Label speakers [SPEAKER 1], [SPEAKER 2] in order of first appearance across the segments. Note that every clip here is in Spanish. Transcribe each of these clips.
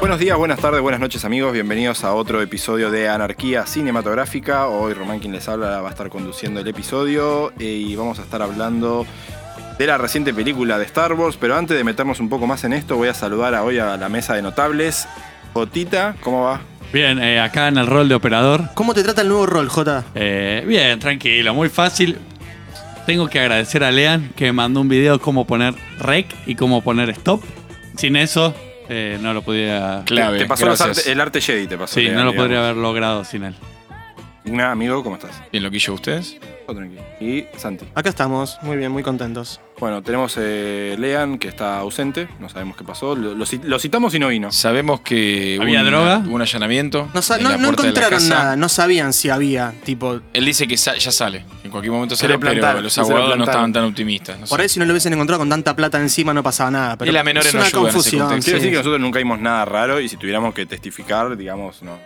[SPEAKER 1] Buenos días, buenas tardes, buenas noches amigos, bienvenidos a otro episodio de Anarquía Cinematográfica. Hoy Román quien les habla va a estar conduciendo el episodio eh, y vamos a estar hablando de la reciente película de Star Wars, pero antes de meternos un poco más en esto voy a saludar a- hoy a la mesa de notables. Jotita, ¿cómo va?
[SPEAKER 2] Bien, eh, acá en el rol de operador.
[SPEAKER 3] ¿Cómo te trata el nuevo rol, Jota?
[SPEAKER 2] Eh, bien, tranquilo, muy fácil. Tengo que agradecer a Lean que me mandó un video de cómo poner rec y cómo poner stop. Sin eso, eh, no lo podía.
[SPEAKER 4] Clave.
[SPEAKER 1] te pasó los
[SPEAKER 4] gracias.
[SPEAKER 1] arte- el arte Jedi, te pasó.
[SPEAKER 2] Sí,
[SPEAKER 1] Lean,
[SPEAKER 2] no lo
[SPEAKER 1] digamos.
[SPEAKER 2] podría haber logrado sin él.
[SPEAKER 1] Nada, amigo, ¿cómo estás?
[SPEAKER 4] Bien, loquillo, ¿ustedes?
[SPEAKER 1] Todo tranquilo. Y Santi.
[SPEAKER 3] Acá estamos, muy bien, muy contentos.
[SPEAKER 1] Bueno, tenemos eh, Lean que está ausente, no sabemos qué pasó. Lo, lo ci- lo citamos y no vino.
[SPEAKER 4] Sabemos que hubo
[SPEAKER 2] ¿Había
[SPEAKER 4] un-
[SPEAKER 2] droga?
[SPEAKER 4] hubo un allanamiento.
[SPEAKER 3] No, sa-
[SPEAKER 4] en
[SPEAKER 3] no-
[SPEAKER 4] la
[SPEAKER 3] no
[SPEAKER 4] puerta de la
[SPEAKER 3] encontraron
[SPEAKER 4] casa.
[SPEAKER 3] nada, no sabían si había, tipo...
[SPEAKER 4] Él dice que sa- ya sale. En cualquier momento
[SPEAKER 1] Se lo
[SPEAKER 4] sale, pero
[SPEAKER 1] plantaron,
[SPEAKER 4] los
[SPEAKER 1] se lo
[SPEAKER 4] abogados no
[SPEAKER 1] plantaron.
[SPEAKER 4] estaban tan optimistas. no sé.
[SPEAKER 3] Por ahí si no lo hubiesen encontrado con tanta plata encima no pasaba nada. Pero
[SPEAKER 4] Y las menores
[SPEAKER 3] es
[SPEAKER 4] no
[SPEAKER 3] una
[SPEAKER 4] ayudan en ese
[SPEAKER 3] confusión.
[SPEAKER 4] contexto.
[SPEAKER 1] Quiero
[SPEAKER 3] sí.
[SPEAKER 1] decir que nosotros nunca vimos nada raro y si tuviéramos que testificar, digamos, no.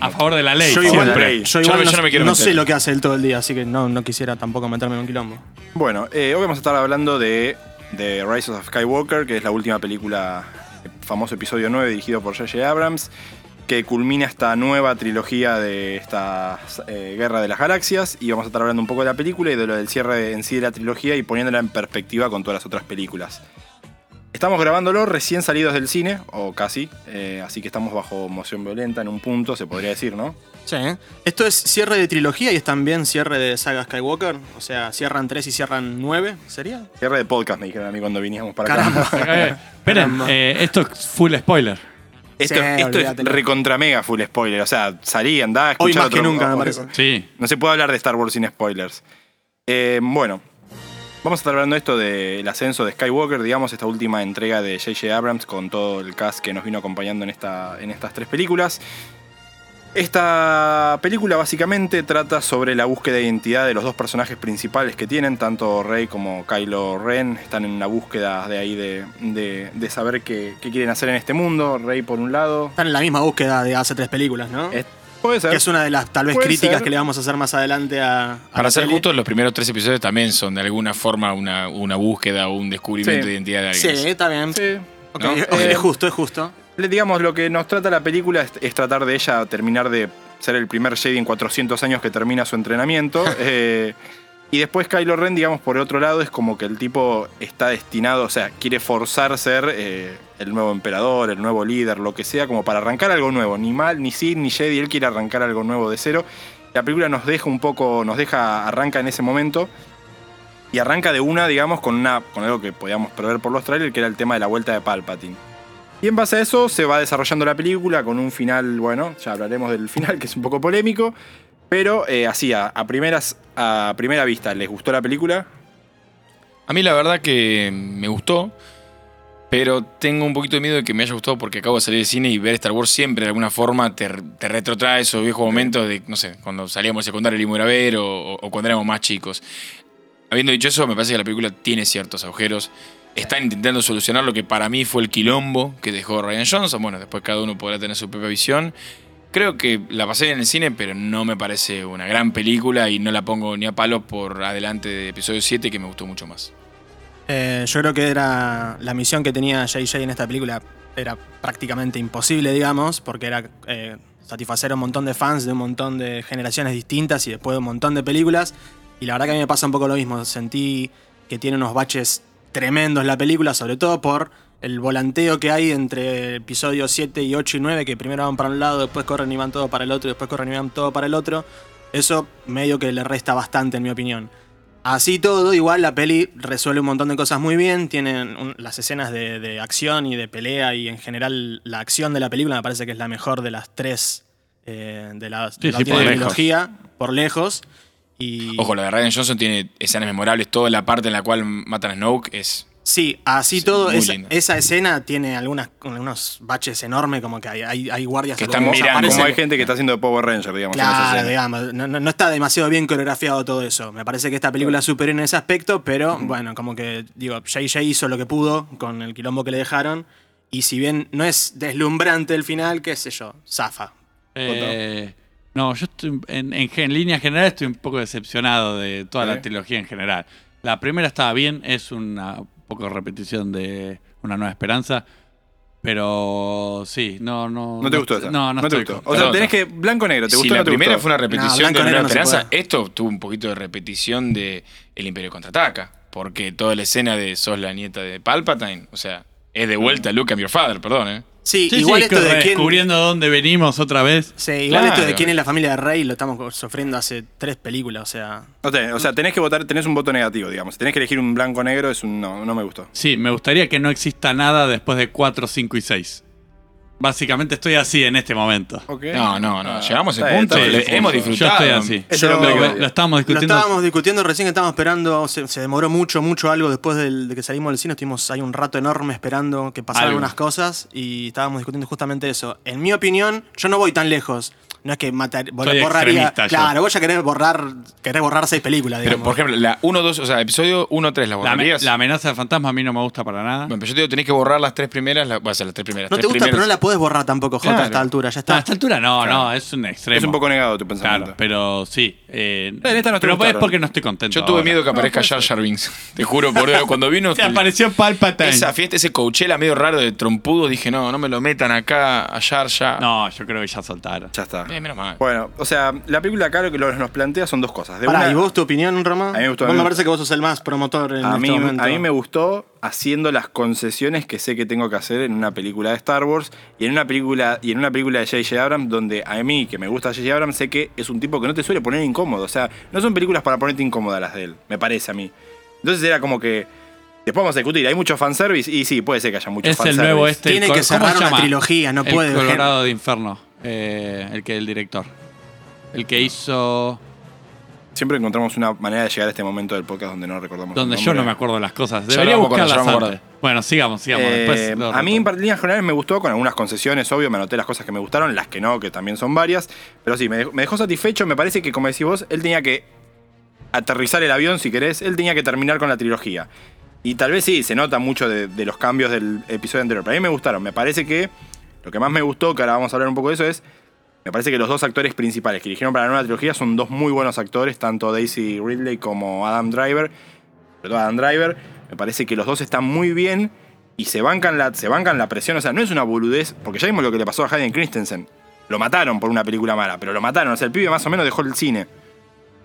[SPEAKER 2] A favor de la ley,
[SPEAKER 3] Yo igual,
[SPEAKER 2] siempre.
[SPEAKER 1] Play.
[SPEAKER 3] yo igual
[SPEAKER 4] Yo no-
[SPEAKER 3] no,
[SPEAKER 4] yo no me quiero
[SPEAKER 3] no
[SPEAKER 4] meter.
[SPEAKER 3] sé lo que hace él todo el día, así que no, no quisiera tampoco meterme en un quilombo.
[SPEAKER 1] Bueno, eh, hoy vamos a estar hablando de, de Rise of Skywalker, que es la última película, el famoso episodio 9, dirigido por J.J. Abrams, que culmina esta nueva trilogía de esta eh, Guerra de las Galaxias. Y vamos a estar hablando un poco de la película y de lo del cierre en sí de la trilogía y poniéndola en perspectiva con todas las otras películas. Estamos grabándolo recién salidos del cine, o casi, eh, así que estamos bajo moción violenta en un punto, se podría decir, ¿no?
[SPEAKER 3] Sí, ¿eh? Esto es cierre de trilogía y es también cierre de saga Skywalker. O sea, cierran tres y cierran nueve, ¿sería?
[SPEAKER 1] Cierre de podcast, me dijeron a mí cuando viníamos para acá.
[SPEAKER 3] Caramba.
[SPEAKER 2] Eh, esperen,
[SPEAKER 3] Caramba.
[SPEAKER 2] eh, esto es full spoiler.
[SPEAKER 1] Esto,
[SPEAKER 3] Sí,
[SPEAKER 1] esto es
[SPEAKER 3] olvídatelo.
[SPEAKER 1] recontra mega full spoiler. O sea, salí, andá, escuchá
[SPEAKER 3] Hoy más
[SPEAKER 1] otro-
[SPEAKER 3] que nunca, me parece.
[SPEAKER 2] Sí.
[SPEAKER 1] No se puede hablar de Star Wars sin spoilers. Eh, bueno, vamos a estar hablando esto del ascenso de Skywalker, digamos, esta última entrega de J.J. Abrams con todo el cast que nos vino acompañando en, esta, en estas tres películas. Esta película básicamente trata sobre la búsqueda de identidad de los dos personajes principales que tienen, tanto Rey como Kylo Ren, están en una búsqueda de ahí de, de- de saber qué, qué quieren hacer en este mundo. Rey por un lado.
[SPEAKER 3] Están en la misma búsqueda de hace tres películas, ¿no?
[SPEAKER 1] Eh, puede ser.
[SPEAKER 3] que es una de las tal vez
[SPEAKER 1] Puede
[SPEAKER 3] críticas
[SPEAKER 1] ser.
[SPEAKER 3] que le vamos a hacer más adelante a... a
[SPEAKER 4] Para
[SPEAKER 3] la
[SPEAKER 4] ser
[SPEAKER 3] peli.
[SPEAKER 4] justos, los primeros tres episodios también son de alguna forma una, una búsqueda o un descubrimiento
[SPEAKER 1] Sí.
[SPEAKER 4] de identidad de
[SPEAKER 3] Sí,
[SPEAKER 4] alguien.
[SPEAKER 3] está bien.
[SPEAKER 1] Sí.
[SPEAKER 3] Ok,
[SPEAKER 4] ¿no?
[SPEAKER 3] ok,
[SPEAKER 1] Eh,
[SPEAKER 3] es justo, es justo.
[SPEAKER 1] Le- Digamos, lo que nos trata la película es, es tratar de ella terminar de ser el primer Jedi en 400 años que termina su entrenamiento. eh, y después Kylo Ren, digamos, por otro lado, es como que el tipo está destinado, o sea, quiere forzar ser eh, el nuevo emperador, el nuevo líder, lo que sea, como para arrancar algo nuevo. Ni mal, ni Sid, ni Jedi, él quiere arrancar algo nuevo de cero. La película nos deja un poco, nos deja, arranca en ese momento. Y arranca de una, digamos, con, una, con algo que podíamos prever por los trailers, que era el tema de la vuelta de Palpatine. Y en base a eso se va desarrollando la película con un final, bueno, ya hablaremos del final que es un poco polémico, pero eh, así, a, a primeras, a primera vista, ¿les gustó la película?
[SPEAKER 4] A mí la verdad que me gustó, pero tengo un poquito de miedo de que me haya gustado porque acabo de salir de cine y ver Star Wars siempre de alguna forma te, te retrotrae esos viejos momentos de, no sé, cuando salíamos del secundario y íbamos a ir a ver o, o- o cuando éramos más chicos. Habiendo dicho eso, me parece que la película tiene ciertos agujeros. Están intentando solucionar lo que para mí fue el quilombo que dejó Ryan Johnson. Bueno, después cada uno podrá tener su propia visión. Creo que la pasé bien en el cine, pero no me parece una gran película y no la pongo ni a palos por adelante de episodio 7, que me gustó mucho más.
[SPEAKER 3] Eh, yo creo que era la misión que tenía JJ en esta película era prácticamente imposible, digamos, porque era eh, satisfacer a un montón de fans de un montón de generaciones distintas y después de un montón de películas. Y la verdad que a mí me pasa un poco lo mismo. Sentí que tiene unos baches tremendos la película, sobre todo por el volanteo que hay entre episodios 7 y 8 y 9, que primero van para un lado, después corren y van todo para el otro, y después corren y van todo para el otro. Eso medio que le resta bastante, en mi opinión. Así todo, igual la peli resuelve un montón de cosas muy bien. Tienen un- las escenas de, de acción y de pelea y en general la acción de la película me parece que es la mejor de las tres eh, de la, de
[SPEAKER 2] Sí, sí,
[SPEAKER 3] la última
[SPEAKER 2] por lejos.
[SPEAKER 3] trilogía, por lejos. Y
[SPEAKER 4] Ojo, la de Ryan Johnson tiene escenas memorables. Toda la parte en la cual matan a Snoke es.
[SPEAKER 3] Sí, así
[SPEAKER 4] Sí,
[SPEAKER 3] todo,
[SPEAKER 4] muy
[SPEAKER 3] esa,
[SPEAKER 4] lindo.
[SPEAKER 3] esa escena tiene algunas, algunos baches enormes, como que hay, hay, hay guardias
[SPEAKER 4] Que
[SPEAKER 3] que
[SPEAKER 4] están mirando,
[SPEAKER 1] Como
[SPEAKER 4] Parece-
[SPEAKER 1] hay gente que está haciendo de Power Ranger, digamos. en esa
[SPEAKER 3] Claro,
[SPEAKER 1] escena.
[SPEAKER 3] digamos, no, no- no está demasiado bien coreografiado todo eso. Me parece que esta película es superior en ese aspecto, pero bueno, como que, digo, JJ hizo lo que pudo con el quilombo que le dejaron. Y si bien no es deslumbrante el final, qué sé yo, zafa.
[SPEAKER 2] Eh, no, yo estoy, en, en, gen- líneas generales estoy un poco decepcionado de toda
[SPEAKER 1] Sí.
[SPEAKER 2] la trilogía en general. La primera estaba bien, es una un poco repetición de Una Nueva Esperanza. Pero sí, no, no.
[SPEAKER 1] No te gustó esa.
[SPEAKER 2] No, no,
[SPEAKER 1] te
[SPEAKER 2] estoy
[SPEAKER 1] gustó.
[SPEAKER 2] con-
[SPEAKER 1] O sea,
[SPEAKER 4] Perdón.
[SPEAKER 1] tenés que blanco-negro. ¿Te
[SPEAKER 4] si
[SPEAKER 1] gustó o
[SPEAKER 4] la
[SPEAKER 1] no te
[SPEAKER 4] primera
[SPEAKER 1] gustó?
[SPEAKER 4] fue una repetición
[SPEAKER 3] blanco
[SPEAKER 4] de
[SPEAKER 3] y
[SPEAKER 4] Nueva
[SPEAKER 3] negro no se
[SPEAKER 4] Esperanza,
[SPEAKER 3] puede.
[SPEAKER 4] esto tuvo un poquito de repetición de El Imperio Contraataca, porque toda la escena de sos la nieta de Palpatine, o sea, es de vuelta Luke and your father, perdón, ¿eh?
[SPEAKER 3] Sí,
[SPEAKER 2] Sí,
[SPEAKER 3] igual
[SPEAKER 2] sí,
[SPEAKER 3] esto de quién.
[SPEAKER 2] descubriendo dónde venimos otra vez.
[SPEAKER 3] Sí, igual
[SPEAKER 4] Claro.
[SPEAKER 3] esto de quién es la familia de Rey lo estamos sufriendo hace tres películas, o sea.
[SPEAKER 1] No te- o sea, tenés que votar, tenés un voto negativo, digamos. Si tenés que elegir un blanco-negro, es un no, no me gustó.
[SPEAKER 2] Sí, me gustaría que no exista nada después de 4, 5 y 6. Básicamente estoy así en este momento.
[SPEAKER 4] No, no, no,
[SPEAKER 1] Ah,
[SPEAKER 4] llegamos a
[SPEAKER 1] está
[SPEAKER 4] ese
[SPEAKER 1] bien,
[SPEAKER 4] punto,
[SPEAKER 1] está
[SPEAKER 4] le-
[SPEAKER 1] bien.
[SPEAKER 4] hemos
[SPEAKER 2] Yo
[SPEAKER 4] disfrutado.
[SPEAKER 2] estoy así.
[SPEAKER 1] Ese
[SPEAKER 3] Yo-
[SPEAKER 1] es lo que
[SPEAKER 2] Lo,
[SPEAKER 1] digo.
[SPEAKER 2] lo estábamos
[SPEAKER 3] Lo
[SPEAKER 2] discutiendo.
[SPEAKER 3] estábamos discutiendo recién, estábamos esperando, se, se demoró mucho, mucho algo después del- de que salimos del cine, estuvimos ahí un rato enorme esperando que pasaran
[SPEAKER 2] Algo.
[SPEAKER 3] algunas cosas y estábamos discutiendo justamente eso. En mi opinión, yo no voy tan lejos. No es que matar, bor-
[SPEAKER 2] Soy
[SPEAKER 3] borraría.
[SPEAKER 2] extremista yo.
[SPEAKER 3] Claro, vos ya querés borrar, querés borrar seis películas,
[SPEAKER 4] Pero,
[SPEAKER 3] digamos.
[SPEAKER 4] por ejemplo, la 1, 2, o sea, episodio 1, 3, ¿la
[SPEAKER 2] La, ame-
[SPEAKER 4] borrarías?
[SPEAKER 2] la amenaza del fantasma a mí no me gusta para nada.
[SPEAKER 4] Bueno, pero yo te digo, tenés que borrar las tres primeras, la- va a ser las tres primeras.
[SPEAKER 3] no te
[SPEAKER 4] tres
[SPEAKER 3] gusta, pero
[SPEAKER 4] primeras.
[SPEAKER 3] no la podés borrar tampoco, Jota,
[SPEAKER 4] Claro.
[SPEAKER 3] a esta altura, ya
[SPEAKER 2] No,
[SPEAKER 3] está.
[SPEAKER 2] a esta altura no, no, es un extremo.
[SPEAKER 1] Es un poco negado tu
[SPEAKER 2] Claro,
[SPEAKER 1] pensamiento.
[SPEAKER 2] pero sí. eh,
[SPEAKER 1] En esta no te
[SPEAKER 2] pero es
[SPEAKER 1] gustaron.
[SPEAKER 2] porque no estoy contento.
[SPEAKER 4] Yo tuve
[SPEAKER 2] ahora.
[SPEAKER 4] miedo que aparezca Jar Jar Binks. Te juro, por cuando vino
[SPEAKER 2] Se apareció Palpatine.
[SPEAKER 4] esa fiesta, ese coachela medio raro de trompudo, dije, no, no me lo metan acá, a Jar Jar.
[SPEAKER 2] No, yo creo que ya soltaron.
[SPEAKER 1] Ya está.
[SPEAKER 4] Eh, menos mal.
[SPEAKER 1] Bueno, o sea, la película acá lo que lo- nos plantea son dos cosas. De
[SPEAKER 3] Pará,
[SPEAKER 1] una-
[SPEAKER 3] ¿y vos tu opinión, Roma?
[SPEAKER 1] A mí me gustó, a
[SPEAKER 3] Vos
[SPEAKER 1] mí
[SPEAKER 3] me
[SPEAKER 1] me-
[SPEAKER 3] parece que vos sos el más promotor en
[SPEAKER 1] a,
[SPEAKER 3] este
[SPEAKER 1] mí,
[SPEAKER 3] momento.
[SPEAKER 1] a mí me gustó haciendo las concesiones que sé que tengo que hacer en una película de Star Wars y en una película, y en una película de J.J. Abrams, donde a mí, que me gusta J.J. Abrams, sé que es un tipo que no te suele poner incómodo. O sea, no son películas para ponerte incómoda las de él, me parece a mí. Entonces era como que. Después vamos a discutir, hay mucho fanservice y sí, puede ser que haya mucho
[SPEAKER 2] Es el
[SPEAKER 1] fanservice.
[SPEAKER 2] nuevo este.
[SPEAKER 3] Tiene
[SPEAKER 2] el col-
[SPEAKER 3] que cerrar
[SPEAKER 2] ¿cómo se
[SPEAKER 3] una
[SPEAKER 2] llama?
[SPEAKER 3] trilogía, no
[SPEAKER 2] el
[SPEAKER 3] puede,
[SPEAKER 2] Colorado de Inferno. eh, el que el director. El que hizo.
[SPEAKER 1] Siempre encontramos una manera de llegar a este momento del podcast donde no recordamos.
[SPEAKER 2] Donde
[SPEAKER 1] el
[SPEAKER 2] yo no
[SPEAKER 1] nombre.
[SPEAKER 2] me acuerdo las cosas.
[SPEAKER 4] Ya
[SPEAKER 2] Debería
[SPEAKER 4] lo vamos a acordar,
[SPEAKER 2] buscarlas
[SPEAKER 4] ya lo vamos a
[SPEAKER 2] antes. Bueno, sigamos, sigamos.
[SPEAKER 1] Eh,
[SPEAKER 2] después lo
[SPEAKER 1] a mí en
[SPEAKER 2] retomo.
[SPEAKER 1] par- líneas generales me gustó, con algunas concesiones, obvio, me anoté las cosas que me gustaron, las que no, que también son varias, pero sí, me dejó, me dejó satisfecho, me parece que como decís vos, él tenía que aterrizar el avión, si querés, él tenía que terminar con la trilogía. Y tal vez sí, se nota mucho de, de los cambios del episodio anterior, pero a mí me gustaron, me parece que lo que más me gustó, que ahora vamos a hablar un poco de eso, es, me parece que los dos actores principales que eligieron para la nueva trilogía son dos muy buenos actores, tanto Daisy Ridley como Adam Driver, sobre todo Adam Driver, me parece que los dos están muy bien y se bancan la, se bancan la presión. O sea, no es una boludez, porque ya vimos lo que le pasó a Hayden Christensen. Lo mataron por una película mala, pero lo mataron. O sea, el pibe más o menos dejó el cine.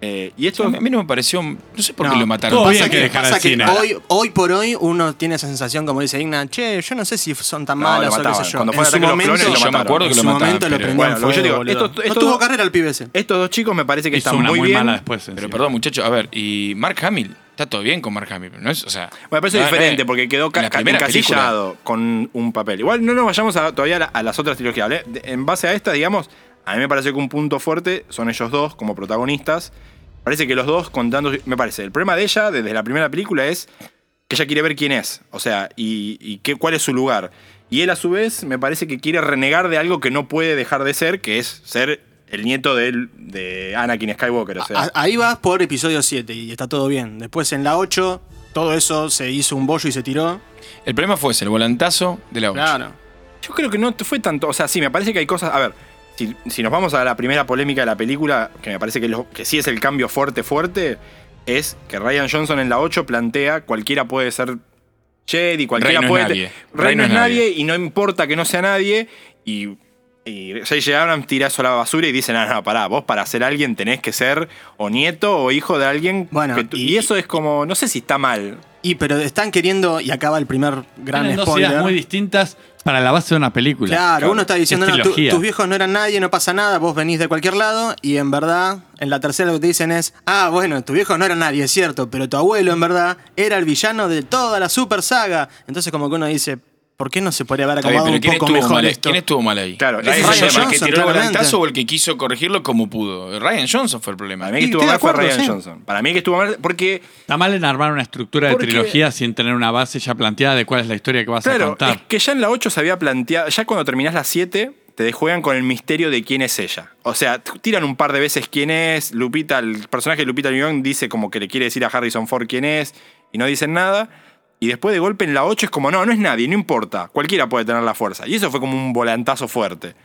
[SPEAKER 1] Eh, y esto.
[SPEAKER 4] A mí a mí no me pareció. No sé por qué
[SPEAKER 3] No,
[SPEAKER 4] lo mataron.
[SPEAKER 2] todo
[SPEAKER 4] Pasa
[SPEAKER 2] bien
[SPEAKER 4] que-
[SPEAKER 2] que dejar
[SPEAKER 3] pasa
[SPEAKER 2] al cine.
[SPEAKER 3] Hoy, hoy por hoy uno tiene esa sensación, como dice Igna, che, yo no sé si son tan
[SPEAKER 1] No,
[SPEAKER 3] malas
[SPEAKER 1] lo
[SPEAKER 3] o qué
[SPEAKER 1] mataban.
[SPEAKER 3] sé yo.
[SPEAKER 1] Cuando fue
[SPEAKER 3] en
[SPEAKER 1] el
[SPEAKER 3] su
[SPEAKER 1] ataque de los
[SPEAKER 3] momento,
[SPEAKER 1] clones, lo
[SPEAKER 4] yo me
[SPEAKER 1] mataron.
[SPEAKER 4] acuerdo
[SPEAKER 3] en
[SPEAKER 4] que lo
[SPEAKER 3] su
[SPEAKER 4] mataban,
[SPEAKER 3] momento lo
[SPEAKER 4] pero-
[SPEAKER 3] prendió
[SPEAKER 1] Bueno,
[SPEAKER 3] en
[SPEAKER 1] lo que yo
[SPEAKER 3] fuego,
[SPEAKER 1] digo,
[SPEAKER 3] boludo.
[SPEAKER 1] esto- esto-
[SPEAKER 3] no tuvo carrera el pibe ese.
[SPEAKER 1] Estos dos chicos me parece que
[SPEAKER 2] hizo
[SPEAKER 1] están
[SPEAKER 2] una
[SPEAKER 1] muy,
[SPEAKER 2] muy,
[SPEAKER 1] bien.
[SPEAKER 2] mala después.
[SPEAKER 4] Pero
[SPEAKER 2] encima.
[SPEAKER 4] perdón, muchachos, a ver, y Mark Hamill, está todo bien con Mark Hamill, pero ¿no es? O sea.
[SPEAKER 1] Bueno, pero eso
[SPEAKER 3] Ah,
[SPEAKER 4] no,
[SPEAKER 1] es diferente
[SPEAKER 3] eh,
[SPEAKER 4] no,
[SPEAKER 1] porque quedó
[SPEAKER 4] en la
[SPEAKER 1] ca- ca-
[SPEAKER 4] primera
[SPEAKER 1] encasillado con un papel. Igual no nos vayamos a- todavía a, la- a las otras trilogías. ¿vale? De- En base a esta, digamos, a mí me parece que un punto fuerte son ellos dos como protagonistas. Parece que los dos contando. Me parece. El problema de ella desde la primera película es que ella quiere ver quién es. O sea, y, y qué, cuál es su lugar. Y él, a su vez, me parece que quiere renegar de algo que no puede dejar de ser, que es ser el nieto de, él- de Anakin Skywalker. O sea,
[SPEAKER 3] Eh, A- Ahí vas por episodio 7 y está todo bien. Después en la 8, todo eso se hizo un bollo y se tiró.
[SPEAKER 4] película. El problema fue ese, el volantazo de la 8.
[SPEAKER 3] Claro.
[SPEAKER 1] Yo creo que no fue tanto. O sea, sí, me parece que hay cosas. A ver, si, si nos vamos a la primera polémica de la película, que me parece que, lo- que sí es el cambio fuerte, fuerte, es que Ryan Johnson en la 8 plantea cualquiera puede ser Jedi, cualquiera
[SPEAKER 4] Rey no
[SPEAKER 1] puede.
[SPEAKER 4] es nadie.
[SPEAKER 1] Rey no es nadie, y no importa que no sea nadie. Y. Y J.J. Abrams tira eso a la basura y dice: No, no, pará, vos para ser alguien tenés que ser o nieto o hijo de alguien.
[SPEAKER 3] Bueno,
[SPEAKER 1] que tú-".
[SPEAKER 3] y-
[SPEAKER 1] y eso es como, no sé si está mal.
[SPEAKER 3] Y pero están queriendo, y acaba el primer gran
[SPEAKER 2] Eran dos
[SPEAKER 3] spoiler.
[SPEAKER 2] ideas muy distintas para la base de una película.
[SPEAKER 3] Claro, uno está diciendo,
[SPEAKER 2] Es
[SPEAKER 3] no, tu-
[SPEAKER 2] trilogía.
[SPEAKER 3] tus viejos no eran nadie, no pasa nada, vos venís de cualquier lado, y en verdad, en la tercera lo que te dicen es, ah, bueno, tus viejos no eran nadie, es cierto, pero tu abuelo en verdad era el villano de toda la super saga. Entonces como que uno dice, ¿por qué no se podría haber
[SPEAKER 4] Está bien,
[SPEAKER 3] acabado
[SPEAKER 4] pero
[SPEAKER 3] un
[SPEAKER 4] ¿quién
[SPEAKER 3] poco
[SPEAKER 4] estuvo,
[SPEAKER 3] mejor
[SPEAKER 4] mal,
[SPEAKER 3] esto?
[SPEAKER 4] ¿quién estuvo mal ahí?
[SPEAKER 1] Claro,
[SPEAKER 4] Ese
[SPEAKER 1] ese
[SPEAKER 4] es
[SPEAKER 1] es
[SPEAKER 4] el
[SPEAKER 1] Ryan
[SPEAKER 4] problema, ¿El que
[SPEAKER 3] Johnson,
[SPEAKER 4] tiró el
[SPEAKER 3] claramente.
[SPEAKER 4] volantazo o el que quiso corregirlo como pudo? Ryan Johnson fue el problema.
[SPEAKER 1] Para mí que
[SPEAKER 3] Y
[SPEAKER 1] estuvo
[SPEAKER 3] estoy de
[SPEAKER 1] mal fue
[SPEAKER 3] acuerdo,
[SPEAKER 1] Ryan
[SPEAKER 3] sí.
[SPEAKER 1] Johnson. Para mí que estuvo mal porque
[SPEAKER 2] Está mal en armar una estructura de
[SPEAKER 1] Porque-
[SPEAKER 2] trilogía sin tener una base ya planteada de cuál es la historia que vas a
[SPEAKER 1] Claro,
[SPEAKER 2] contar.
[SPEAKER 1] es que ya en la 8 se había planteado, ya cuando terminás la 7, te juegan con el misterio de quién es ella. O sea, t- tiran un par de veces quién es, Lupita, el personaje de Lupita Nyong'o dice como que le quiere decir a Harrison Ford quién es y no dicen nada. Y después de golpe en la 8 es como, no, no es nadie, no importa, cualquiera puede tener la fuerza. Y eso fue como un volantazo fuerte.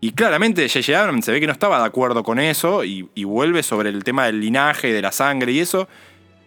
[SPEAKER 1] Y claramente J.J. Abrams se ve que no estaba de acuerdo con eso y, y vuelve sobre el tema del linaje, de la sangre y eso.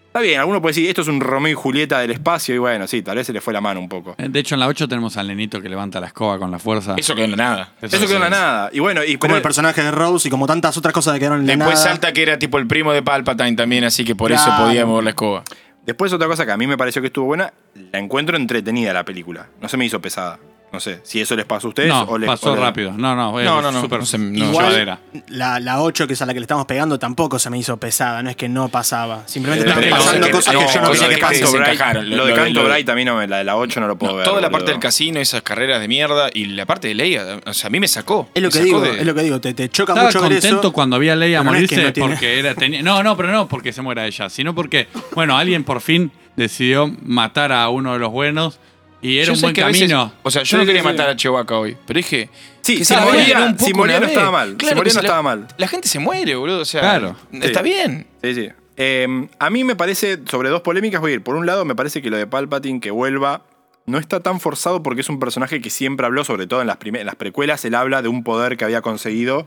[SPEAKER 1] Está bien, alguno puede decir, esto es un Romeo y Julieta del espacio, y bueno, sí, tal vez se le fue la mano un poco.
[SPEAKER 2] Eh, De hecho, en la 8 tenemos al nenito que levanta la escoba con la fuerza.
[SPEAKER 4] Eso quedó en la nada.
[SPEAKER 1] Eso, quedó en la nada. Y bueno, y
[SPEAKER 3] Como
[SPEAKER 1] pero-
[SPEAKER 3] el personaje de Rose y como tantas otras cosas que quedaron en la
[SPEAKER 4] Después
[SPEAKER 3] nada.
[SPEAKER 4] salta que era tipo el primo de Palpatine también, así que por eso
[SPEAKER 3] Claro.
[SPEAKER 4] podía mover la escoba.
[SPEAKER 1] Después otra cosa que a mí me pareció que estuvo buena, la encuentro entretenida la película. No se me hizo pesada. No sé si eso les pasó a ustedes
[SPEAKER 2] No,
[SPEAKER 1] o les
[SPEAKER 2] pasó
[SPEAKER 1] o les-
[SPEAKER 2] rápido. No, no, es
[SPEAKER 4] No, no, no,
[SPEAKER 2] súper
[SPEAKER 4] no se- no.
[SPEAKER 2] llevadera.
[SPEAKER 3] Igual, la, la 8, que es a la que le estamos pegando, tampoco se me hizo pesada. No es que no pasaba.
[SPEAKER 1] Eh,
[SPEAKER 3] Simplemente estaban
[SPEAKER 1] pero
[SPEAKER 4] no,
[SPEAKER 3] pasando
[SPEAKER 4] que-
[SPEAKER 3] cosas
[SPEAKER 4] no,
[SPEAKER 3] que yo no
[SPEAKER 4] cosas
[SPEAKER 3] quería
[SPEAKER 1] de
[SPEAKER 3] que
[SPEAKER 4] que
[SPEAKER 1] Canto
[SPEAKER 4] se
[SPEAKER 3] pasen.
[SPEAKER 1] Bright-
[SPEAKER 4] encajaron.
[SPEAKER 1] Lo,
[SPEAKER 4] Lo
[SPEAKER 1] de
[SPEAKER 4] de-
[SPEAKER 1] Canto
[SPEAKER 4] lo de-
[SPEAKER 1] Bright también no me- la de la 8 no lo puedo
[SPEAKER 4] No,
[SPEAKER 1] ver.
[SPEAKER 4] toda la parte
[SPEAKER 1] boludo.
[SPEAKER 4] del casino, esas carreras de mierda y la parte de Leia, o sea, a mí me sacó.
[SPEAKER 3] Es lo
[SPEAKER 4] Me
[SPEAKER 3] que
[SPEAKER 4] sacó
[SPEAKER 3] digo,
[SPEAKER 4] de-
[SPEAKER 3] es lo que digo. Te, te choca
[SPEAKER 2] Estaba
[SPEAKER 3] mucho ver
[SPEAKER 2] contento
[SPEAKER 3] eso.
[SPEAKER 2] cuando vi a Leia
[SPEAKER 3] pero no es
[SPEAKER 2] morirse
[SPEAKER 3] que no tiene-
[SPEAKER 2] porque era tenía- no, no, pero no porque se muera ella, sino porque bueno, alguien por fin decidió matar a uno de los buenos y era
[SPEAKER 4] Yo
[SPEAKER 2] un
[SPEAKER 4] sé
[SPEAKER 2] buen
[SPEAKER 4] que a
[SPEAKER 2] camino.
[SPEAKER 4] veces- o sea, yo no quería matar a Chewbacca hoy, pero dije.
[SPEAKER 1] Sí,
[SPEAKER 4] que
[SPEAKER 1] si
[SPEAKER 4] se
[SPEAKER 1] moría-
[SPEAKER 4] murieran
[SPEAKER 1] si
[SPEAKER 4] poco
[SPEAKER 1] moría
[SPEAKER 4] una
[SPEAKER 1] no
[SPEAKER 4] vez.
[SPEAKER 1] estaba mal, si
[SPEAKER 4] Claro
[SPEAKER 1] moría
[SPEAKER 4] que
[SPEAKER 1] no
[SPEAKER 4] la-
[SPEAKER 1] estaba mal.
[SPEAKER 4] La gente se muere, boludo. O sea,
[SPEAKER 2] Claro.
[SPEAKER 4] está
[SPEAKER 1] Sí.
[SPEAKER 4] bien.
[SPEAKER 1] Sí, sí. Eh, a mí me parece, sobre dos polémicas voy a ir. Por un lado, me parece que lo de Palpatine que vuelva no está tan forzado porque es un personaje que siempre habló, sobre todo en las, prime- en las precuelas, él habla de un poder que había conseguido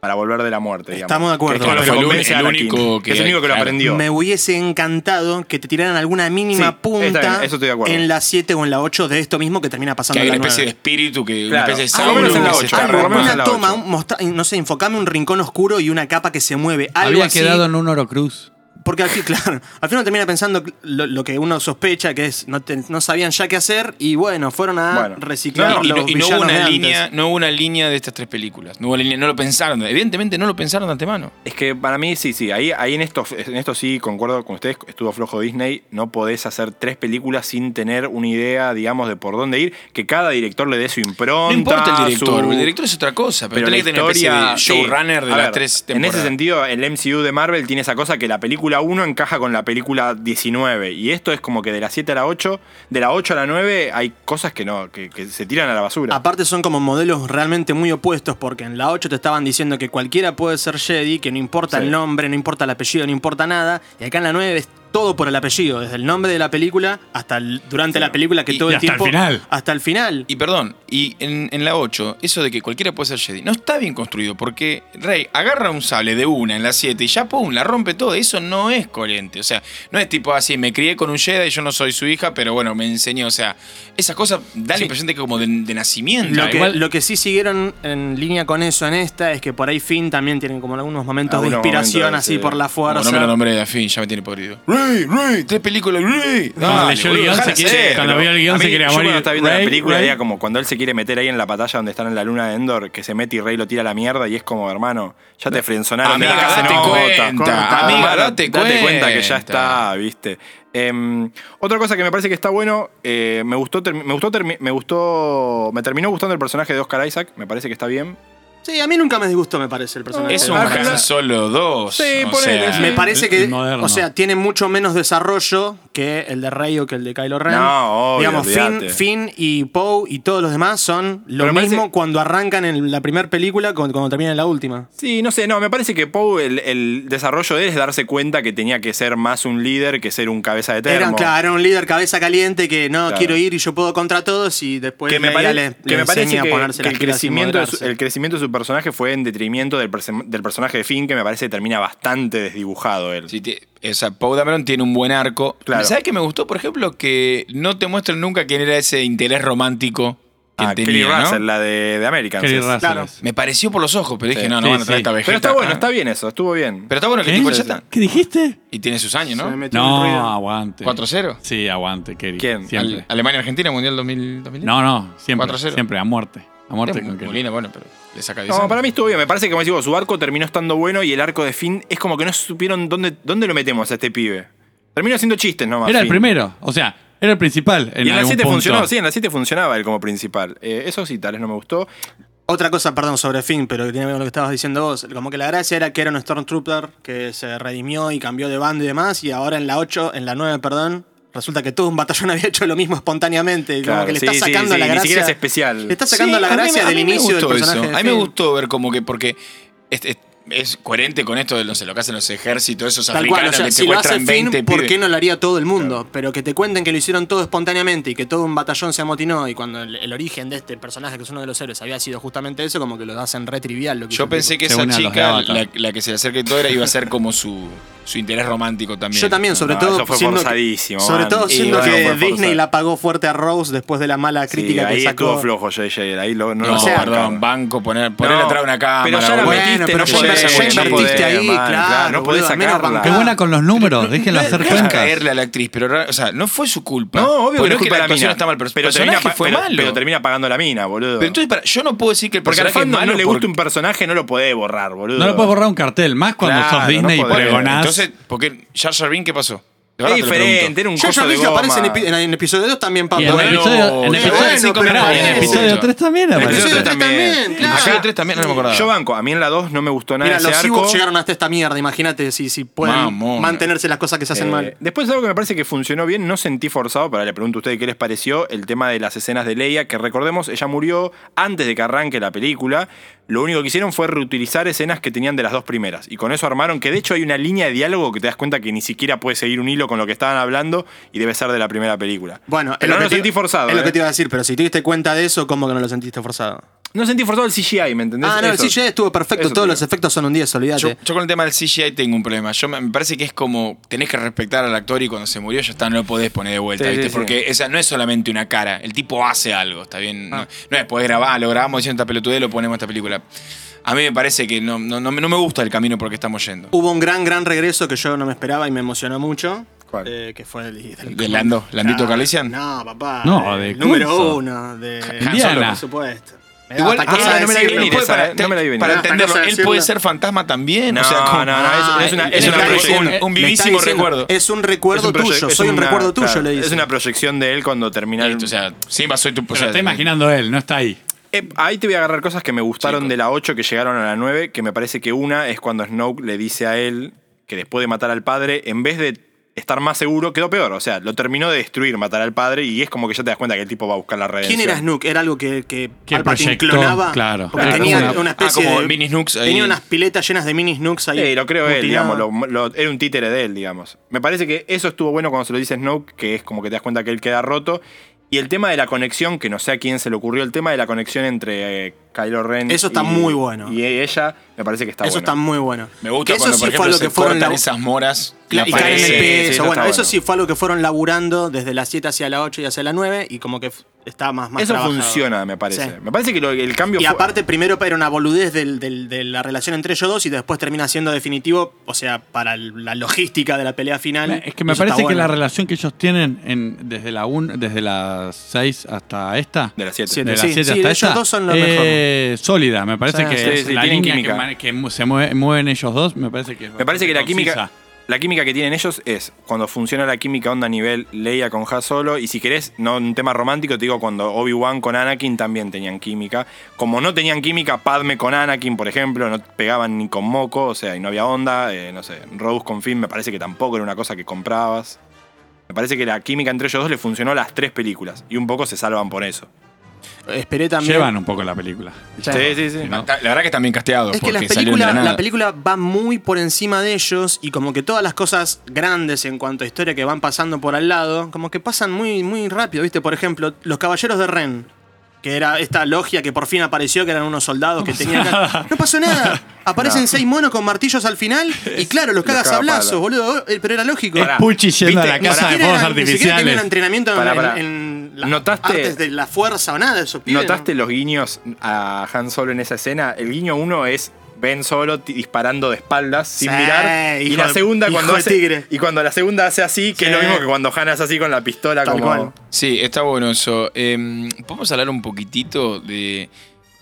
[SPEAKER 1] para volver de la muerte. digamos.
[SPEAKER 3] Estamos de acuerdo.
[SPEAKER 1] Que esto
[SPEAKER 3] Pero
[SPEAKER 1] lo
[SPEAKER 4] fue el
[SPEAKER 1] convence
[SPEAKER 4] un-
[SPEAKER 1] a
[SPEAKER 4] el
[SPEAKER 1] Anakin,
[SPEAKER 4] único que-
[SPEAKER 1] es el único que lo
[SPEAKER 4] claro.
[SPEAKER 1] aprendió.
[SPEAKER 3] Me hubiese encantado que te tiraran alguna mínima
[SPEAKER 1] Sí, está
[SPEAKER 3] punta
[SPEAKER 1] bien, eso estoy de acuerdo.
[SPEAKER 3] en la 7 o en la 8 de esto mismo que termina
[SPEAKER 4] Que
[SPEAKER 3] pasando
[SPEAKER 4] hay
[SPEAKER 3] en
[SPEAKER 4] una
[SPEAKER 3] la
[SPEAKER 4] especie de
[SPEAKER 3] 9.
[SPEAKER 4] espíritu que.
[SPEAKER 1] Claro.
[SPEAKER 4] Una especie de
[SPEAKER 1] Ah, por lo
[SPEAKER 4] Sauron
[SPEAKER 1] menos en la
[SPEAKER 4] que se
[SPEAKER 1] ocho,
[SPEAKER 4] está
[SPEAKER 1] algo, por lo menos en
[SPEAKER 4] armando.
[SPEAKER 1] la
[SPEAKER 3] Una toma,
[SPEAKER 1] ocho.
[SPEAKER 3] un- mostra- eh, no sé, enfocame un rincón oscuro y una capa que se mueve. Algo
[SPEAKER 2] Había
[SPEAKER 3] así.
[SPEAKER 2] quedado en un Oro Cruz.
[SPEAKER 3] Porque al fin, claro, al final termina pensando lo, lo que uno sospecha, que es no, te- no sabían ya qué hacer y bueno, fueron a
[SPEAKER 1] Bueno.
[SPEAKER 3] reciclar
[SPEAKER 4] No, no, y
[SPEAKER 3] los
[SPEAKER 4] no, y no hubo
[SPEAKER 3] villanos de
[SPEAKER 4] una
[SPEAKER 3] antes.
[SPEAKER 4] línea, no hubo una línea de estas tres películas. No hubo línea, no lo pensaron. Evidentemente no lo pensaron de antemano.
[SPEAKER 1] Es que para mí sí, sí, ahí, ahí en, esto, en esto sí concuerdo con ustedes, estuvo flojo Disney, no podés hacer tres películas sin tener una idea, digamos, de por dónde ir, que cada director le dé su impronta.
[SPEAKER 4] No importa el director,
[SPEAKER 1] su-
[SPEAKER 4] el director es otra cosa, pero,
[SPEAKER 1] Pero la
[SPEAKER 4] tiene que tener una especie
[SPEAKER 1] historia...
[SPEAKER 4] de showrunner
[SPEAKER 1] sí,
[SPEAKER 4] de
[SPEAKER 1] a
[SPEAKER 4] las
[SPEAKER 1] ver,
[SPEAKER 4] tres
[SPEAKER 1] En
[SPEAKER 4] temporadas.
[SPEAKER 1] ese sentido, el MCU de Marvel tiene esa cosa que la película 1 encaja con la película 19, y esto es como que de la 7 a la 8, de la 8 a la 9 hay cosas que no, que, que se tiran a la basura.
[SPEAKER 3] Aparte son como modelos realmente muy opuestos porque en la 8 te estaban diciendo que cualquiera puede ser Jedi, que no importa
[SPEAKER 1] Sí.
[SPEAKER 3] el nombre, no importa el apellido, no importa nada. Y acá en la 9 es todo por el apellido, desde el nombre de la película hasta el- durante la película que
[SPEAKER 4] Y-
[SPEAKER 3] todo
[SPEAKER 2] y
[SPEAKER 3] el
[SPEAKER 2] hasta el
[SPEAKER 3] tiempo...
[SPEAKER 2] final.
[SPEAKER 3] Hasta el final.
[SPEAKER 4] Y perdón, y en, en la 8, eso de que cualquiera puede ser Jedi, no está bien construido, porque Rey agarra un sable de una en la 7 y ya pum, la rompe todo. Eso no es coherente. O sea, no es tipo así, me crié con un Jedi y yo no soy su hija, pero bueno, me enseñó. O sea, esas cosas dan la impresión de que como de, de nacimiento.
[SPEAKER 3] Lo que,
[SPEAKER 2] igual-
[SPEAKER 3] lo que sí siguieron en línea con eso en esta es que por ahí Finn también tienen como algunos momentos de
[SPEAKER 1] Algunos
[SPEAKER 3] inspiración
[SPEAKER 1] momentos,
[SPEAKER 3] así
[SPEAKER 1] sí.
[SPEAKER 3] por la
[SPEAKER 4] Como
[SPEAKER 3] fuerza.
[SPEAKER 4] no me lo nombré a fin, ya me tiene podrido. Rey, Rey, tres películas, Rey.
[SPEAKER 2] Cuando
[SPEAKER 1] Ah,
[SPEAKER 4] Dale,
[SPEAKER 2] leyó el
[SPEAKER 4] boludo,
[SPEAKER 2] guión,
[SPEAKER 4] dejala
[SPEAKER 2] se quiere-
[SPEAKER 4] hacer,
[SPEAKER 2] cuando
[SPEAKER 4] pero-
[SPEAKER 2] vio el guión,
[SPEAKER 1] A mí,
[SPEAKER 2] se quería
[SPEAKER 1] yo
[SPEAKER 2] morir.
[SPEAKER 1] cuando estaba viendo
[SPEAKER 2] Rey,
[SPEAKER 1] la película,
[SPEAKER 2] Rey.
[SPEAKER 1] veía como cuando él se quiere meter ahí en la batalla donde están en la luna de Endor, que se mete y Rey lo tira a la mierda y es como, hermano, ya te frenzonaron de la
[SPEAKER 4] Amiga,
[SPEAKER 1] casa
[SPEAKER 4] date
[SPEAKER 1] nota,
[SPEAKER 4] cuenta,
[SPEAKER 1] corta,
[SPEAKER 4] amiga,
[SPEAKER 1] hermano,
[SPEAKER 4] date
[SPEAKER 1] cuenta que ya
[SPEAKER 4] cuenta.
[SPEAKER 1] está, viste. Em, otra cosa que me parece que está bueno, eh, me gustó, termi- me gustó, termi- me gustó, me terminó gustando el personaje de Oscar Isaac, me parece que está bien.
[SPEAKER 3] Sí, a mí nunca me disgustó, me parece, el personaje.
[SPEAKER 4] Es un
[SPEAKER 1] Ah, claro.
[SPEAKER 4] Han Solo 2.
[SPEAKER 1] Sí,
[SPEAKER 4] o
[SPEAKER 1] ponele,
[SPEAKER 4] sea,
[SPEAKER 1] sí.
[SPEAKER 3] Me parece que,
[SPEAKER 2] Moderno.
[SPEAKER 3] o sea, tiene mucho menos desarrollo que el de Rey o que el de Kylo Ren.
[SPEAKER 1] No, obvio,
[SPEAKER 3] Digamos,
[SPEAKER 1] olvídate.
[SPEAKER 3] Finn, Finn y Poe y todos los demás son lo
[SPEAKER 1] Pero me
[SPEAKER 3] mismo
[SPEAKER 1] parece-
[SPEAKER 3] cuando arrancan en la primera película con cuando terminan en la última.
[SPEAKER 1] Sí, no sé, no, me parece que Poe, el, el desarrollo de él es darse cuenta que tenía que ser más un líder que ser un cabeza de termo.
[SPEAKER 3] Eran, claro, era un líder cabeza caliente que no
[SPEAKER 1] Claro.
[SPEAKER 3] quiero ir y yo puedo contra todos y después
[SPEAKER 1] que me,
[SPEAKER 3] Pues la
[SPEAKER 1] pare-
[SPEAKER 3] idea le-
[SPEAKER 1] que
[SPEAKER 3] le
[SPEAKER 1] me parece
[SPEAKER 3] enseña
[SPEAKER 1] que,
[SPEAKER 3] a ponerse
[SPEAKER 1] que
[SPEAKER 3] las
[SPEAKER 1] el,
[SPEAKER 3] pilas y
[SPEAKER 1] crecimiento de su,
[SPEAKER 3] moderarse.
[SPEAKER 1] el crecimiento de su personaje fue en detrimento del, perse- del personaje de Finn, que me parece que termina bastante desdibujado él.
[SPEAKER 4] Sí, ti- o sea, Poe Dameron tiene un buen arco.
[SPEAKER 1] Claro.
[SPEAKER 4] ¿Sabes qué me gustó, por ejemplo? Que no te muestran nunca quién era ese interés romántico que
[SPEAKER 1] Ah,
[SPEAKER 4] tenía,
[SPEAKER 1] Kelly
[SPEAKER 4] ¿no?
[SPEAKER 1] Russell, la de, de Americans.
[SPEAKER 2] Kelly
[SPEAKER 1] es.
[SPEAKER 2] Russell
[SPEAKER 3] claro.
[SPEAKER 2] es.
[SPEAKER 4] Me pareció por los ojos, pero dije,
[SPEAKER 2] Sí,
[SPEAKER 4] no, no
[SPEAKER 2] sí,
[SPEAKER 4] van a traer
[SPEAKER 2] sí.
[SPEAKER 4] esta
[SPEAKER 2] Pero
[SPEAKER 1] Pero
[SPEAKER 4] vegeta.
[SPEAKER 1] está bueno,
[SPEAKER 4] Ah.
[SPEAKER 1] está bien eso, estuvo bien.
[SPEAKER 4] Pero está bueno que
[SPEAKER 2] ¿Qué?
[SPEAKER 4] tipo, ya está.
[SPEAKER 2] ¿Qué dijiste?
[SPEAKER 4] Y tiene sus años,
[SPEAKER 3] Se me
[SPEAKER 4] ¿no?
[SPEAKER 3] metió un
[SPEAKER 2] No, ah,
[SPEAKER 3] ruido.
[SPEAKER 2] aguante.
[SPEAKER 4] 4-0.
[SPEAKER 2] Sí, aguante, Kelly.
[SPEAKER 1] ¿Quién?
[SPEAKER 2] Siempre.
[SPEAKER 4] Al- Alemania-Argentina, Mundial 2000, 2010.
[SPEAKER 2] No, no, siempre.
[SPEAKER 4] 4-0.
[SPEAKER 2] Siempre, a muerte. A muerte
[SPEAKER 4] Eh,
[SPEAKER 2] con Kelly.
[SPEAKER 4] Molina, bueno, pero le saca 10
[SPEAKER 1] No,
[SPEAKER 4] años.
[SPEAKER 1] para mí estuvo bien. Me parece que, como decís vos, su arco terminó estando bueno y el arco de Finn es como que no supieron dónde, dónde lo metemos a este pibe. Terminó haciendo chistes nomás.
[SPEAKER 2] Era el
[SPEAKER 1] Finn.
[SPEAKER 2] primero, o sea, era el principal. En
[SPEAKER 1] Y en la
[SPEAKER 2] algún
[SPEAKER 1] 7
[SPEAKER 2] punto.
[SPEAKER 1] funcionó, sí, en la 7 funcionaba él como principal. Eh, eso sí, tal vez no me gustó.
[SPEAKER 3] Otra cosa, perdón, sobre Finn, pero que tiene que ver con lo que estabas diciendo vos. Como que la gracia era que era un Stormtrooper que se redimió y cambió de bando y demás, y ahora en la 8, en la 9, perdón, resulta que todo un batallón había hecho lo mismo espontáneamente.
[SPEAKER 1] Claro,
[SPEAKER 3] como que le
[SPEAKER 1] sí,
[SPEAKER 3] está
[SPEAKER 1] sí,
[SPEAKER 3] sacando
[SPEAKER 1] sí,
[SPEAKER 3] la
[SPEAKER 1] ni
[SPEAKER 3] gracia.
[SPEAKER 1] siquiera es especial.
[SPEAKER 3] Le está sacando
[SPEAKER 4] Sí,
[SPEAKER 3] la
[SPEAKER 4] a mí me-
[SPEAKER 3] gracia
[SPEAKER 4] a
[SPEAKER 3] del
[SPEAKER 4] mí me
[SPEAKER 3] inicio del
[SPEAKER 4] gustó
[SPEAKER 3] personaje.
[SPEAKER 4] eso.
[SPEAKER 3] de
[SPEAKER 4] A mí me
[SPEAKER 3] Finn.
[SPEAKER 4] gustó ver como que, porque es, es- es coherente con esto de no sé, lo que hacen los ejércitos, esos
[SPEAKER 3] Tal
[SPEAKER 4] africanos
[SPEAKER 3] cual, o sea,
[SPEAKER 4] que
[SPEAKER 3] si lo hace
[SPEAKER 4] secuestran
[SPEAKER 3] Finn,
[SPEAKER 4] 20
[SPEAKER 3] ¿por
[SPEAKER 4] pibes.
[SPEAKER 3] qué no lo haría todo el mundo? Pero que te cuenten que lo hicieron todo espontáneamente y que todo un batallón se amotinó y cuando el, el origen de este personaje, que es uno de los héroes, había sido justamente eso, como que lo hacen re trivial. Lo que hizo
[SPEAKER 4] Yo
[SPEAKER 3] el
[SPEAKER 4] pensé que
[SPEAKER 2] Se
[SPEAKER 4] esa
[SPEAKER 2] une a los de
[SPEAKER 4] chica,
[SPEAKER 2] Avatar.
[SPEAKER 4] la, la que se le acerca y todo, era, iba a ser como su, su interés romántico también.
[SPEAKER 3] Yo también, sobre
[SPEAKER 1] No,
[SPEAKER 3] todo.
[SPEAKER 1] eso fue
[SPEAKER 3] siendo que-
[SPEAKER 1] forzadísimo,
[SPEAKER 3] sobre
[SPEAKER 1] man.
[SPEAKER 3] todo
[SPEAKER 1] Y
[SPEAKER 3] siendo
[SPEAKER 1] bueno,
[SPEAKER 3] que
[SPEAKER 1] fue
[SPEAKER 3] Disney
[SPEAKER 1] forzado.
[SPEAKER 3] la pagó fuerte a Rose después de la mala crítica
[SPEAKER 1] Sí,
[SPEAKER 3] que
[SPEAKER 1] ahí
[SPEAKER 3] sacó.
[SPEAKER 1] estuvo flojo JJ, ahí lo, no
[SPEAKER 4] No,
[SPEAKER 1] lo
[SPEAKER 4] o
[SPEAKER 1] puedo
[SPEAKER 4] sea,
[SPEAKER 1] bancar,
[SPEAKER 4] perdón,
[SPEAKER 1] man.
[SPEAKER 4] banco, poner, ponerle
[SPEAKER 1] No,
[SPEAKER 4] atrás de una cámara.
[SPEAKER 1] pero ya la
[SPEAKER 4] boludo.
[SPEAKER 1] metiste,
[SPEAKER 3] Bueno,
[SPEAKER 1] no podés,
[SPEAKER 3] pero ya invertí- ya
[SPEAKER 1] no podés,
[SPEAKER 3] invertiste ahí,
[SPEAKER 1] man,
[SPEAKER 3] claro,
[SPEAKER 1] No podés
[SPEAKER 3] boludo, al menos
[SPEAKER 1] sacarla.
[SPEAKER 2] Qué
[SPEAKER 3] Ah.
[SPEAKER 2] buena con los números, déjenla hacer
[SPEAKER 4] Deja
[SPEAKER 2] cuentas.
[SPEAKER 4] caerle a la actriz, pero ra- o sea, no fue su culpa.
[SPEAKER 1] No, obvio
[SPEAKER 4] Porque
[SPEAKER 1] que no es
[SPEAKER 4] que
[SPEAKER 1] culpa
[SPEAKER 4] la
[SPEAKER 1] de la
[SPEAKER 4] actuación
[SPEAKER 1] mina.
[SPEAKER 4] está mal, pero,
[SPEAKER 1] pero
[SPEAKER 4] el personaje
[SPEAKER 1] termina, pa-
[SPEAKER 4] fue
[SPEAKER 1] pero-
[SPEAKER 4] malo.
[SPEAKER 1] Pero termina pagando la mina, boludo.
[SPEAKER 4] Pero entonces, para, yo no puedo decir que el
[SPEAKER 1] Porque al
[SPEAKER 4] personaje
[SPEAKER 1] fan
[SPEAKER 4] es
[SPEAKER 1] no
[SPEAKER 4] malo
[SPEAKER 1] le gusta
[SPEAKER 4] porque-
[SPEAKER 1] un personaje, no lo podés borrar, boludo.
[SPEAKER 2] No le puedes borrar un cartel, más cuando
[SPEAKER 1] Claro,
[SPEAKER 2] sos Disney
[SPEAKER 1] no
[SPEAKER 2] y
[SPEAKER 1] podés.
[SPEAKER 2] pregonás.
[SPEAKER 4] Entonces, porque Jar Jar Binks, ¿qué pasó?
[SPEAKER 1] Es
[SPEAKER 4] De verdad te lo
[SPEAKER 1] diferente,
[SPEAKER 4] pregunto.
[SPEAKER 1] era un
[SPEAKER 3] Yo
[SPEAKER 1] coso
[SPEAKER 3] ya
[SPEAKER 1] de
[SPEAKER 3] vi que aparece en,
[SPEAKER 1] goma.
[SPEAKER 3] epi- en- en episodio 2
[SPEAKER 2] Y
[SPEAKER 3] también,
[SPEAKER 2] en,
[SPEAKER 3] Pablo.
[SPEAKER 2] el episodio, en
[SPEAKER 4] sí,
[SPEAKER 2] episodio-
[SPEAKER 4] bueno,
[SPEAKER 2] pará, y
[SPEAKER 4] pero
[SPEAKER 2] en
[SPEAKER 4] parece.
[SPEAKER 2] episodio 3 también
[SPEAKER 1] En el
[SPEAKER 2] aparece.
[SPEAKER 3] episodio
[SPEAKER 1] episodio
[SPEAKER 3] tres también,
[SPEAKER 1] también.
[SPEAKER 3] claro.
[SPEAKER 1] Acá-
[SPEAKER 4] Acá de tres también no me acordaba.
[SPEAKER 1] Yo banco, a mí en la 2 no me gustó nada
[SPEAKER 3] Mira,
[SPEAKER 1] ese
[SPEAKER 3] los
[SPEAKER 1] arco.
[SPEAKER 3] Ewoks llegaron hasta esta mierda. Imagínate si, si pueden
[SPEAKER 4] Mamón.
[SPEAKER 3] mantenerse las cosas que se hacen
[SPEAKER 1] Eh,
[SPEAKER 3] mal.
[SPEAKER 1] Después algo que me parece que funcionó bien, no sentí forzado, pero le pregunto a ustedes qué les pareció el tema de las escenas de Leia, que recordemos, ella murió antes de que arranque la película. Lo único que hicieron fue reutilizar escenas que tenían de las dos primeras. Y con eso armaron que de hecho hay una línea de diálogo que te das cuenta que ni siquiera puede seguir un hilo con lo que estaban hablando y debe ser de la primera película.
[SPEAKER 3] Bueno,
[SPEAKER 1] pero
[SPEAKER 3] es lo
[SPEAKER 1] no
[SPEAKER 3] que
[SPEAKER 1] lo
[SPEAKER 3] te-
[SPEAKER 1] sentí forzado.
[SPEAKER 3] Es lo
[SPEAKER 1] ¿eh?
[SPEAKER 3] que te iba a decir, pero si te diste cuenta de eso, ¿cómo que no lo sentiste forzado?
[SPEAKER 1] No sentí forzado el CGI, ¿me entendés?
[SPEAKER 3] ah, no,
[SPEAKER 1] Eso.
[SPEAKER 3] el CGI estuvo perfecto.
[SPEAKER 1] Eso te
[SPEAKER 3] Todos
[SPEAKER 1] digo.
[SPEAKER 3] los efectos son un 10,
[SPEAKER 4] Yo,
[SPEAKER 3] olvídate.
[SPEAKER 4] yo con el tema del CGI tengo un problema. Yo me, me parece que es como tenés que respetar al actor y cuando se murió ya está, no lo podés poner de vuelta,
[SPEAKER 1] Sí,
[SPEAKER 4] ¿viste?
[SPEAKER 1] sí, sí.
[SPEAKER 4] Porque esa no es solamente una cara, el tipo hace algo, está bien.
[SPEAKER 1] Ah.
[SPEAKER 4] No, no es podés grabar, lo grabamos diciendo esta pelotudez, lo ponemos en esta película. A mí me parece que no, no, no me- no me gusta el camino por el que estamos yendo.
[SPEAKER 3] Hubo un gran, gran regreso que yo no me esperaba y me emocionó mucho.
[SPEAKER 1] ¿Cuál?
[SPEAKER 3] eh, que fue el. el-
[SPEAKER 4] ¿De Lando? ¿Landito Carlisian?
[SPEAKER 3] No, papá.
[SPEAKER 2] No,
[SPEAKER 3] eh,
[SPEAKER 2] de
[SPEAKER 3] el Número
[SPEAKER 2] Kunzo.
[SPEAKER 3] uno. De
[SPEAKER 4] Han
[SPEAKER 2] Indiana.
[SPEAKER 4] Solo.
[SPEAKER 3] Por supuesto. Me da
[SPEAKER 4] Igual,
[SPEAKER 3] hasta
[SPEAKER 4] ah,
[SPEAKER 3] cosa
[SPEAKER 4] no me la vi
[SPEAKER 3] decirlo.
[SPEAKER 4] venir
[SPEAKER 1] puede
[SPEAKER 4] esa,
[SPEAKER 1] parar,
[SPEAKER 4] eh.
[SPEAKER 1] no me la vi venir.
[SPEAKER 4] Para
[SPEAKER 3] No, hasta
[SPEAKER 4] entenderlo,
[SPEAKER 3] cosa
[SPEAKER 4] él
[SPEAKER 3] decirlo.
[SPEAKER 4] puede ser fantasma también.
[SPEAKER 1] No,
[SPEAKER 4] o sea, como-
[SPEAKER 1] no,
[SPEAKER 3] Ah,
[SPEAKER 1] no, es, es una, es
[SPEAKER 4] es
[SPEAKER 1] una
[SPEAKER 4] una
[SPEAKER 1] proyección.
[SPEAKER 4] proyección. un
[SPEAKER 1] es
[SPEAKER 3] Le
[SPEAKER 4] vivísimo
[SPEAKER 3] está diciendo,
[SPEAKER 4] recuerdo.
[SPEAKER 3] Es un recuerdo
[SPEAKER 1] un proye-
[SPEAKER 3] tuyo,
[SPEAKER 1] es
[SPEAKER 3] soy un
[SPEAKER 1] una-
[SPEAKER 3] recuerdo tuyo,
[SPEAKER 1] claro,
[SPEAKER 3] le dice.
[SPEAKER 1] Es una proyección de él cuando termina el,
[SPEAKER 4] Listo, o sea, siempre soy tu. o
[SPEAKER 2] Pero
[SPEAKER 4] sea,
[SPEAKER 2] está imaginando él, no está ahí.
[SPEAKER 1] Eh, ahí te voy a agarrar cosas que me gustaron de la 8 que llegaron a la 9, que me parece que una es cuando Snoke le dice a él que después de matar al padre, en vez de estar más seguro, quedó peor. O sea, lo terminó de destruir, matar al padre, y es como que ya te das cuenta que el tipo va a buscar la redención.
[SPEAKER 3] ¿Quién era Snook? Era algo que, que,
[SPEAKER 2] Que
[SPEAKER 3] Palpatine
[SPEAKER 2] proyectó,
[SPEAKER 3] clonaba.
[SPEAKER 2] claro.
[SPEAKER 3] Porque
[SPEAKER 2] Claro,
[SPEAKER 3] tenía
[SPEAKER 2] como
[SPEAKER 3] una,
[SPEAKER 2] una-
[SPEAKER 3] especie
[SPEAKER 4] ah, como
[SPEAKER 3] de.
[SPEAKER 4] mini Snooks ahí.
[SPEAKER 3] Tenía unas piletas llenas de mini Snooks ahí.
[SPEAKER 1] Sí, lo creo él,
[SPEAKER 3] mutiladas.
[SPEAKER 1] digamos. lo- lo- era un títere de él, digamos. Me parece que eso estuvo bueno cuando se lo dice Snoke, que es como que te das cuenta que él queda roto. Y el tema de la conexión, que no sé a quién se le ocurrió, el tema de la conexión entre eh, Kylo Ren
[SPEAKER 3] Eso está
[SPEAKER 1] y-
[SPEAKER 3] muy bueno.
[SPEAKER 1] y ella, me parece que está
[SPEAKER 3] eso
[SPEAKER 1] bueno.
[SPEAKER 3] está muy bueno.
[SPEAKER 4] Me gusta
[SPEAKER 3] Que eso
[SPEAKER 4] cuando,
[SPEAKER 3] sí
[SPEAKER 4] por
[SPEAKER 3] fue
[SPEAKER 4] ejemplo,
[SPEAKER 3] lo
[SPEAKER 4] se
[SPEAKER 3] que fueron
[SPEAKER 4] cortan
[SPEAKER 3] la-
[SPEAKER 4] esas moras
[SPEAKER 3] Cla- y caen en el
[SPEAKER 4] aparece-
[SPEAKER 1] Sí, sí,
[SPEAKER 3] peso.
[SPEAKER 1] eso
[SPEAKER 3] bueno,
[SPEAKER 1] está
[SPEAKER 3] eso
[SPEAKER 1] bueno.
[SPEAKER 3] sí fue algo que fueron laburando desde la 7 hacia la 8 y hacia la 9 y como que f- está más, más
[SPEAKER 1] Eso
[SPEAKER 3] trabajado.
[SPEAKER 1] funciona, me parece.
[SPEAKER 3] Sí.
[SPEAKER 1] Me parece que lo- el cambio
[SPEAKER 3] Y
[SPEAKER 1] fue-
[SPEAKER 3] aparte, primero era una boludez del- del- de la relación entre ellos dos y después termina siendo definitivo, o sea, para el- la logística de la pelea final.
[SPEAKER 2] Es que me
[SPEAKER 3] eso está
[SPEAKER 2] parece que
[SPEAKER 3] bueno.
[SPEAKER 2] la relación que ellos tienen en, desde la un, desde las 6 hasta esta,
[SPEAKER 1] de las 7.
[SPEAKER 3] Siete.
[SPEAKER 2] de las
[SPEAKER 3] Sí,
[SPEAKER 2] 7
[SPEAKER 3] sí,
[SPEAKER 2] hasta
[SPEAKER 3] ellos
[SPEAKER 2] esta,
[SPEAKER 3] dos son lo
[SPEAKER 2] eh, sólida. Me parece
[SPEAKER 3] Sí,
[SPEAKER 2] que
[SPEAKER 3] sí,
[SPEAKER 2] es
[SPEAKER 1] sí,
[SPEAKER 2] la
[SPEAKER 1] tienen
[SPEAKER 2] línea que
[SPEAKER 1] química.
[SPEAKER 2] man- que, mu- se mueve- mueven ellos dos, me parece que es
[SPEAKER 1] Me parece que la
[SPEAKER 2] bastante
[SPEAKER 1] química,
[SPEAKER 2] concisa.
[SPEAKER 1] la química que tienen ellos es cuando funciona la química onda a nivel Leia con Han Solo. Y si querés, no un tema romántico, te digo cuando Obi-Wan con Anakin también tenían química. Como no tenían química, Padme con Anakin, por ejemplo, no pegaban ni con moco, o sea, y no había onda. eh, no sé, Rose con Finn me parece que tampoco era una cosa que comprabas. Me parece que la química entre ellos dos le funcionó a las tres películas. Y un poco se salvan por eso.
[SPEAKER 3] Esperé también.
[SPEAKER 2] Llevan un poco la película.
[SPEAKER 3] Sí.
[SPEAKER 1] sí, sí.
[SPEAKER 2] No.
[SPEAKER 4] La verdad que están bien casteados.
[SPEAKER 3] Es que
[SPEAKER 4] porque
[SPEAKER 3] la
[SPEAKER 4] salieron de
[SPEAKER 3] película,
[SPEAKER 4] nada.
[SPEAKER 3] la película va muy por encima de ellos y como que todas las cosas grandes en cuanto a historia que van pasando por al lado, como que pasan muy, muy rápido, ¿viste? Por ejemplo, los Caballeros de Ren, que era esta logia que por fin apareció, que eran unos soldados que tenían... No pasó nada. Aparecen seis monos con martillos al final y claro, los cagas
[SPEAKER 1] caga
[SPEAKER 3] a blazos,
[SPEAKER 1] palo.
[SPEAKER 3] boludo. eh, Pero era lógico.
[SPEAKER 1] Pará,
[SPEAKER 2] Puchi yendo a la
[SPEAKER 3] Ni
[SPEAKER 2] casa de
[SPEAKER 3] siquiera
[SPEAKER 2] fuegos
[SPEAKER 3] eran- ni siquiera tenían
[SPEAKER 2] artificiales.
[SPEAKER 3] entrenamiento en-
[SPEAKER 1] Pará, pará.
[SPEAKER 3] en, en las
[SPEAKER 1] ¿Notaste-
[SPEAKER 3] artes de la fuerza o nada de esos pibes, ¿no?
[SPEAKER 1] ¿Notaste los guiños a Han Solo en esa escena? El guiño uno es Ben Solo ti- disparando de espaldas sin
[SPEAKER 3] Sí,
[SPEAKER 1] mirar. Y
[SPEAKER 3] hijo
[SPEAKER 1] la
[SPEAKER 3] de-
[SPEAKER 1] segunda
[SPEAKER 3] hijo
[SPEAKER 1] cuando
[SPEAKER 3] de
[SPEAKER 1] hace,
[SPEAKER 3] tigre.
[SPEAKER 1] Y cuando la segunda hace así, que
[SPEAKER 3] Sí.
[SPEAKER 1] es lo mismo que cuando Han hace así con la pistola
[SPEAKER 3] Tal
[SPEAKER 1] como.
[SPEAKER 3] cual.
[SPEAKER 4] Sí, está bueno eso. Eh, ¿Podemos hablar un poquitito de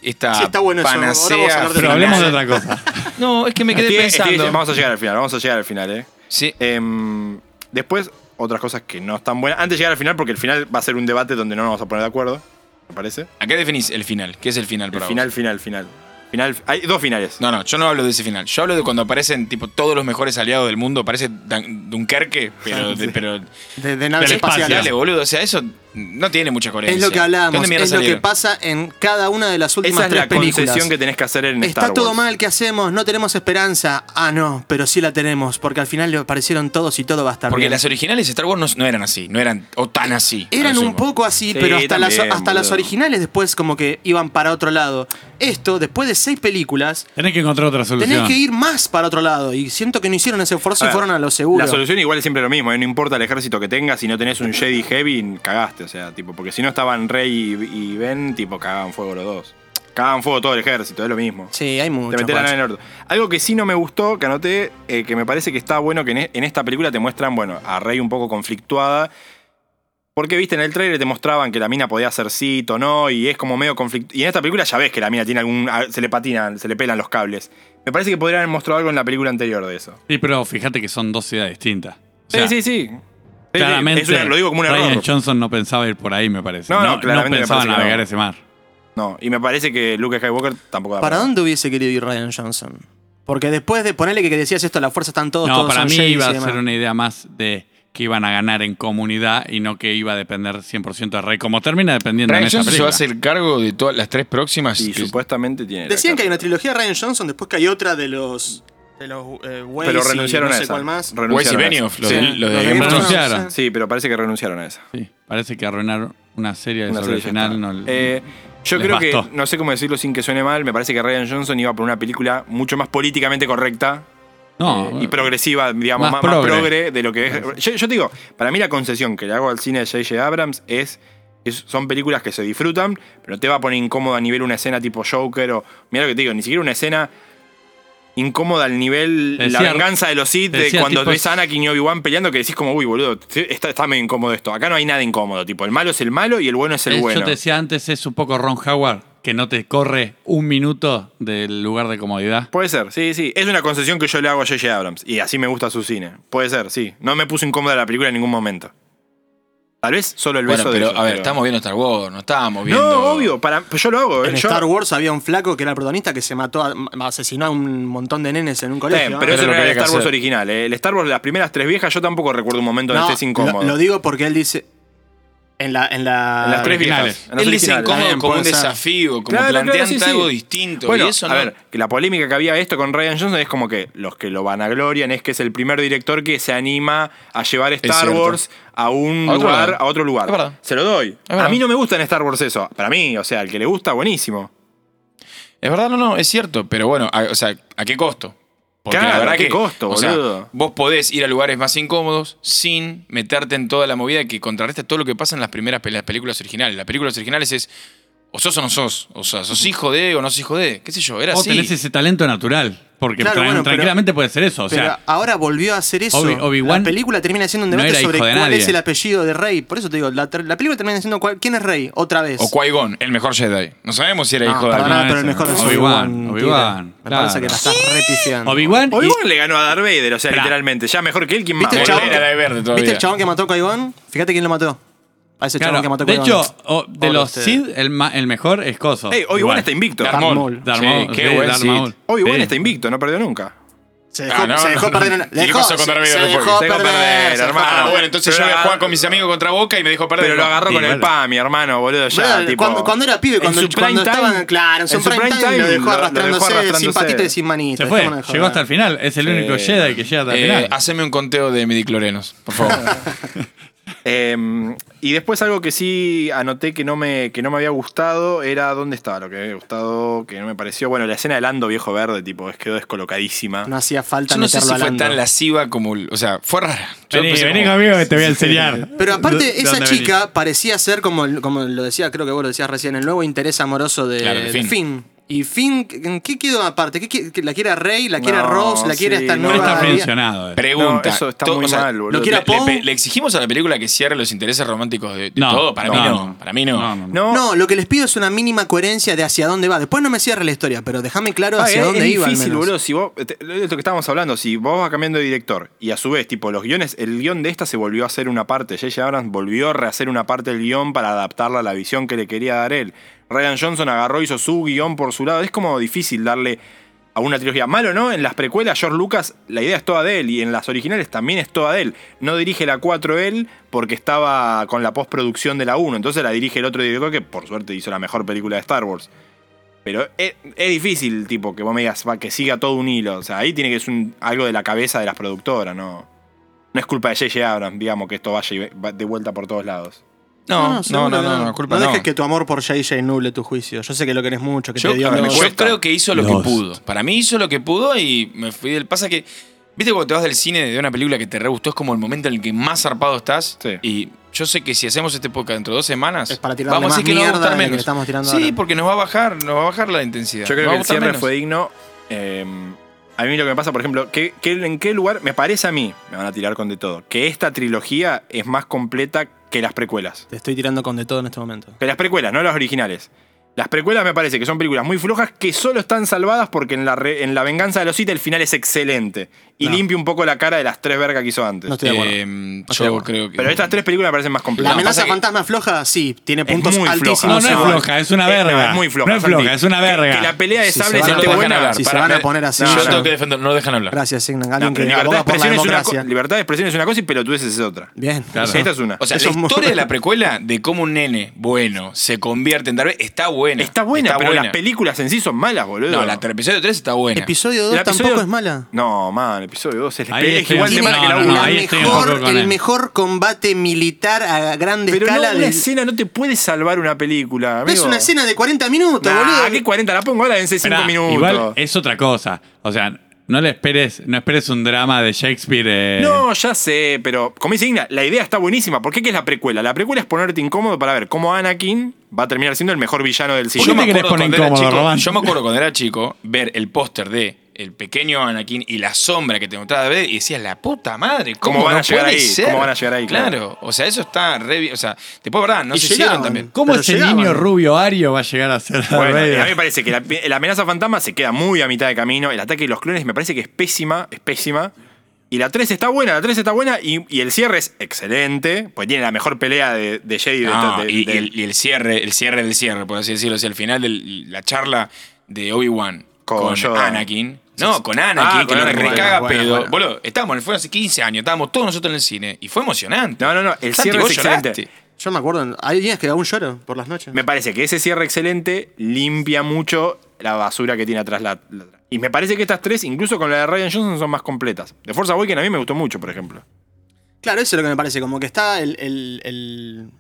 [SPEAKER 4] esta
[SPEAKER 3] Sí, está bueno eso. Ahora vamos a
[SPEAKER 4] panacea?
[SPEAKER 3] hablar
[SPEAKER 2] Pero hablemos de otra cosa.
[SPEAKER 4] No, es que me quedé
[SPEAKER 1] Estoy- estoy-
[SPEAKER 4] pensando.
[SPEAKER 1] vamos a llegar al final, vamos a llegar al final, eh.
[SPEAKER 4] Sí,
[SPEAKER 1] Em, después, otras cosas que no están buenas. Antes de llegar al final, porque el final va a ser un debate donde no nos vamos a poner de acuerdo. ¿Me parece?
[SPEAKER 4] ¿A qué definís el final? ¿Qué es el final
[SPEAKER 1] El
[SPEAKER 4] para vos?
[SPEAKER 1] final, final, final. Final. Hay dos finales.
[SPEAKER 4] No, no, yo no hablo de ese final. Yo hablo de cuando aparecen tipo todos los mejores aliados del mundo. Parece Dan- Dunkerque, pero, de- pero
[SPEAKER 3] De, de naves
[SPEAKER 2] Del espacio.
[SPEAKER 3] espaciales.
[SPEAKER 4] Dale, boludo, o sea, eso no tiene mucha coherencia.
[SPEAKER 3] Es lo que hablábamos,
[SPEAKER 4] ¿Dónde mierda
[SPEAKER 3] es lo que
[SPEAKER 4] salieron?
[SPEAKER 3] pasa en cada una de las últimas
[SPEAKER 1] Esa es
[SPEAKER 3] tres
[SPEAKER 1] la
[SPEAKER 3] películas.
[SPEAKER 1] concesión que tenés que hacer en
[SPEAKER 3] Está
[SPEAKER 1] Star
[SPEAKER 3] todo
[SPEAKER 1] Wars.
[SPEAKER 3] mal, ¿qué hacemos? No tenemos esperanza. Ah, no, pero sí la tenemos, porque al final le aparecieron todos y todo va a estar
[SPEAKER 4] Porque
[SPEAKER 3] bien.
[SPEAKER 4] las originales de Star Wars no, no eran así, no eran o tan así.
[SPEAKER 3] Eran
[SPEAKER 4] a lo
[SPEAKER 3] un
[SPEAKER 4] sumo.
[SPEAKER 3] poco así,
[SPEAKER 1] Sí,
[SPEAKER 3] pero hasta,
[SPEAKER 1] también,
[SPEAKER 3] las, hasta las
[SPEAKER 1] boludo.
[SPEAKER 3] originales después como que iban para otro lado. Esto, después de seis películas,
[SPEAKER 2] Tenés que encontrar otra solución.
[SPEAKER 3] tenés que ir más para otro lado. Y siento que no hicieron ese esfuerzo y
[SPEAKER 1] ver,
[SPEAKER 3] fueron a lo seguro.
[SPEAKER 1] La solución igual es siempre lo mismo, eh, no importa el ejército que tengas, si no tenés un Jedi heavy, cagaste, o sea, tipo, porque si no estaban Rey y, y Ben, tipo, cagaban fuego los dos. Cagaban fuego todo el ejército, es lo mismo.
[SPEAKER 3] Sí, hay mucho.
[SPEAKER 1] Te metés la nave
[SPEAKER 3] guacho.
[SPEAKER 1] en el orto. Algo que sí no me gustó, que anoté, eh, que me parece que está bueno que en, e- en esta película te muestran, bueno, a Rey un poco conflictuada. Porque, viste, en el trailer te mostraban que la mina podía hacer cito, ¿no? Y es como medio conflicto. Y en esta película ya ves que la mina tiene algún. a- se le patinan, se le pelan los cables. Me parece que podrían haber mostrado algo en la película anterior de eso.
[SPEAKER 2] Sí, pero fíjate que son dos ciudades distintas. O sea,
[SPEAKER 1] sí, sí, sí. Sí,
[SPEAKER 2] Claramente,
[SPEAKER 1] sí, es una- lo digo como un
[SPEAKER 2] Ryan
[SPEAKER 1] error.
[SPEAKER 2] Johnson no pensaba ir por ahí, me parece.
[SPEAKER 1] No, no, claramente me
[SPEAKER 2] pensaba
[SPEAKER 1] parece que
[SPEAKER 2] navegar
[SPEAKER 1] no.
[SPEAKER 2] ese mar.
[SPEAKER 1] No, y me parece que Luke Skywalker tampoco da
[SPEAKER 3] ¿Para dónde hubiese querido ir Ryan Johnson? Porque después de ponerle que decías esto, la fuerza están todos,
[SPEAKER 2] no,
[SPEAKER 3] todos
[SPEAKER 2] para
[SPEAKER 3] son
[SPEAKER 2] mí
[SPEAKER 3] Jedi
[SPEAKER 2] iba
[SPEAKER 3] y
[SPEAKER 2] a
[SPEAKER 3] demás.
[SPEAKER 2] ser una idea más de que iban a ganar en comunidad y no que iba a depender 100% de Rey, como termina dependiendo en
[SPEAKER 4] Ryan
[SPEAKER 2] esta
[SPEAKER 4] Johnson se va a
[SPEAKER 2] película.
[SPEAKER 4] hacer cargo de todas las tres próximas.
[SPEAKER 1] Y
[SPEAKER 4] que-
[SPEAKER 1] supuestamente tiene. la
[SPEAKER 3] Decían que hay
[SPEAKER 1] carta.
[SPEAKER 3] una trilogía de Ryan Johnson, después que hay otra de los. de los eh, Waze
[SPEAKER 1] Pero renunciaron
[SPEAKER 3] y no
[SPEAKER 1] a
[SPEAKER 3] sé
[SPEAKER 1] esa.
[SPEAKER 3] cuál más.
[SPEAKER 4] Weiss
[SPEAKER 1] Renunciaron a esa.
[SPEAKER 4] y Benioff, los
[SPEAKER 1] Sí.
[SPEAKER 4] de, los de
[SPEAKER 3] Los de
[SPEAKER 4] Game of
[SPEAKER 3] Game of
[SPEAKER 4] Thrones.
[SPEAKER 3] Thrones.
[SPEAKER 2] Renunciaron.
[SPEAKER 1] Sí, pero parece que renunciaron a esa.
[SPEAKER 2] Sí, parece que arruinar una serie de
[SPEAKER 1] Una
[SPEAKER 2] sobre el
[SPEAKER 1] serie ya
[SPEAKER 2] final
[SPEAKER 1] está.
[SPEAKER 2] no
[SPEAKER 1] Eh, yo
[SPEAKER 2] les
[SPEAKER 1] creo
[SPEAKER 2] bastó.
[SPEAKER 1] que, no sé cómo decirlo sin que suene mal, me parece que Ryan Johnson iba por una película mucho más políticamente correcta
[SPEAKER 2] no,
[SPEAKER 1] eh, y progresiva, digamos, más,
[SPEAKER 2] más
[SPEAKER 1] más
[SPEAKER 2] progre.
[SPEAKER 1] progre. de lo que es. Yo, yo te digo, para mí la concesión que le hago al cine de J.J. Abrams es, es- Son películas que se disfrutan, pero no te va a poner incómodo a nivel una escena tipo Joker o. Mira lo que te digo, ni siquiera una escena. Incómoda al nivel
[SPEAKER 2] Te
[SPEAKER 1] la
[SPEAKER 2] decía-
[SPEAKER 1] venganza de los Sith
[SPEAKER 2] te
[SPEAKER 1] de
[SPEAKER 2] decía
[SPEAKER 1] cuando
[SPEAKER 2] tipo-
[SPEAKER 1] ves a Anakin y Obi-Wan peleando que decís como, uy, boludo, está, está medio incómodo esto. Acá no hay nada incómodo, tipo, el malo es el malo y el bueno es el
[SPEAKER 2] Eh,
[SPEAKER 1] bueno.
[SPEAKER 2] Yo te decía antes, es un poco Ron Howard, que no te corre un minuto del lugar de comodidad.
[SPEAKER 1] Puede ser, sí, sí. Es una concesión que yo le hago a J.J. Abrams. Y así me gusta su cine. Puede ser, sí. No me puso incómoda la película en ningún momento. Tal vez solo el
[SPEAKER 4] Bueno,
[SPEAKER 1] beso
[SPEAKER 4] pero
[SPEAKER 1] de. ellos,
[SPEAKER 4] a ver,
[SPEAKER 1] pero-
[SPEAKER 4] estamos viendo Star Wars, no estáamos viendo.
[SPEAKER 1] No, obvio. Para, pues yo lo hago.
[SPEAKER 3] En
[SPEAKER 1] yo-
[SPEAKER 3] Star Wars había un flaco que era el protagonista que se mató, a- ma- asesinó a un montón de nenes en un
[SPEAKER 1] Está
[SPEAKER 3] colegio. Ah,
[SPEAKER 1] bien,
[SPEAKER 3] ¿no?
[SPEAKER 1] pero
[SPEAKER 4] Era
[SPEAKER 1] eso no
[SPEAKER 4] lo que
[SPEAKER 1] era el
[SPEAKER 4] había que
[SPEAKER 1] Star Wars
[SPEAKER 4] hacer.
[SPEAKER 1] original. eh. El Star Wars, las primeras tres viejas, yo tampoco recuerdo un momento
[SPEAKER 3] No,
[SPEAKER 1] donde estés incómodo.
[SPEAKER 3] Lo, Ah, lo digo porque él dice. En la. En la
[SPEAKER 1] En las tres
[SPEAKER 2] originales.
[SPEAKER 1] viejas. en las
[SPEAKER 4] Él dice
[SPEAKER 1] originales.
[SPEAKER 4] incómodo
[SPEAKER 3] Bien,
[SPEAKER 4] como un
[SPEAKER 3] puede ser.
[SPEAKER 4] desafío, como
[SPEAKER 1] Claro, claro,
[SPEAKER 4] planteante
[SPEAKER 1] sí, sí.
[SPEAKER 4] algo distinto.
[SPEAKER 1] Bueno,
[SPEAKER 4] y eso
[SPEAKER 1] a
[SPEAKER 4] no-
[SPEAKER 1] ver, que la polémica que había esto con Ryan Johnson es como que los que lo vanaglorian es que es el primer director que se anima a llevar Star
[SPEAKER 4] cierto.
[SPEAKER 1] Wars a un
[SPEAKER 4] A otro
[SPEAKER 1] lugar,
[SPEAKER 4] lado.
[SPEAKER 1] a otro lugar.
[SPEAKER 4] Es verdad.
[SPEAKER 1] Se lo doy.
[SPEAKER 4] verdad.
[SPEAKER 1] A mí no me gusta en Star Wars eso. Para mí, o sea, al que le gusta, buenísimo.
[SPEAKER 4] Es verdad, no, no, es cierto. Pero bueno, a- o sea, ¿a qué costo?
[SPEAKER 1] Claro, ¿a qué costo,
[SPEAKER 4] o sea,
[SPEAKER 1] boludo?
[SPEAKER 4] vos podés ir a lugares más incómodos sin meterte en toda la movida que contrarresta todo lo que pasa en las primeras pe- las películas originales. Las películas originales es o sos o no sos. O sea, sos hijo de o no sos hijo de. ¿Qué sé yo? Era
[SPEAKER 2] O
[SPEAKER 4] así.
[SPEAKER 2] tenés ese talento natural, porque
[SPEAKER 3] Claro,
[SPEAKER 2] tran-
[SPEAKER 3] bueno, pero-
[SPEAKER 2] tranquilamente puede ser eso. O
[SPEAKER 3] Pero
[SPEAKER 2] sea,
[SPEAKER 3] ahora volvió a hacer eso.
[SPEAKER 2] Obi- Obi-Wan
[SPEAKER 3] la película termina siendo un
[SPEAKER 2] no
[SPEAKER 3] debate
[SPEAKER 2] era
[SPEAKER 3] sobre
[SPEAKER 2] hijo de
[SPEAKER 3] cuál
[SPEAKER 2] nadie.
[SPEAKER 3] es el apellido de Rey. Por eso te digo, la, ter- la película termina siendo cuál- quién es Rey otra vez.
[SPEAKER 4] O Qui-Gon, el mejor Jedi. No sabemos si era
[SPEAKER 3] No,
[SPEAKER 4] hijo de
[SPEAKER 3] para
[SPEAKER 4] alguien.
[SPEAKER 2] no,
[SPEAKER 3] nada, Ah, pero el
[SPEAKER 2] ese
[SPEAKER 3] mejor
[SPEAKER 2] no.
[SPEAKER 3] es
[SPEAKER 2] Obi-Wan,
[SPEAKER 3] Obi-Wan,
[SPEAKER 2] Obi-Wan,
[SPEAKER 3] tío. Me parece
[SPEAKER 2] claro.
[SPEAKER 3] que la estás repifiando.
[SPEAKER 2] Obi-Wan.
[SPEAKER 1] Obi-Wan
[SPEAKER 2] y-
[SPEAKER 1] le ganó a Darth Vader, o sea,
[SPEAKER 2] Esperá.
[SPEAKER 1] literalmente. Ya mejor que él, ¿quién más?
[SPEAKER 3] ¿Viste,
[SPEAKER 4] Bueno,
[SPEAKER 3] chabón?
[SPEAKER 4] era de verde todavía.
[SPEAKER 3] ¿Viste el chabón que mató a Qui-Gon? Fíjate quién lo mató. A ese
[SPEAKER 2] claro,
[SPEAKER 3] chabón que mató a
[SPEAKER 2] de
[SPEAKER 3] Qui-Gon.
[SPEAKER 2] hecho, o- de
[SPEAKER 3] Pobre
[SPEAKER 2] los
[SPEAKER 3] usted.
[SPEAKER 2] Sid, el, ma- el mejor es Coso.
[SPEAKER 1] Ey, Obi-Wan está invicto.
[SPEAKER 4] Darth
[SPEAKER 3] Darth
[SPEAKER 4] Maul.
[SPEAKER 3] Maul.
[SPEAKER 2] Darth
[SPEAKER 4] Sí,
[SPEAKER 2] Maul,
[SPEAKER 4] qué
[SPEAKER 2] sí,
[SPEAKER 4] buen
[SPEAKER 2] Darth
[SPEAKER 4] Sid.
[SPEAKER 2] Maul.
[SPEAKER 1] Obi-Wan
[SPEAKER 2] Sí.
[SPEAKER 1] está invicto, no perdió nunca.
[SPEAKER 3] Se dejó,
[SPEAKER 4] Ah, ¿no?
[SPEAKER 3] se dejó perder una.
[SPEAKER 4] ¿Y
[SPEAKER 3] le
[SPEAKER 4] qué
[SPEAKER 3] dejó-
[SPEAKER 4] pasó con Darth
[SPEAKER 3] se,
[SPEAKER 4] Vader después?
[SPEAKER 3] dejó
[SPEAKER 1] Se dejó
[SPEAKER 3] perder,
[SPEAKER 1] perder,
[SPEAKER 3] se dejó
[SPEAKER 1] hermano.
[SPEAKER 4] Ah,
[SPEAKER 3] perder.
[SPEAKER 4] bueno, entonces yo
[SPEAKER 1] Pero
[SPEAKER 4] voy a
[SPEAKER 1] la-
[SPEAKER 4] jugar con mis amigos contra Boca y me dijo perder.
[SPEAKER 1] Pero lo agarró
[SPEAKER 2] Sí,
[SPEAKER 1] con el
[SPEAKER 2] bueno.
[SPEAKER 1] PAMI, hermano, boludo. Ya,
[SPEAKER 3] Bueno,
[SPEAKER 1] tipo,
[SPEAKER 3] cuando, cuando era pibe,
[SPEAKER 1] en
[SPEAKER 3] cuando,
[SPEAKER 1] su prime
[SPEAKER 3] cuando
[SPEAKER 1] time-
[SPEAKER 3] estaban, claro, en su prime, time, lo dejó arrastrándose, sin patito y sin manito.
[SPEAKER 2] Se fue,
[SPEAKER 3] dejémonos de joder.
[SPEAKER 2] llegó hasta el final. Es el único Jedi que llega hasta el
[SPEAKER 4] Eh,
[SPEAKER 2] final.
[SPEAKER 4] haceme un conteo de midiclorenos, por favor.
[SPEAKER 1] Eh, y después algo que sí anoté que no me, que no me había gustado era dónde estaba lo que me había gustado, que no me pareció. Bueno, la escena del Ando viejo verde, tipo, es- quedó descolocadísima.
[SPEAKER 3] No hacía falta
[SPEAKER 4] Yo no sé
[SPEAKER 3] meterlo
[SPEAKER 4] si
[SPEAKER 3] al
[SPEAKER 4] fue
[SPEAKER 3] ando.
[SPEAKER 4] tan lasciva como. O sea, fue rara. Yo
[SPEAKER 2] Vení,
[SPEAKER 4] pensé
[SPEAKER 2] vení
[SPEAKER 4] como-
[SPEAKER 2] conmigo que te voy a enseñar.
[SPEAKER 3] Pero
[SPEAKER 2] ¿De- de
[SPEAKER 3] aparte, esa
[SPEAKER 2] dónde
[SPEAKER 3] chica
[SPEAKER 2] venís?
[SPEAKER 3] parecía ser, como, como lo decía, creo que vos lo decías recién, el nuevo interés amoroso de,
[SPEAKER 4] Claro, de
[SPEAKER 3] de
[SPEAKER 4] Finn.
[SPEAKER 3] Finn. Y Finn, ¿en qué quedó aparte? ¿Qué, qui- que ¿La quiere a Rey? ¿La quiere a
[SPEAKER 1] No,
[SPEAKER 3] Rose? ¿La quiere
[SPEAKER 1] sí,
[SPEAKER 3] esta
[SPEAKER 1] no
[SPEAKER 2] No
[SPEAKER 3] nueva?
[SPEAKER 2] está
[SPEAKER 3] vida?
[SPEAKER 2] funcionado. eh.
[SPEAKER 4] Pregunta.
[SPEAKER 1] No, eso está
[SPEAKER 4] To-
[SPEAKER 1] muy
[SPEAKER 4] o sea,
[SPEAKER 1] mal, boludo.
[SPEAKER 3] ¿lo quiere a
[SPEAKER 4] le, le-
[SPEAKER 3] Poe?
[SPEAKER 4] pe- le exigimos a la película que cierre los intereses románticos de, de todo? Para mí no. Para mí no.
[SPEAKER 1] No,
[SPEAKER 3] No, lo que les pido es una mínima coherencia de hacia dónde va. Después no me cierre la historia, pero déjame claro
[SPEAKER 1] Ah,
[SPEAKER 3] hacia
[SPEAKER 1] es,
[SPEAKER 3] dónde
[SPEAKER 1] es
[SPEAKER 3] iba. al
[SPEAKER 1] difícil,
[SPEAKER 3] menos.
[SPEAKER 1] boludo. Si vos, te- es lo que estábamos hablando, si vos vas cambiando de director y a su vez, tipo, los guiones, el guión de esta se volvió a hacer una parte. J.J. Abrams volvió a rehacer una parte del guión para adaptarla a la visión que le quería dar él. Ryan Johnson agarró, hizo su guión por su lado. Es como difícil darle a a una trilogía. Malo no, en las precuelas George Lucas la idea es toda de él y en las originales también es toda de él. No dirige la 4 él porque estaba con la postproducción de la 1, entonces la dirige el otro director que por suerte hizo la mejor película de Star Wars. Pero es, es difícil, tipo, que vos me digas va, que siga todo un hilo. O sea, ahí tiene que ser un- algo de la cabeza de las productoras, ¿no? No es culpa de J.J. Abrams, digamos, que esto vaya y ve- va de vuelta por todos lados.
[SPEAKER 4] No, no, no,
[SPEAKER 3] seguro
[SPEAKER 4] no,
[SPEAKER 3] que
[SPEAKER 4] no, culpa
[SPEAKER 3] No
[SPEAKER 4] no.
[SPEAKER 3] dejes que tu amor por JJ nuble tu juicio. Yo sé que lo querés mucho, que
[SPEAKER 4] Yo,
[SPEAKER 3] te dio
[SPEAKER 4] a ver,
[SPEAKER 3] amor.
[SPEAKER 4] yo
[SPEAKER 1] cuesta.
[SPEAKER 4] creo que hizo lo
[SPEAKER 2] Lost.
[SPEAKER 4] que pudo. Para mí hizo lo que pudo y me fui del. Pasa que, viste, cuando te vas del cine de una película que te re gustó, es como el momento en el que más zarpado estás.
[SPEAKER 1] Sí.
[SPEAKER 4] Y yo sé que si hacemos este podcast dentro de dos semanas,
[SPEAKER 3] Es para tirarle
[SPEAKER 4] vamos a
[SPEAKER 3] más
[SPEAKER 4] decir que nos va a
[SPEAKER 3] mierda
[SPEAKER 4] gustar
[SPEAKER 3] de la que
[SPEAKER 4] menos.
[SPEAKER 3] le estamos tirando
[SPEAKER 4] sí,
[SPEAKER 3] ahora.
[SPEAKER 4] porque nos va a bajar, nos va a bajar la intensidad.
[SPEAKER 1] Yo creo
[SPEAKER 4] Nos va
[SPEAKER 1] que
[SPEAKER 4] a
[SPEAKER 1] el
[SPEAKER 4] gustar
[SPEAKER 1] cierre
[SPEAKER 4] menos.
[SPEAKER 1] fue digno. Eh, a mí lo que me pasa, por ejemplo, que, que en qué lugar, me parece a mí, me van a tirar con de todo, que esta trilogía es más completa que las precuelas.
[SPEAKER 3] Te estoy tirando con de todo en este momento.
[SPEAKER 1] Que las precuelas, no las originales. Las precuelas me parece que son películas muy flojas que solo están salvadas porque en La, re- en la Venganza de los Sith el final es excelente y
[SPEAKER 3] No.
[SPEAKER 1] limpia un poco la cara de las tres vergas que hizo antes.
[SPEAKER 3] No estoy de acuerdo.
[SPEAKER 4] Eh,
[SPEAKER 3] estoy de
[SPEAKER 4] yo
[SPEAKER 3] acuerdo.
[SPEAKER 4] creo que.
[SPEAKER 1] Pero estas tres películas me parecen más
[SPEAKER 3] La
[SPEAKER 1] completas.
[SPEAKER 3] amenaza
[SPEAKER 4] pasa que-
[SPEAKER 3] fantasma floja, sí, tiene
[SPEAKER 1] Es
[SPEAKER 3] puntos
[SPEAKER 1] muy floja.
[SPEAKER 3] altísimos.
[SPEAKER 2] No, no es
[SPEAKER 1] no,
[SPEAKER 2] floja, es una
[SPEAKER 1] Eh, no,
[SPEAKER 2] verga.
[SPEAKER 1] es muy floja.
[SPEAKER 2] No es
[SPEAKER 1] Santi.
[SPEAKER 2] floja, es una
[SPEAKER 1] Que-
[SPEAKER 2] verga.
[SPEAKER 1] Que, la pelea de
[SPEAKER 3] Si
[SPEAKER 1] sables
[SPEAKER 3] se van
[SPEAKER 1] esté
[SPEAKER 3] a-
[SPEAKER 1] buena.
[SPEAKER 4] hablar.
[SPEAKER 3] Si se
[SPEAKER 4] Pará,
[SPEAKER 3] van a
[SPEAKER 4] pará.
[SPEAKER 3] poner así,
[SPEAKER 1] No,
[SPEAKER 4] yo
[SPEAKER 3] ya-
[SPEAKER 1] no.
[SPEAKER 4] tengo que defender, no dejan hablar.
[SPEAKER 3] gracias, Signan.
[SPEAKER 1] No,
[SPEAKER 3] Alguien
[SPEAKER 1] pero
[SPEAKER 3] que
[SPEAKER 1] libertad de,
[SPEAKER 3] aboga por la
[SPEAKER 1] expresión es una
[SPEAKER 3] democracia.
[SPEAKER 1] co- libertad de expresión es una cosa y pelotudeces es otra.
[SPEAKER 3] Bien.
[SPEAKER 2] Claro.
[SPEAKER 1] Esta es una.
[SPEAKER 4] O sea,
[SPEAKER 3] Eso
[SPEAKER 4] la
[SPEAKER 3] es muy-
[SPEAKER 4] historia de la precuela de cómo un nene bueno se convierte en tal vez está buena.
[SPEAKER 1] Está buena, pero
[SPEAKER 4] buena.
[SPEAKER 1] las películas en sí son malas, boludo.
[SPEAKER 4] No, la el episodio 3 está buena.
[SPEAKER 3] Episodio
[SPEAKER 1] El
[SPEAKER 3] 2
[SPEAKER 1] episodio-
[SPEAKER 3] tampoco es mala.
[SPEAKER 1] No, man, episodio 2 es,
[SPEAKER 2] Ahí
[SPEAKER 1] es
[SPEAKER 2] estoy
[SPEAKER 1] igual de
[SPEAKER 2] encima.
[SPEAKER 1] mala que la
[SPEAKER 2] No, no,
[SPEAKER 1] uno.
[SPEAKER 2] no, ahí estoy un poco
[SPEAKER 3] mejor-
[SPEAKER 2] con
[SPEAKER 3] el
[SPEAKER 2] él.
[SPEAKER 3] mejor combate militar a grande
[SPEAKER 1] Pero no,
[SPEAKER 3] escala
[SPEAKER 1] una
[SPEAKER 3] del-
[SPEAKER 1] escena no te puede salvar una película, amigo.
[SPEAKER 3] Es una escena de 40 minutos,
[SPEAKER 1] Nah,
[SPEAKER 3] boludo.
[SPEAKER 1] ¿qué 40? La pongo ahora en 5
[SPEAKER 2] Esperá,
[SPEAKER 1] minutos.
[SPEAKER 2] Igual eh, es otra cosa. O sea, no le esperes, no esperes un drama de Shakespeare. eh,
[SPEAKER 1] No, ya sé, pero como dice Igna, la idea está buenísima. ¿Por qué que es la precuela? La precuela es ponerte incómodo para ver cómo Anakin va a terminar siendo el mejor villano del
[SPEAKER 2] ¿Por qué
[SPEAKER 1] siglo.
[SPEAKER 2] me querés
[SPEAKER 4] acuerdo
[SPEAKER 2] poner
[SPEAKER 4] cuando era
[SPEAKER 2] incómodo,
[SPEAKER 4] chico-
[SPEAKER 2] Román?
[SPEAKER 4] Yo me acuerdo cuando era chico ver el póster de el pequeño Anakin y la sombra que te mostraba de y decías, la puta madre, ¿cómo,
[SPEAKER 1] ¿Cómo van
[SPEAKER 4] no
[SPEAKER 1] a llegar
[SPEAKER 4] puede
[SPEAKER 1] ahí?
[SPEAKER 4] ser?".
[SPEAKER 1] ¿Cómo van a llegar ahí?
[SPEAKER 4] Claro,
[SPEAKER 1] Claro.
[SPEAKER 4] o sea, eso está re bien. O sea, después, verdad, no
[SPEAKER 3] Y
[SPEAKER 4] se
[SPEAKER 3] llegaban.
[SPEAKER 4] hicieron también.
[SPEAKER 2] ¿Cómo
[SPEAKER 3] Pero
[SPEAKER 2] ese
[SPEAKER 3] llegaban.
[SPEAKER 2] niño rubio ario va a llegar a ser Darth
[SPEAKER 1] Bueno,
[SPEAKER 2] Vader?
[SPEAKER 1] a mí me parece que la, la amenaza fantasma se queda muy a mitad de camino. El ataque de los clones me parece que es pésima, es pésima. Y la 3 está buena, la 3 está buena y, y el cierre es excelente, pues tiene la mejor pelea de, de Jedi. de-
[SPEAKER 4] No,
[SPEAKER 1] de-
[SPEAKER 4] Ah, y,
[SPEAKER 1] de-
[SPEAKER 4] y el, y el cierre, el cierre del cierre, por así decirlo. O sea, el final de la charla de Obi-Wan
[SPEAKER 1] Con
[SPEAKER 4] con,
[SPEAKER 1] Yoda.
[SPEAKER 4] Anakin. No, con Anakin,
[SPEAKER 1] Ah,
[SPEAKER 4] que
[SPEAKER 1] con
[SPEAKER 4] lo
[SPEAKER 1] Anakin.
[SPEAKER 4] recaga
[SPEAKER 3] Buena,
[SPEAKER 4] pedo.
[SPEAKER 3] buena, buena.
[SPEAKER 4] Boludo, estábamos en el fuego hace 15 años, estábamos todos nosotros en el cine y fue emocionante.
[SPEAKER 1] No, no, no, el
[SPEAKER 4] Santi,
[SPEAKER 1] cierre
[SPEAKER 4] vos
[SPEAKER 1] es excelente.
[SPEAKER 4] lloraste.
[SPEAKER 3] Yo me acuerdo, hay días que aún lloro por las noches.
[SPEAKER 1] Me parece que ese cierre excelente limpia mucho la basura que tiene atrás la, la- Y me parece que estas tres, incluso con la de Ryan Johnson, son más completas. De Force Awakens a mí me gustó mucho, por ejemplo.
[SPEAKER 3] Claro, eso es lo que me parece, como que está el, el, el,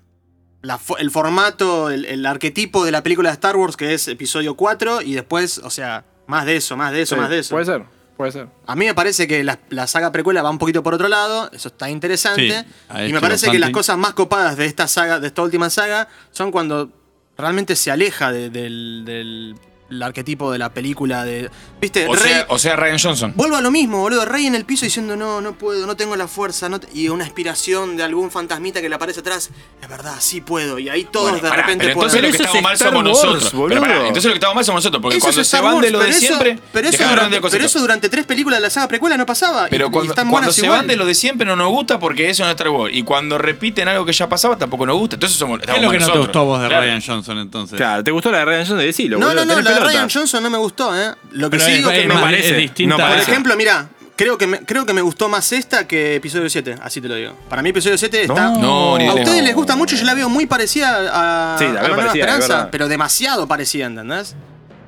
[SPEAKER 3] la fo- el formato, el, el arquetipo de la película de Star Wars, que es episodio 4, y después, o sea, más de eso, más de eso,
[SPEAKER 1] Sí,
[SPEAKER 3] más de eso.
[SPEAKER 1] Puede ser, puede ser.
[SPEAKER 3] A mí me parece que la, la saga precuela va un poquito por otro lado, eso está interesante.
[SPEAKER 2] Sí, ahí
[SPEAKER 3] y me
[SPEAKER 2] estoy
[SPEAKER 3] parece
[SPEAKER 2] bastante.
[SPEAKER 3] que las cosas más copadas de esta saga, de esta última saga, son cuando realmente se aleja de- del, del- el arquetipo de la película de. ¿Viste?
[SPEAKER 4] O
[SPEAKER 3] Rey-
[SPEAKER 4] sea, o sea, Ryan Johnson.
[SPEAKER 3] Vuelvo a lo mismo, boludo. Rey en el piso diciendo, no, no puedo, no tengo la fuerza. no te-". Y una inspiración de algún fantasmita que le aparece atrás. Es verdad, sí puedo. Y ahí todos
[SPEAKER 4] Bueno,
[SPEAKER 3] de
[SPEAKER 4] pará,
[SPEAKER 3] repente
[SPEAKER 4] pero
[SPEAKER 3] pueden.
[SPEAKER 4] entonces lo que
[SPEAKER 1] Pero eso es
[SPEAKER 4] estamos mal
[SPEAKER 1] Star
[SPEAKER 4] somos
[SPEAKER 1] Wars,
[SPEAKER 4] nosotros.
[SPEAKER 1] boludo.
[SPEAKER 4] Pero pará, entonces lo que estamos mal somos nosotros, porque
[SPEAKER 3] Eso
[SPEAKER 4] cuando
[SPEAKER 3] es
[SPEAKER 4] se
[SPEAKER 3] Star
[SPEAKER 4] van
[SPEAKER 3] Wars,
[SPEAKER 4] de lo de
[SPEAKER 3] pero eso-
[SPEAKER 4] siempre,
[SPEAKER 3] pero eso,
[SPEAKER 4] dejaron
[SPEAKER 3] durante,
[SPEAKER 4] de cosas.
[SPEAKER 3] pero eso durante tres películas de la saga precuela no pasaba. y-
[SPEAKER 4] Pero
[SPEAKER 3] y
[SPEAKER 4] cuando,
[SPEAKER 3] están
[SPEAKER 4] cuando
[SPEAKER 3] buenas
[SPEAKER 4] se
[SPEAKER 3] igual.
[SPEAKER 4] van de lo de siempre no nos gusta porque eso no es Star Wars. Y cuando repiten algo que ya pasaba tampoco nos gusta. Entonces somos.
[SPEAKER 2] ¿Qué es
[SPEAKER 4] estamos
[SPEAKER 2] lo que
[SPEAKER 4] mal
[SPEAKER 2] no te
[SPEAKER 4] nosotros.
[SPEAKER 2] gustó a vos de
[SPEAKER 4] Claro.
[SPEAKER 2] Ryan Johnson entonces?
[SPEAKER 1] Claro, ¿te gustó la de Ryan Johnson? Decilo,
[SPEAKER 3] No, no,
[SPEAKER 1] boludo,
[SPEAKER 3] no,
[SPEAKER 1] tenés
[SPEAKER 3] la de
[SPEAKER 1] pelota.
[SPEAKER 3] Ryan Johnson no me gustó, ¿eh? Lo que
[SPEAKER 2] Pero
[SPEAKER 3] sí
[SPEAKER 2] es-
[SPEAKER 3] digo que
[SPEAKER 2] es
[SPEAKER 3] me
[SPEAKER 2] más-
[SPEAKER 3] parece.
[SPEAKER 2] es distinta.
[SPEAKER 1] No
[SPEAKER 3] Por
[SPEAKER 1] parece.
[SPEAKER 3] ejemplo, mirá, creo que, me, creo que me gustó más esta que episodio 7, así te lo digo. Para mí, episodio 7 está.
[SPEAKER 4] No, ni
[SPEAKER 3] A
[SPEAKER 4] de lejos.
[SPEAKER 3] ustedes les gusta mucho, yo la veo muy parecida a,
[SPEAKER 1] Sí, la
[SPEAKER 3] a
[SPEAKER 1] veo
[SPEAKER 3] Manuel
[SPEAKER 1] parecida, es
[SPEAKER 3] Esperanza,
[SPEAKER 1] verdad.
[SPEAKER 3] pero demasiado parecida, ¿entendés?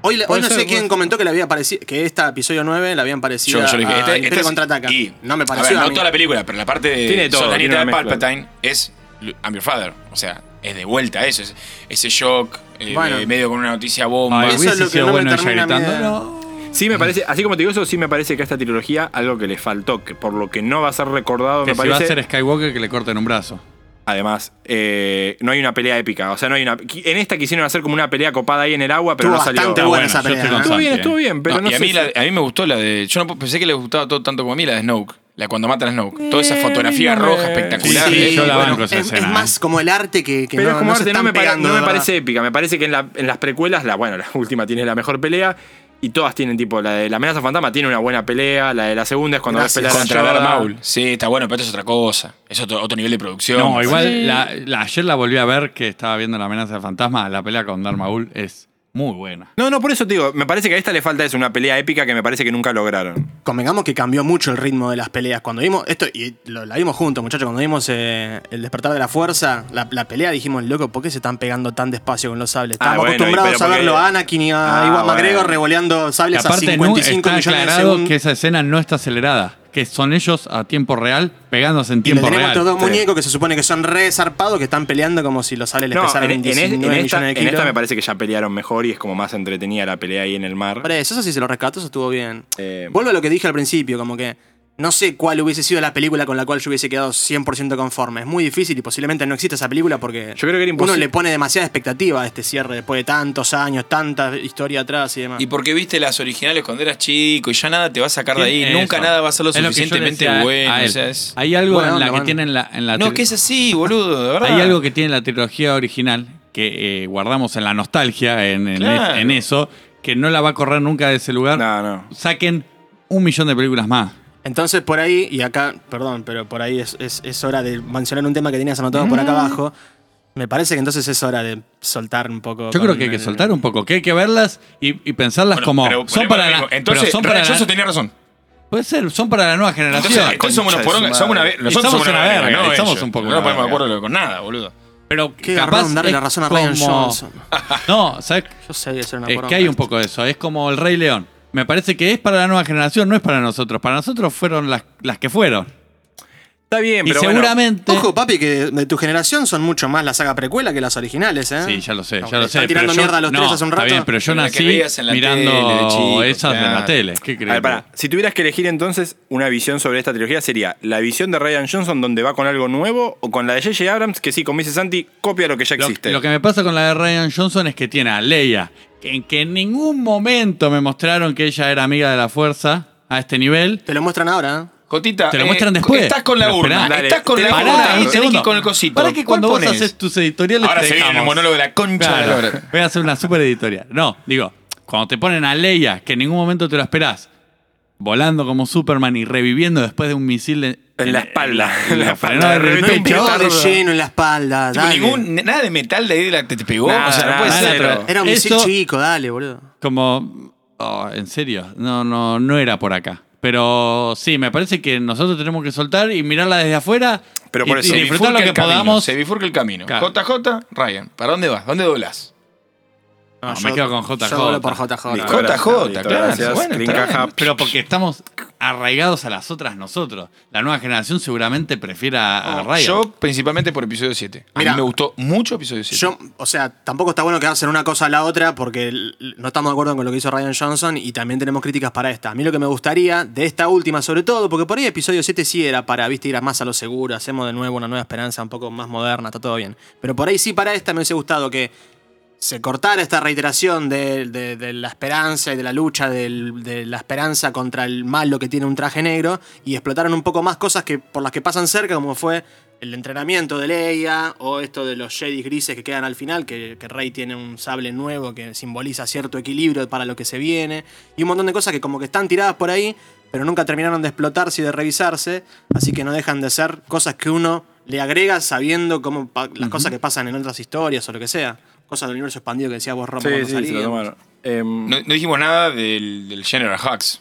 [SPEAKER 3] Hoy, la- hoy
[SPEAKER 1] Puede
[SPEAKER 3] no
[SPEAKER 1] ser,
[SPEAKER 3] sé
[SPEAKER 1] puede
[SPEAKER 3] quién
[SPEAKER 1] ser.
[SPEAKER 3] comentó que la había parecido, que esta episodio 9 la habían parecido.
[SPEAKER 4] Yo, yo le dije,
[SPEAKER 3] a
[SPEAKER 4] esta-
[SPEAKER 3] Ah, Imperio
[SPEAKER 4] esta es-
[SPEAKER 3] contraataca.
[SPEAKER 4] y-
[SPEAKER 3] no me
[SPEAKER 4] a
[SPEAKER 3] pareció.
[SPEAKER 4] ver,
[SPEAKER 3] a
[SPEAKER 4] no
[SPEAKER 3] mí.
[SPEAKER 4] toda la pelela, pero la parte de.
[SPEAKER 1] Tiene todo,
[SPEAKER 4] son la
[SPEAKER 1] tiene
[SPEAKER 4] nieta de
[SPEAKER 1] una mezcla.
[SPEAKER 4] Palpatine es. Lu- I'm your father. O sea, es de vuelta a eso. es- ese shock, eh,
[SPEAKER 3] Bueno.
[SPEAKER 4] eh, medio con una noticia bomba.
[SPEAKER 2] Ay,
[SPEAKER 3] Eso es
[SPEAKER 2] hubiese
[SPEAKER 3] lo que
[SPEAKER 2] sido
[SPEAKER 3] no me
[SPEAKER 2] bueno ella
[SPEAKER 3] termina mi-
[SPEAKER 2] gritando. "No".
[SPEAKER 1] Sí, me parece, así como te digo eso, sí me parece que a esta trilogía algo que le faltó, que por lo que no va a ser recordado,
[SPEAKER 2] Que
[SPEAKER 1] me
[SPEAKER 2] si va a
[SPEAKER 1] parece.
[SPEAKER 2] ser Skywalker que le corten un brazo.
[SPEAKER 1] Además, eh, no hay una pelea épica. O sea, no hay una. En esta quisieron hacer como una pelea copada ahí en el agua, pero
[SPEAKER 3] Estuvo
[SPEAKER 1] no salió.
[SPEAKER 3] bastante
[SPEAKER 1] Está
[SPEAKER 3] buena
[SPEAKER 2] bueno,
[SPEAKER 3] esa
[SPEAKER 2] yo estoy
[SPEAKER 3] pelea.
[SPEAKER 2] con
[SPEAKER 3] ¿eh?
[SPEAKER 1] Estuvo bien,
[SPEAKER 2] Santi,
[SPEAKER 1] estuvo bien, pero
[SPEAKER 4] No,
[SPEAKER 1] no,
[SPEAKER 4] y a
[SPEAKER 1] sé
[SPEAKER 4] mí,
[SPEAKER 1] si-
[SPEAKER 4] la- a mí me gustó la de. Yo no po- pensé que le gustaba todo tanto como a mí la de Snoke. La cuando matan a Snoke. Toda esa
[SPEAKER 1] Eh,
[SPEAKER 4] fotografía
[SPEAKER 1] a mí no
[SPEAKER 4] roja
[SPEAKER 1] me-
[SPEAKER 4] espectacular.
[SPEAKER 2] Sí, sí, yo la banco
[SPEAKER 3] es,
[SPEAKER 2] esa
[SPEAKER 3] es
[SPEAKER 2] escena,
[SPEAKER 3] más
[SPEAKER 2] ¿eh?
[SPEAKER 3] como el arte que, que
[SPEAKER 1] Pero
[SPEAKER 3] no,
[SPEAKER 1] es como
[SPEAKER 3] no se
[SPEAKER 1] arte, no
[SPEAKER 3] están
[SPEAKER 1] me, pare-
[SPEAKER 3] pegando,
[SPEAKER 1] no me
[SPEAKER 3] de verdad.
[SPEAKER 1] parece épica. Me parece que en, la- en las precuelas, la, bueno, la última tiene la mejor pelea. Y todas tienen tipo, la de la amenaza fantasma tiene una buena pelea, la de la segunda es cuando ves
[SPEAKER 3] Gracias.
[SPEAKER 1] pelear a
[SPEAKER 4] Contra
[SPEAKER 1] Yoda.
[SPEAKER 4] Darth Maul. Sí, está bueno, pero esto es otra cosa. Es otro, otro nivel de producción.
[SPEAKER 2] No, igual la- la- ayer la volví a ver que estaba viendo la amenaza del fantasma. La pelea con Darth Maul es muy buena.
[SPEAKER 1] No, no, por eso te digo, me parece que a esta le falta es una pelea épica que me parece que nunca lograron.
[SPEAKER 3] Convengamos que cambió mucho el ritmo de las peleas. Cuando vimos esto, y lo, la vimos juntos, muchachos, cuando vimos eh, el despertar de la fuerza, la, la pelea, dijimos, loco, ¿por qué se están pegando tan despacio con los sables?
[SPEAKER 1] Ah,
[SPEAKER 3] Estábamos
[SPEAKER 1] bueno, y
[SPEAKER 3] acostumbrados
[SPEAKER 1] pero
[SPEAKER 3] a verlo
[SPEAKER 1] porque-
[SPEAKER 3] a Anakin y a
[SPEAKER 1] Ah,
[SPEAKER 3] Iwan
[SPEAKER 1] bueno.
[SPEAKER 3] McGregor revoleando
[SPEAKER 2] Y
[SPEAKER 3] sables a
[SPEAKER 2] aparte, nu-
[SPEAKER 3] 55
[SPEAKER 2] está
[SPEAKER 3] millones de
[SPEAKER 2] aclarado
[SPEAKER 3] segundos.
[SPEAKER 2] que esa escena no está acelerada, que son ellos a tiempo real pegándose en
[SPEAKER 3] Y le
[SPEAKER 2] tiempo
[SPEAKER 3] tenemos
[SPEAKER 2] real.
[SPEAKER 3] estos dos
[SPEAKER 1] Sí.
[SPEAKER 3] muñecos que se supone que son re zarpados, que están peleando como si los sales les
[SPEAKER 1] No, en,
[SPEAKER 3] pesaran
[SPEAKER 1] en es- en
[SPEAKER 3] 19
[SPEAKER 1] esta,
[SPEAKER 3] millones de
[SPEAKER 1] en
[SPEAKER 3] kilos.
[SPEAKER 1] esta me parece que ya pelearon mejor y es como más entretenida la pelea ahí en el mar.
[SPEAKER 3] Por eso, eso sí se lo rescató, eso estuvo bien.
[SPEAKER 1] Eh,
[SPEAKER 3] Vuelvo a lo que dije al principio, como que no sé cuál hubiese sido la película con la cual yo hubiese quedado 100% conforme. Es muy difícil y posiblemente no exista esa película porque
[SPEAKER 1] Yo creo que era
[SPEAKER 3] uno
[SPEAKER 1] imposible.
[SPEAKER 3] le pone demasiada expectativa a este cierre después de tantos años, tanta historia atrás y demás.
[SPEAKER 4] Y porque viste las originales cuando eras chico y ya nada te va a sacar de ahí.
[SPEAKER 2] Eso.
[SPEAKER 4] Nunca nada va a ser lo
[SPEAKER 2] Es que yo
[SPEAKER 4] suficientemente
[SPEAKER 2] decía a
[SPEAKER 4] bueno.
[SPEAKER 2] él.
[SPEAKER 4] o sea, es-
[SPEAKER 2] Hay algo
[SPEAKER 3] Buena
[SPEAKER 2] en
[SPEAKER 3] onda,
[SPEAKER 2] la que
[SPEAKER 3] bueno.
[SPEAKER 2] tiene en la, en la
[SPEAKER 4] No,
[SPEAKER 2] tri-
[SPEAKER 4] que es así, boludo, de verdad.
[SPEAKER 2] Hay algo que tiene la trilogía original que eh, guardamos en la nostalgia, en, en-
[SPEAKER 4] Claro.
[SPEAKER 2] en eso, que no la va a correr nunca de ese lugar.
[SPEAKER 1] No, no.
[SPEAKER 2] Saquen un millón de películas más.
[SPEAKER 3] Entonces por ahí, y acá, perdón, pero por ahí es, es- es hora de mencionar un tema que tenías anotado por acá abajo. Me parece que entonces es hora de soltar un poco.
[SPEAKER 2] Yo
[SPEAKER 3] con
[SPEAKER 2] creo que hay que
[SPEAKER 3] el-
[SPEAKER 2] soltar un poco, que hay que verlas y, y pensarlas
[SPEAKER 4] Bueno,
[SPEAKER 2] como.
[SPEAKER 4] pero
[SPEAKER 2] son
[SPEAKER 4] ponemos
[SPEAKER 2] para
[SPEAKER 4] lo
[SPEAKER 2] la,
[SPEAKER 4] mismo.
[SPEAKER 2] pero
[SPEAKER 4] Entonces,
[SPEAKER 2] son para la-
[SPEAKER 4] Rayuso tenía razón.
[SPEAKER 2] Puede ser, son para la nueva generación.
[SPEAKER 4] Entonces, entonces somos unos
[SPEAKER 1] concha de
[SPEAKER 4] porongas,
[SPEAKER 1] su
[SPEAKER 4] somos una
[SPEAKER 1] madre.
[SPEAKER 4] verga. Nosotros
[SPEAKER 2] Estamos
[SPEAKER 4] somos una
[SPEAKER 2] una
[SPEAKER 4] verga,
[SPEAKER 2] verga,
[SPEAKER 4] no
[SPEAKER 2] estamos
[SPEAKER 4] ellos.
[SPEAKER 2] un poco
[SPEAKER 4] No
[SPEAKER 2] una
[SPEAKER 4] nos ponemos de
[SPEAKER 2] verga.
[SPEAKER 4] acuerdo con nada, boludo.
[SPEAKER 2] pero
[SPEAKER 3] Qué
[SPEAKER 2] capaz
[SPEAKER 3] garrón darle
[SPEAKER 2] es
[SPEAKER 3] la razón a Ryan
[SPEAKER 2] como-
[SPEAKER 3] Johnson.
[SPEAKER 2] No, ¿sabes?
[SPEAKER 3] Yo sabía ser una
[SPEAKER 2] Es que
[SPEAKER 3] poronga.
[SPEAKER 2] hay un poco de eso. Es como el Rey León. Me parece que es para la nueva generación, no es para nosotros. Para nosotros fueron las, las que fueron.
[SPEAKER 1] Está bien,
[SPEAKER 2] y
[SPEAKER 1] pero bueno,
[SPEAKER 2] seguramente.
[SPEAKER 3] Ojo, papi, que de tu generación son mucho más la saga precuela que las originales, ¿eh?
[SPEAKER 2] Sí, ya lo sé,
[SPEAKER 3] No,
[SPEAKER 2] ya lo sé.
[SPEAKER 3] están tirando
[SPEAKER 2] pero yo-
[SPEAKER 3] mierda a los
[SPEAKER 2] no,
[SPEAKER 3] tres hace un rato.
[SPEAKER 2] Está bien, pero yo
[SPEAKER 4] Pero la que
[SPEAKER 2] nací
[SPEAKER 4] veías en la tele de
[SPEAKER 2] mirando
[SPEAKER 4] chico,
[SPEAKER 2] esas de
[SPEAKER 4] claro.
[SPEAKER 2] la tele. ¿Qué crees?
[SPEAKER 1] A ver, pará. Si tuvieras que elegir entonces una visión sobre esta trilogía, sería la visión de Ryan Johnson donde va con algo nuevo o con la de J.J. Abrams, que sí, como dice Santi, copia lo que ya
[SPEAKER 2] Lo,
[SPEAKER 1] existe.
[SPEAKER 2] lo que me pasa con la de Ryan Johnson es que tiene a Leia, que en que en ningún momento me mostraron que ella era amiga de la fuerza a este nivel.
[SPEAKER 3] Te lo muestran ahora. ¿eh?
[SPEAKER 4] Jotita,
[SPEAKER 2] Te lo muestran después.
[SPEAKER 4] Estás con la
[SPEAKER 2] Pero
[SPEAKER 4] urna,
[SPEAKER 2] esperá.
[SPEAKER 4] estás con
[SPEAKER 1] Dale,
[SPEAKER 4] la
[SPEAKER 1] pará un
[SPEAKER 4] urna y tenés que
[SPEAKER 2] segundo.
[SPEAKER 4] ir con el cosito.
[SPEAKER 2] Para que
[SPEAKER 4] ¿Cuál
[SPEAKER 2] cuando vos
[SPEAKER 4] ponés?
[SPEAKER 2] haces tus editoriales
[SPEAKER 4] Ahora
[SPEAKER 2] te
[SPEAKER 4] se viene
[SPEAKER 2] dejamos.
[SPEAKER 4] el monólogo de la concha de la lora.
[SPEAKER 2] Voy a hacer una super editorial. No, digo, cuando te ponen a Leia, que en ningún momento te lo esperás, volando como Superman y reviviendo después de un misil de-
[SPEAKER 1] En la espalda.
[SPEAKER 2] en la,
[SPEAKER 1] La espalda,
[SPEAKER 2] frenada del
[SPEAKER 1] reventó un
[SPEAKER 2] pecho.
[SPEAKER 1] petardo.
[SPEAKER 3] Todo de lleno en la espalda.
[SPEAKER 4] Tipo,
[SPEAKER 3] Dale.
[SPEAKER 4] ningún, nada de metal de ahí de la que te pegó.
[SPEAKER 1] Nada,
[SPEAKER 4] o sea, no
[SPEAKER 1] nada,
[SPEAKER 4] puede
[SPEAKER 1] nada,
[SPEAKER 4] ser.
[SPEAKER 1] pero-
[SPEAKER 3] Era un misil
[SPEAKER 2] Eso-
[SPEAKER 3] chico, dale, boludo.
[SPEAKER 2] Como, oh, en serio, no, no, no era por acá. Pero sí, me parece que nosotros tenemos que soltar y mirarla desde afuera
[SPEAKER 1] Pero
[SPEAKER 2] y-
[SPEAKER 1] por
[SPEAKER 2] y,
[SPEAKER 1] eso-
[SPEAKER 4] bifurca
[SPEAKER 2] disfrutar lo
[SPEAKER 4] el
[SPEAKER 2] que
[SPEAKER 4] camino,
[SPEAKER 2] podamos.
[SPEAKER 4] Se bifurca el camino.
[SPEAKER 2] Claro.
[SPEAKER 4] JJ, Ryan, ¿para dónde vas? ¿Dónde doblas?
[SPEAKER 2] No, me quedo con JJ.
[SPEAKER 3] Yo hablo por JJ.
[SPEAKER 1] Listo,
[SPEAKER 4] JJ,
[SPEAKER 1] gracias,
[SPEAKER 4] claro,
[SPEAKER 1] listo,
[SPEAKER 4] claro,
[SPEAKER 1] gracias.
[SPEAKER 4] bueno,
[SPEAKER 1] Clean
[SPEAKER 4] está
[SPEAKER 1] caja.
[SPEAKER 2] Pero porque estamos arraigados a las otras nosotros. La nueva generación seguramente prefiera a, a Ryan.
[SPEAKER 4] Oh, Yo principalmente por episodio 7. A
[SPEAKER 3] Mirá.
[SPEAKER 4] mí me gustó mucho episodio 7.
[SPEAKER 3] Yo, o sea, tampoco está bueno quedarse en una cosa a la otra porque l- no estamos de acuerdo con lo que hizo Ryan Johnson y también tenemos críticas para esta. A mí lo que me gustaría, de esta última sobre todo, porque por ahí episodio 7 sí era para, viste, ir a más a lo seguro, hacemos de nuevo una nueva esperanza un poco más moderna, está todo bien. Pero por ahí sí para esta me hubiese gustado que se cortara esta reiteración de, de- de la esperanza y de la lucha del- de la esperanza contra el malo que tiene un traje negro y explotaron un poco más cosas que, por las que pasan cerca, como fue el entrenamiento de Leia o esto de los Jedi grises que quedan al final, que, que Rey tiene un sable nuevo que simboliza cierto equilibrio para lo que se viene y un montón de cosas que como que están tiradas por ahí, pero nunca terminaron de explotarse y de revisarse, así que no dejan de ser cosas que uno le agrega sabiendo cómo pa- las cosas que pasan en otras historias o lo que sea. Cosas del universo expandido que decía vos, Roma,
[SPEAKER 1] Sí,
[SPEAKER 3] cuando
[SPEAKER 1] sí, se lo
[SPEAKER 3] salían.
[SPEAKER 1] tomaron. Em,
[SPEAKER 4] No, no dijimos nada del, del General Hux.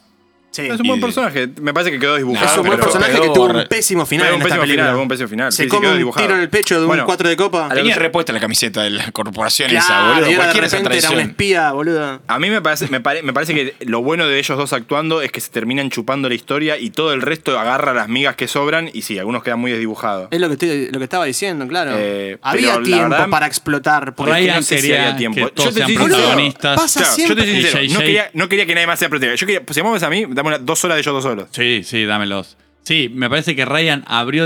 [SPEAKER 3] Sí.
[SPEAKER 1] es un buen
[SPEAKER 4] y de-
[SPEAKER 1] personaje. Eh, Me parece que quedó dibujado.
[SPEAKER 3] Es un buen
[SPEAKER 1] pero-
[SPEAKER 3] personaje que
[SPEAKER 4] pero-
[SPEAKER 3] tuvo un pésimo final
[SPEAKER 1] Pero un
[SPEAKER 3] en esta
[SPEAKER 1] pésimo
[SPEAKER 3] película.
[SPEAKER 1] final, un pésimo final.
[SPEAKER 3] Se
[SPEAKER 1] Sí, sí,
[SPEAKER 3] come
[SPEAKER 1] quedó
[SPEAKER 3] un
[SPEAKER 1] dibujado.
[SPEAKER 3] tiro en el pecho de
[SPEAKER 1] Bueno,
[SPEAKER 3] un 4 de copa.
[SPEAKER 1] a lo
[SPEAKER 4] Tenía
[SPEAKER 1] que-
[SPEAKER 4] repuesta la camiseta de la corporación esa,
[SPEAKER 3] Claro, y
[SPEAKER 4] boludo.
[SPEAKER 3] ahora de
[SPEAKER 4] Cualquiera esa
[SPEAKER 3] repente era
[SPEAKER 4] traición.
[SPEAKER 3] un espía, boludo.
[SPEAKER 1] A mí me parece, me, pare- me parece que lo bueno de ellos dos actuando es que se terminan chupando la historia y todo el resto agarra las migas que sobran y sí, algunos quedan muy desdibujados.
[SPEAKER 3] Es lo que, estoy- lo que estaba diciendo, claro.
[SPEAKER 1] Eh, pero
[SPEAKER 3] Había
[SPEAKER 1] la
[SPEAKER 3] tiempo
[SPEAKER 1] verdad-
[SPEAKER 3] para explotar. Porque
[SPEAKER 1] que
[SPEAKER 2] Ryan
[SPEAKER 1] no sé si
[SPEAKER 2] quería
[SPEAKER 1] había tiempo.
[SPEAKER 2] que
[SPEAKER 1] Yo
[SPEAKER 2] todos
[SPEAKER 1] te
[SPEAKER 2] sean
[SPEAKER 1] soy
[SPEAKER 3] sincero,
[SPEAKER 2] protagonistas.
[SPEAKER 3] pasa
[SPEAKER 1] Claro, yo
[SPEAKER 3] siempre-
[SPEAKER 1] te soy sincero,
[SPEAKER 2] Y
[SPEAKER 1] no,
[SPEAKER 2] JJ.
[SPEAKER 1] quería, no quería que nadie más sea protagonista. Yo quería, pues, si me llamas a mí, dame una- dos horas de ellos dos solos.
[SPEAKER 2] Sí, sí, dámelos. Sí, me parece que Ryan abrió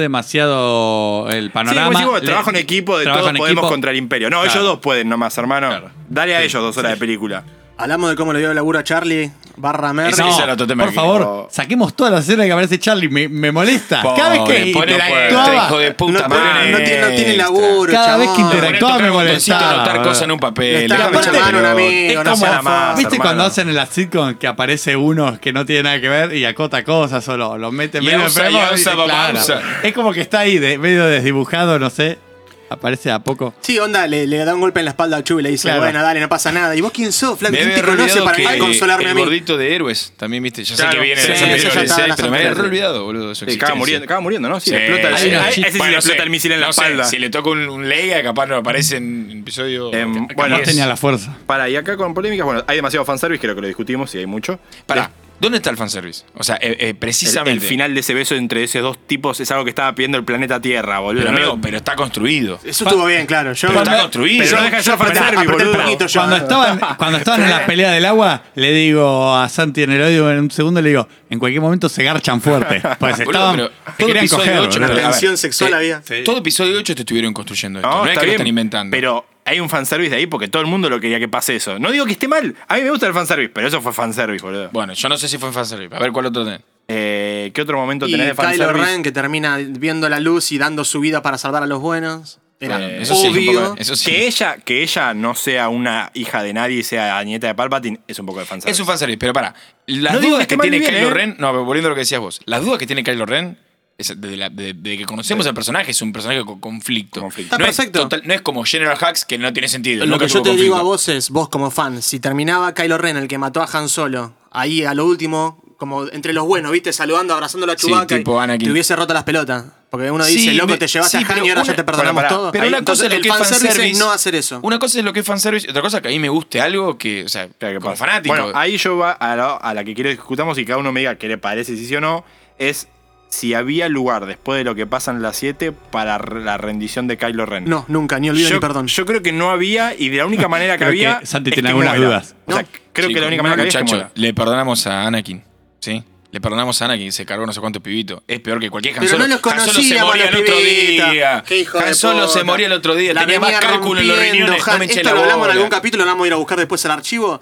[SPEAKER 2] demasiado el
[SPEAKER 1] sí,
[SPEAKER 2] panorama.
[SPEAKER 1] como decís vos,
[SPEAKER 2] Le-
[SPEAKER 1] trabajo en equipo, de
[SPEAKER 2] trabajo
[SPEAKER 1] todos
[SPEAKER 2] en
[SPEAKER 1] podemos
[SPEAKER 2] equipo.
[SPEAKER 1] contra el imperio. No,
[SPEAKER 2] Claro.
[SPEAKER 1] ellos dos pueden nomás, hermano.
[SPEAKER 2] Claro.
[SPEAKER 1] Dale a ellos dos horas de película.
[SPEAKER 3] Hablamos de cómo le dio el laburo a Charlie barra Merry.
[SPEAKER 4] Esa-
[SPEAKER 2] No,
[SPEAKER 4] ese era otro tema
[SPEAKER 2] por
[SPEAKER 4] que-
[SPEAKER 2] favor,
[SPEAKER 1] oh.
[SPEAKER 2] saquemos todas las escenas que aparece Charlie. Me, me molesta. cada vez que pues.
[SPEAKER 4] Pobre, pobre
[SPEAKER 2] interactuaba,
[SPEAKER 4] este hijo de
[SPEAKER 3] no,
[SPEAKER 4] puta madre.
[SPEAKER 3] tiene, no tiene- no tiene laburo,
[SPEAKER 2] Cada
[SPEAKER 3] chabón.
[SPEAKER 2] vez que
[SPEAKER 4] Poné,
[SPEAKER 2] interactúa
[SPEAKER 4] toca
[SPEAKER 2] me
[SPEAKER 4] un botoncito,
[SPEAKER 2] molestaba,
[SPEAKER 4] anotar
[SPEAKER 2] boludo.
[SPEAKER 4] cosas en un
[SPEAKER 3] Le
[SPEAKER 4] papel.
[SPEAKER 3] estaba
[SPEAKER 4] déjame
[SPEAKER 2] aparte-
[SPEAKER 4] charlar,
[SPEAKER 3] llamando a un
[SPEAKER 1] pero-
[SPEAKER 3] amigo,
[SPEAKER 1] es
[SPEAKER 3] no
[SPEAKER 1] como-
[SPEAKER 3] sea la
[SPEAKER 1] Ah,
[SPEAKER 2] ¿Viste
[SPEAKER 1] hermano.
[SPEAKER 2] cuando hacen en las sitcoms que aparece uno que no tiene nada que ver y acota cosas o lo, lo mete
[SPEAKER 4] Y
[SPEAKER 2] medio
[SPEAKER 4] usa,
[SPEAKER 2] enfermo?
[SPEAKER 4] y usa,
[SPEAKER 2] y-
[SPEAKER 4] papá,
[SPEAKER 2] claro.
[SPEAKER 4] usa.
[SPEAKER 2] Es como que está ahí, de- medio desdibujado, no sé. aparece de a poco.
[SPEAKER 3] Sí, onda, le, le da un golpe en la espalda a Chu y le dice,
[SPEAKER 2] Claro.
[SPEAKER 3] bueno, dale, no pasa nada. ¿Y vos quién sos, Flaco?
[SPEAKER 4] Me
[SPEAKER 3] ¿Quién
[SPEAKER 4] había
[SPEAKER 3] te
[SPEAKER 4] re
[SPEAKER 3] conoce
[SPEAKER 4] olvidado
[SPEAKER 3] para
[SPEAKER 4] que
[SPEAKER 3] venir a consolarme a
[SPEAKER 4] el
[SPEAKER 3] mí?
[SPEAKER 4] gordito de héroes también, viste. Ya
[SPEAKER 1] Claro,
[SPEAKER 4] sé que viene
[SPEAKER 1] sí,
[SPEAKER 4] de las
[SPEAKER 1] eso ya
[SPEAKER 4] anteriores,
[SPEAKER 3] estaba en
[SPEAKER 4] eh,
[SPEAKER 3] las
[SPEAKER 4] pero me había re
[SPEAKER 3] anteriores.
[SPEAKER 4] olvidado, boludo. de
[SPEAKER 1] Sí,
[SPEAKER 4] su
[SPEAKER 1] acaba
[SPEAKER 4] existencia.
[SPEAKER 1] muriendo, acaba muriendo, ¿no? Sí, le
[SPEAKER 4] Sí.
[SPEAKER 1] explota el,
[SPEAKER 2] Hay una-
[SPEAKER 1] a ese sí
[SPEAKER 4] Bueno,
[SPEAKER 1] le
[SPEAKER 4] no
[SPEAKER 1] explota
[SPEAKER 4] sé,
[SPEAKER 1] el misil en la
[SPEAKER 4] no sé,
[SPEAKER 1] espalda.
[SPEAKER 4] si le toca un, un Leia, capaz no aparece en episodio.
[SPEAKER 1] Em,
[SPEAKER 4] capaz
[SPEAKER 1] bueno,
[SPEAKER 2] No
[SPEAKER 1] es-
[SPEAKER 4] diez.
[SPEAKER 2] tenía la fuerza.
[SPEAKER 1] Para, y acá con polémicas, bueno, hay demasiado fanservice, creo que lo discutimos y hay mucho. Este,
[SPEAKER 4] Pará, ¿dónde está el fanservice? O sea, eh, eh,
[SPEAKER 1] El,
[SPEAKER 4] precisamente.
[SPEAKER 1] el final de ese beso entre esos dos tipos es algo que estaba pidiendo el planeta Tierra, boludo.
[SPEAKER 4] Pero,
[SPEAKER 1] Amigo,
[SPEAKER 4] no, pero está construido.
[SPEAKER 3] Eso estuvo bien, claro. Yo,
[SPEAKER 4] Pero está
[SPEAKER 2] Cuando-
[SPEAKER 4] construido.
[SPEAKER 1] pero no deja de ser
[SPEAKER 3] Pará,
[SPEAKER 1] fanservice,
[SPEAKER 3] apreté el
[SPEAKER 1] boludo.
[SPEAKER 3] poquito yo.
[SPEAKER 2] Cuando estaban, cuando estaban en la pelea del agua, le digo a Santi en el audio en un segundo, le digo, en cualquier momento se garchan fuerte. Pues
[SPEAKER 4] Boludo,
[SPEAKER 2] estaban,
[SPEAKER 4] pero
[SPEAKER 2] se
[SPEAKER 4] todo
[SPEAKER 2] querían
[SPEAKER 4] episodio
[SPEAKER 2] coger.
[SPEAKER 4] ocho,
[SPEAKER 2] boludo.
[SPEAKER 4] pero- a ver,
[SPEAKER 3] Tensión sexual
[SPEAKER 4] eh,
[SPEAKER 3] había.
[SPEAKER 4] Todo episodio 8 te estuvieron construyendo esto.
[SPEAKER 1] No,
[SPEAKER 4] No, es
[SPEAKER 1] está
[SPEAKER 4] que lo
[SPEAKER 1] bien,
[SPEAKER 4] están inventando.
[SPEAKER 1] Pero hay un fanservice ahí porque todo el mundo lo quería que pase eso. No digo que esté mal, a mí me gusta el fanservice, pero eso fue fanservice, boludo.
[SPEAKER 4] Bueno, yo no sé si fue en fanservice. A ver cuál otro tenés.
[SPEAKER 1] Eh, ¿Qué otro momento
[SPEAKER 3] Y
[SPEAKER 1] tenés de
[SPEAKER 3] Kylo
[SPEAKER 1] fanservice?
[SPEAKER 3] Ren que termina viendo la luz y dando su vida para salvar a los buenos. Era
[SPEAKER 4] Eh, eso sí, un
[SPEAKER 3] obvio.
[SPEAKER 4] poco- eso sí.
[SPEAKER 1] Que ella, que ella no sea una hija de nadie y sea nieta de Palpatine es un poco de fanservice.
[SPEAKER 4] Es un fanservice, pero para. Las
[SPEAKER 1] No digo que
[SPEAKER 4] dudas
[SPEAKER 1] esté
[SPEAKER 4] que
[SPEAKER 1] mal
[SPEAKER 4] tiene
[SPEAKER 1] ni bien,
[SPEAKER 4] Kylo
[SPEAKER 1] ¿eh?
[SPEAKER 4] Ren. No, pero volviendo a lo que decías vos. Las dudas que tiene Kylo Ren. es Desde, la- de- desde que conocemos al personaje, es un personaje con conflicto.
[SPEAKER 1] Conflicto.
[SPEAKER 3] Está
[SPEAKER 4] No es
[SPEAKER 3] perfecto.
[SPEAKER 4] total- no es como General Hacks que no tiene sentido.
[SPEAKER 3] Lo
[SPEAKER 4] nunca
[SPEAKER 3] que yo
[SPEAKER 4] tuvo
[SPEAKER 3] te digo
[SPEAKER 4] conflicto.
[SPEAKER 3] a vos es, vos como fan, si terminaba Kylo Ren, el que mató a Han Solo, ahí a lo último, como entre los buenos, viste, saludando, abrazando a la
[SPEAKER 4] Sí,
[SPEAKER 3] Chewbacca, y
[SPEAKER 4] tipo Anakin.
[SPEAKER 3] te hubiese roto las pelotas. Porque uno dice,
[SPEAKER 4] Sí,
[SPEAKER 3] loco,
[SPEAKER 4] me-
[SPEAKER 3] te llevaste
[SPEAKER 4] sí,
[SPEAKER 3] a Han
[SPEAKER 4] pero
[SPEAKER 3] y ahora
[SPEAKER 4] una-
[SPEAKER 3] ya te perdonamos
[SPEAKER 1] Pará, pará,
[SPEAKER 3] todo.
[SPEAKER 4] Pero
[SPEAKER 1] Ahí,
[SPEAKER 4] una
[SPEAKER 3] Entonces,
[SPEAKER 4] cosa es lo
[SPEAKER 3] el
[SPEAKER 4] que es
[SPEAKER 3] fanservice
[SPEAKER 4] fanservice.
[SPEAKER 3] es no hacer eso.
[SPEAKER 4] Una cosa es lo que es fanservice, otra cosa es que a mí me guste algo que, o sea,
[SPEAKER 1] Espera, ¿qué
[SPEAKER 4] como
[SPEAKER 1] pasa?
[SPEAKER 4] fanático.
[SPEAKER 1] Bueno, ahí yo va a la, a la que quiero que discutamos y cada uno me diga qué le parece, si sí o no, es si había lugar después de lo que pasa en las 7 para re- la rendición de Kylo Ren.
[SPEAKER 3] No, nunca, ni olvido
[SPEAKER 1] yo,
[SPEAKER 3] ni perdón.
[SPEAKER 1] yo creo que no había y de la única manera que
[SPEAKER 2] Creo
[SPEAKER 1] había.
[SPEAKER 2] que Santi
[SPEAKER 1] es
[SPEAKER 2] tiene
[SPEAKER 1] que
[SPEAKER 2] algunas
[SPEAKER 1] muera.
[SPEAKER 2] dudas.
[SPEAKER 1] O sea,
[SPEAKER 3] No.
[SPEAKER 1] creo que
[SPEAKER 4] Chicos,
[SPEAKER 1] la única
[SPEAKER 4] no,
[SPEAKER 1] manera que había es que
[SPEAKER 4] muchacho,
[SPEAKER 1] muera.
[SPEAKER 4] le perdonamos a Anakin, ¿sí? Le perdonamos a Anakin, se cargó no sé cuánto pibito. Es peor que cualquier Han
[SPEAKER 3] Pero
[SPEAKER 4] Solo.
[SPEAKER 3] no los
[SPEAKER 4] Han Solo se
[SPEAKER 3] conocíamos
[SPEAKER 4] moría el
[SPEAKER 3] los
[SPEAKER 4] otro
[SPEAKER 3] pibitos.
[SPEAKER 4] día.
[SPEAKER 3] Qué hijo de
[SPEAKER 4] Han Solo se
[SPEAKER 3] puta.
[SPEAKER 4] moría el otro día.
[SPEAKER 3] La
[SPEAKER 4] Tenía más
[SPEAKER 3] venía
[SPEAKER 4] cálculo en los
[SPEAKER 3] rompiendo,
[SPEAKER 4] riñones.
[SPEAKER 3] Han.
[SPEAKER 4] no me eché
[SPEAKER 3] Esto
[SPEAKER 4] la
[SPEAKER 3] lo hablamos en
[SPEAKER 4] bola.
[SPEAKER 3] algún capítulo, lo vamos a ir a buscar después el archivo.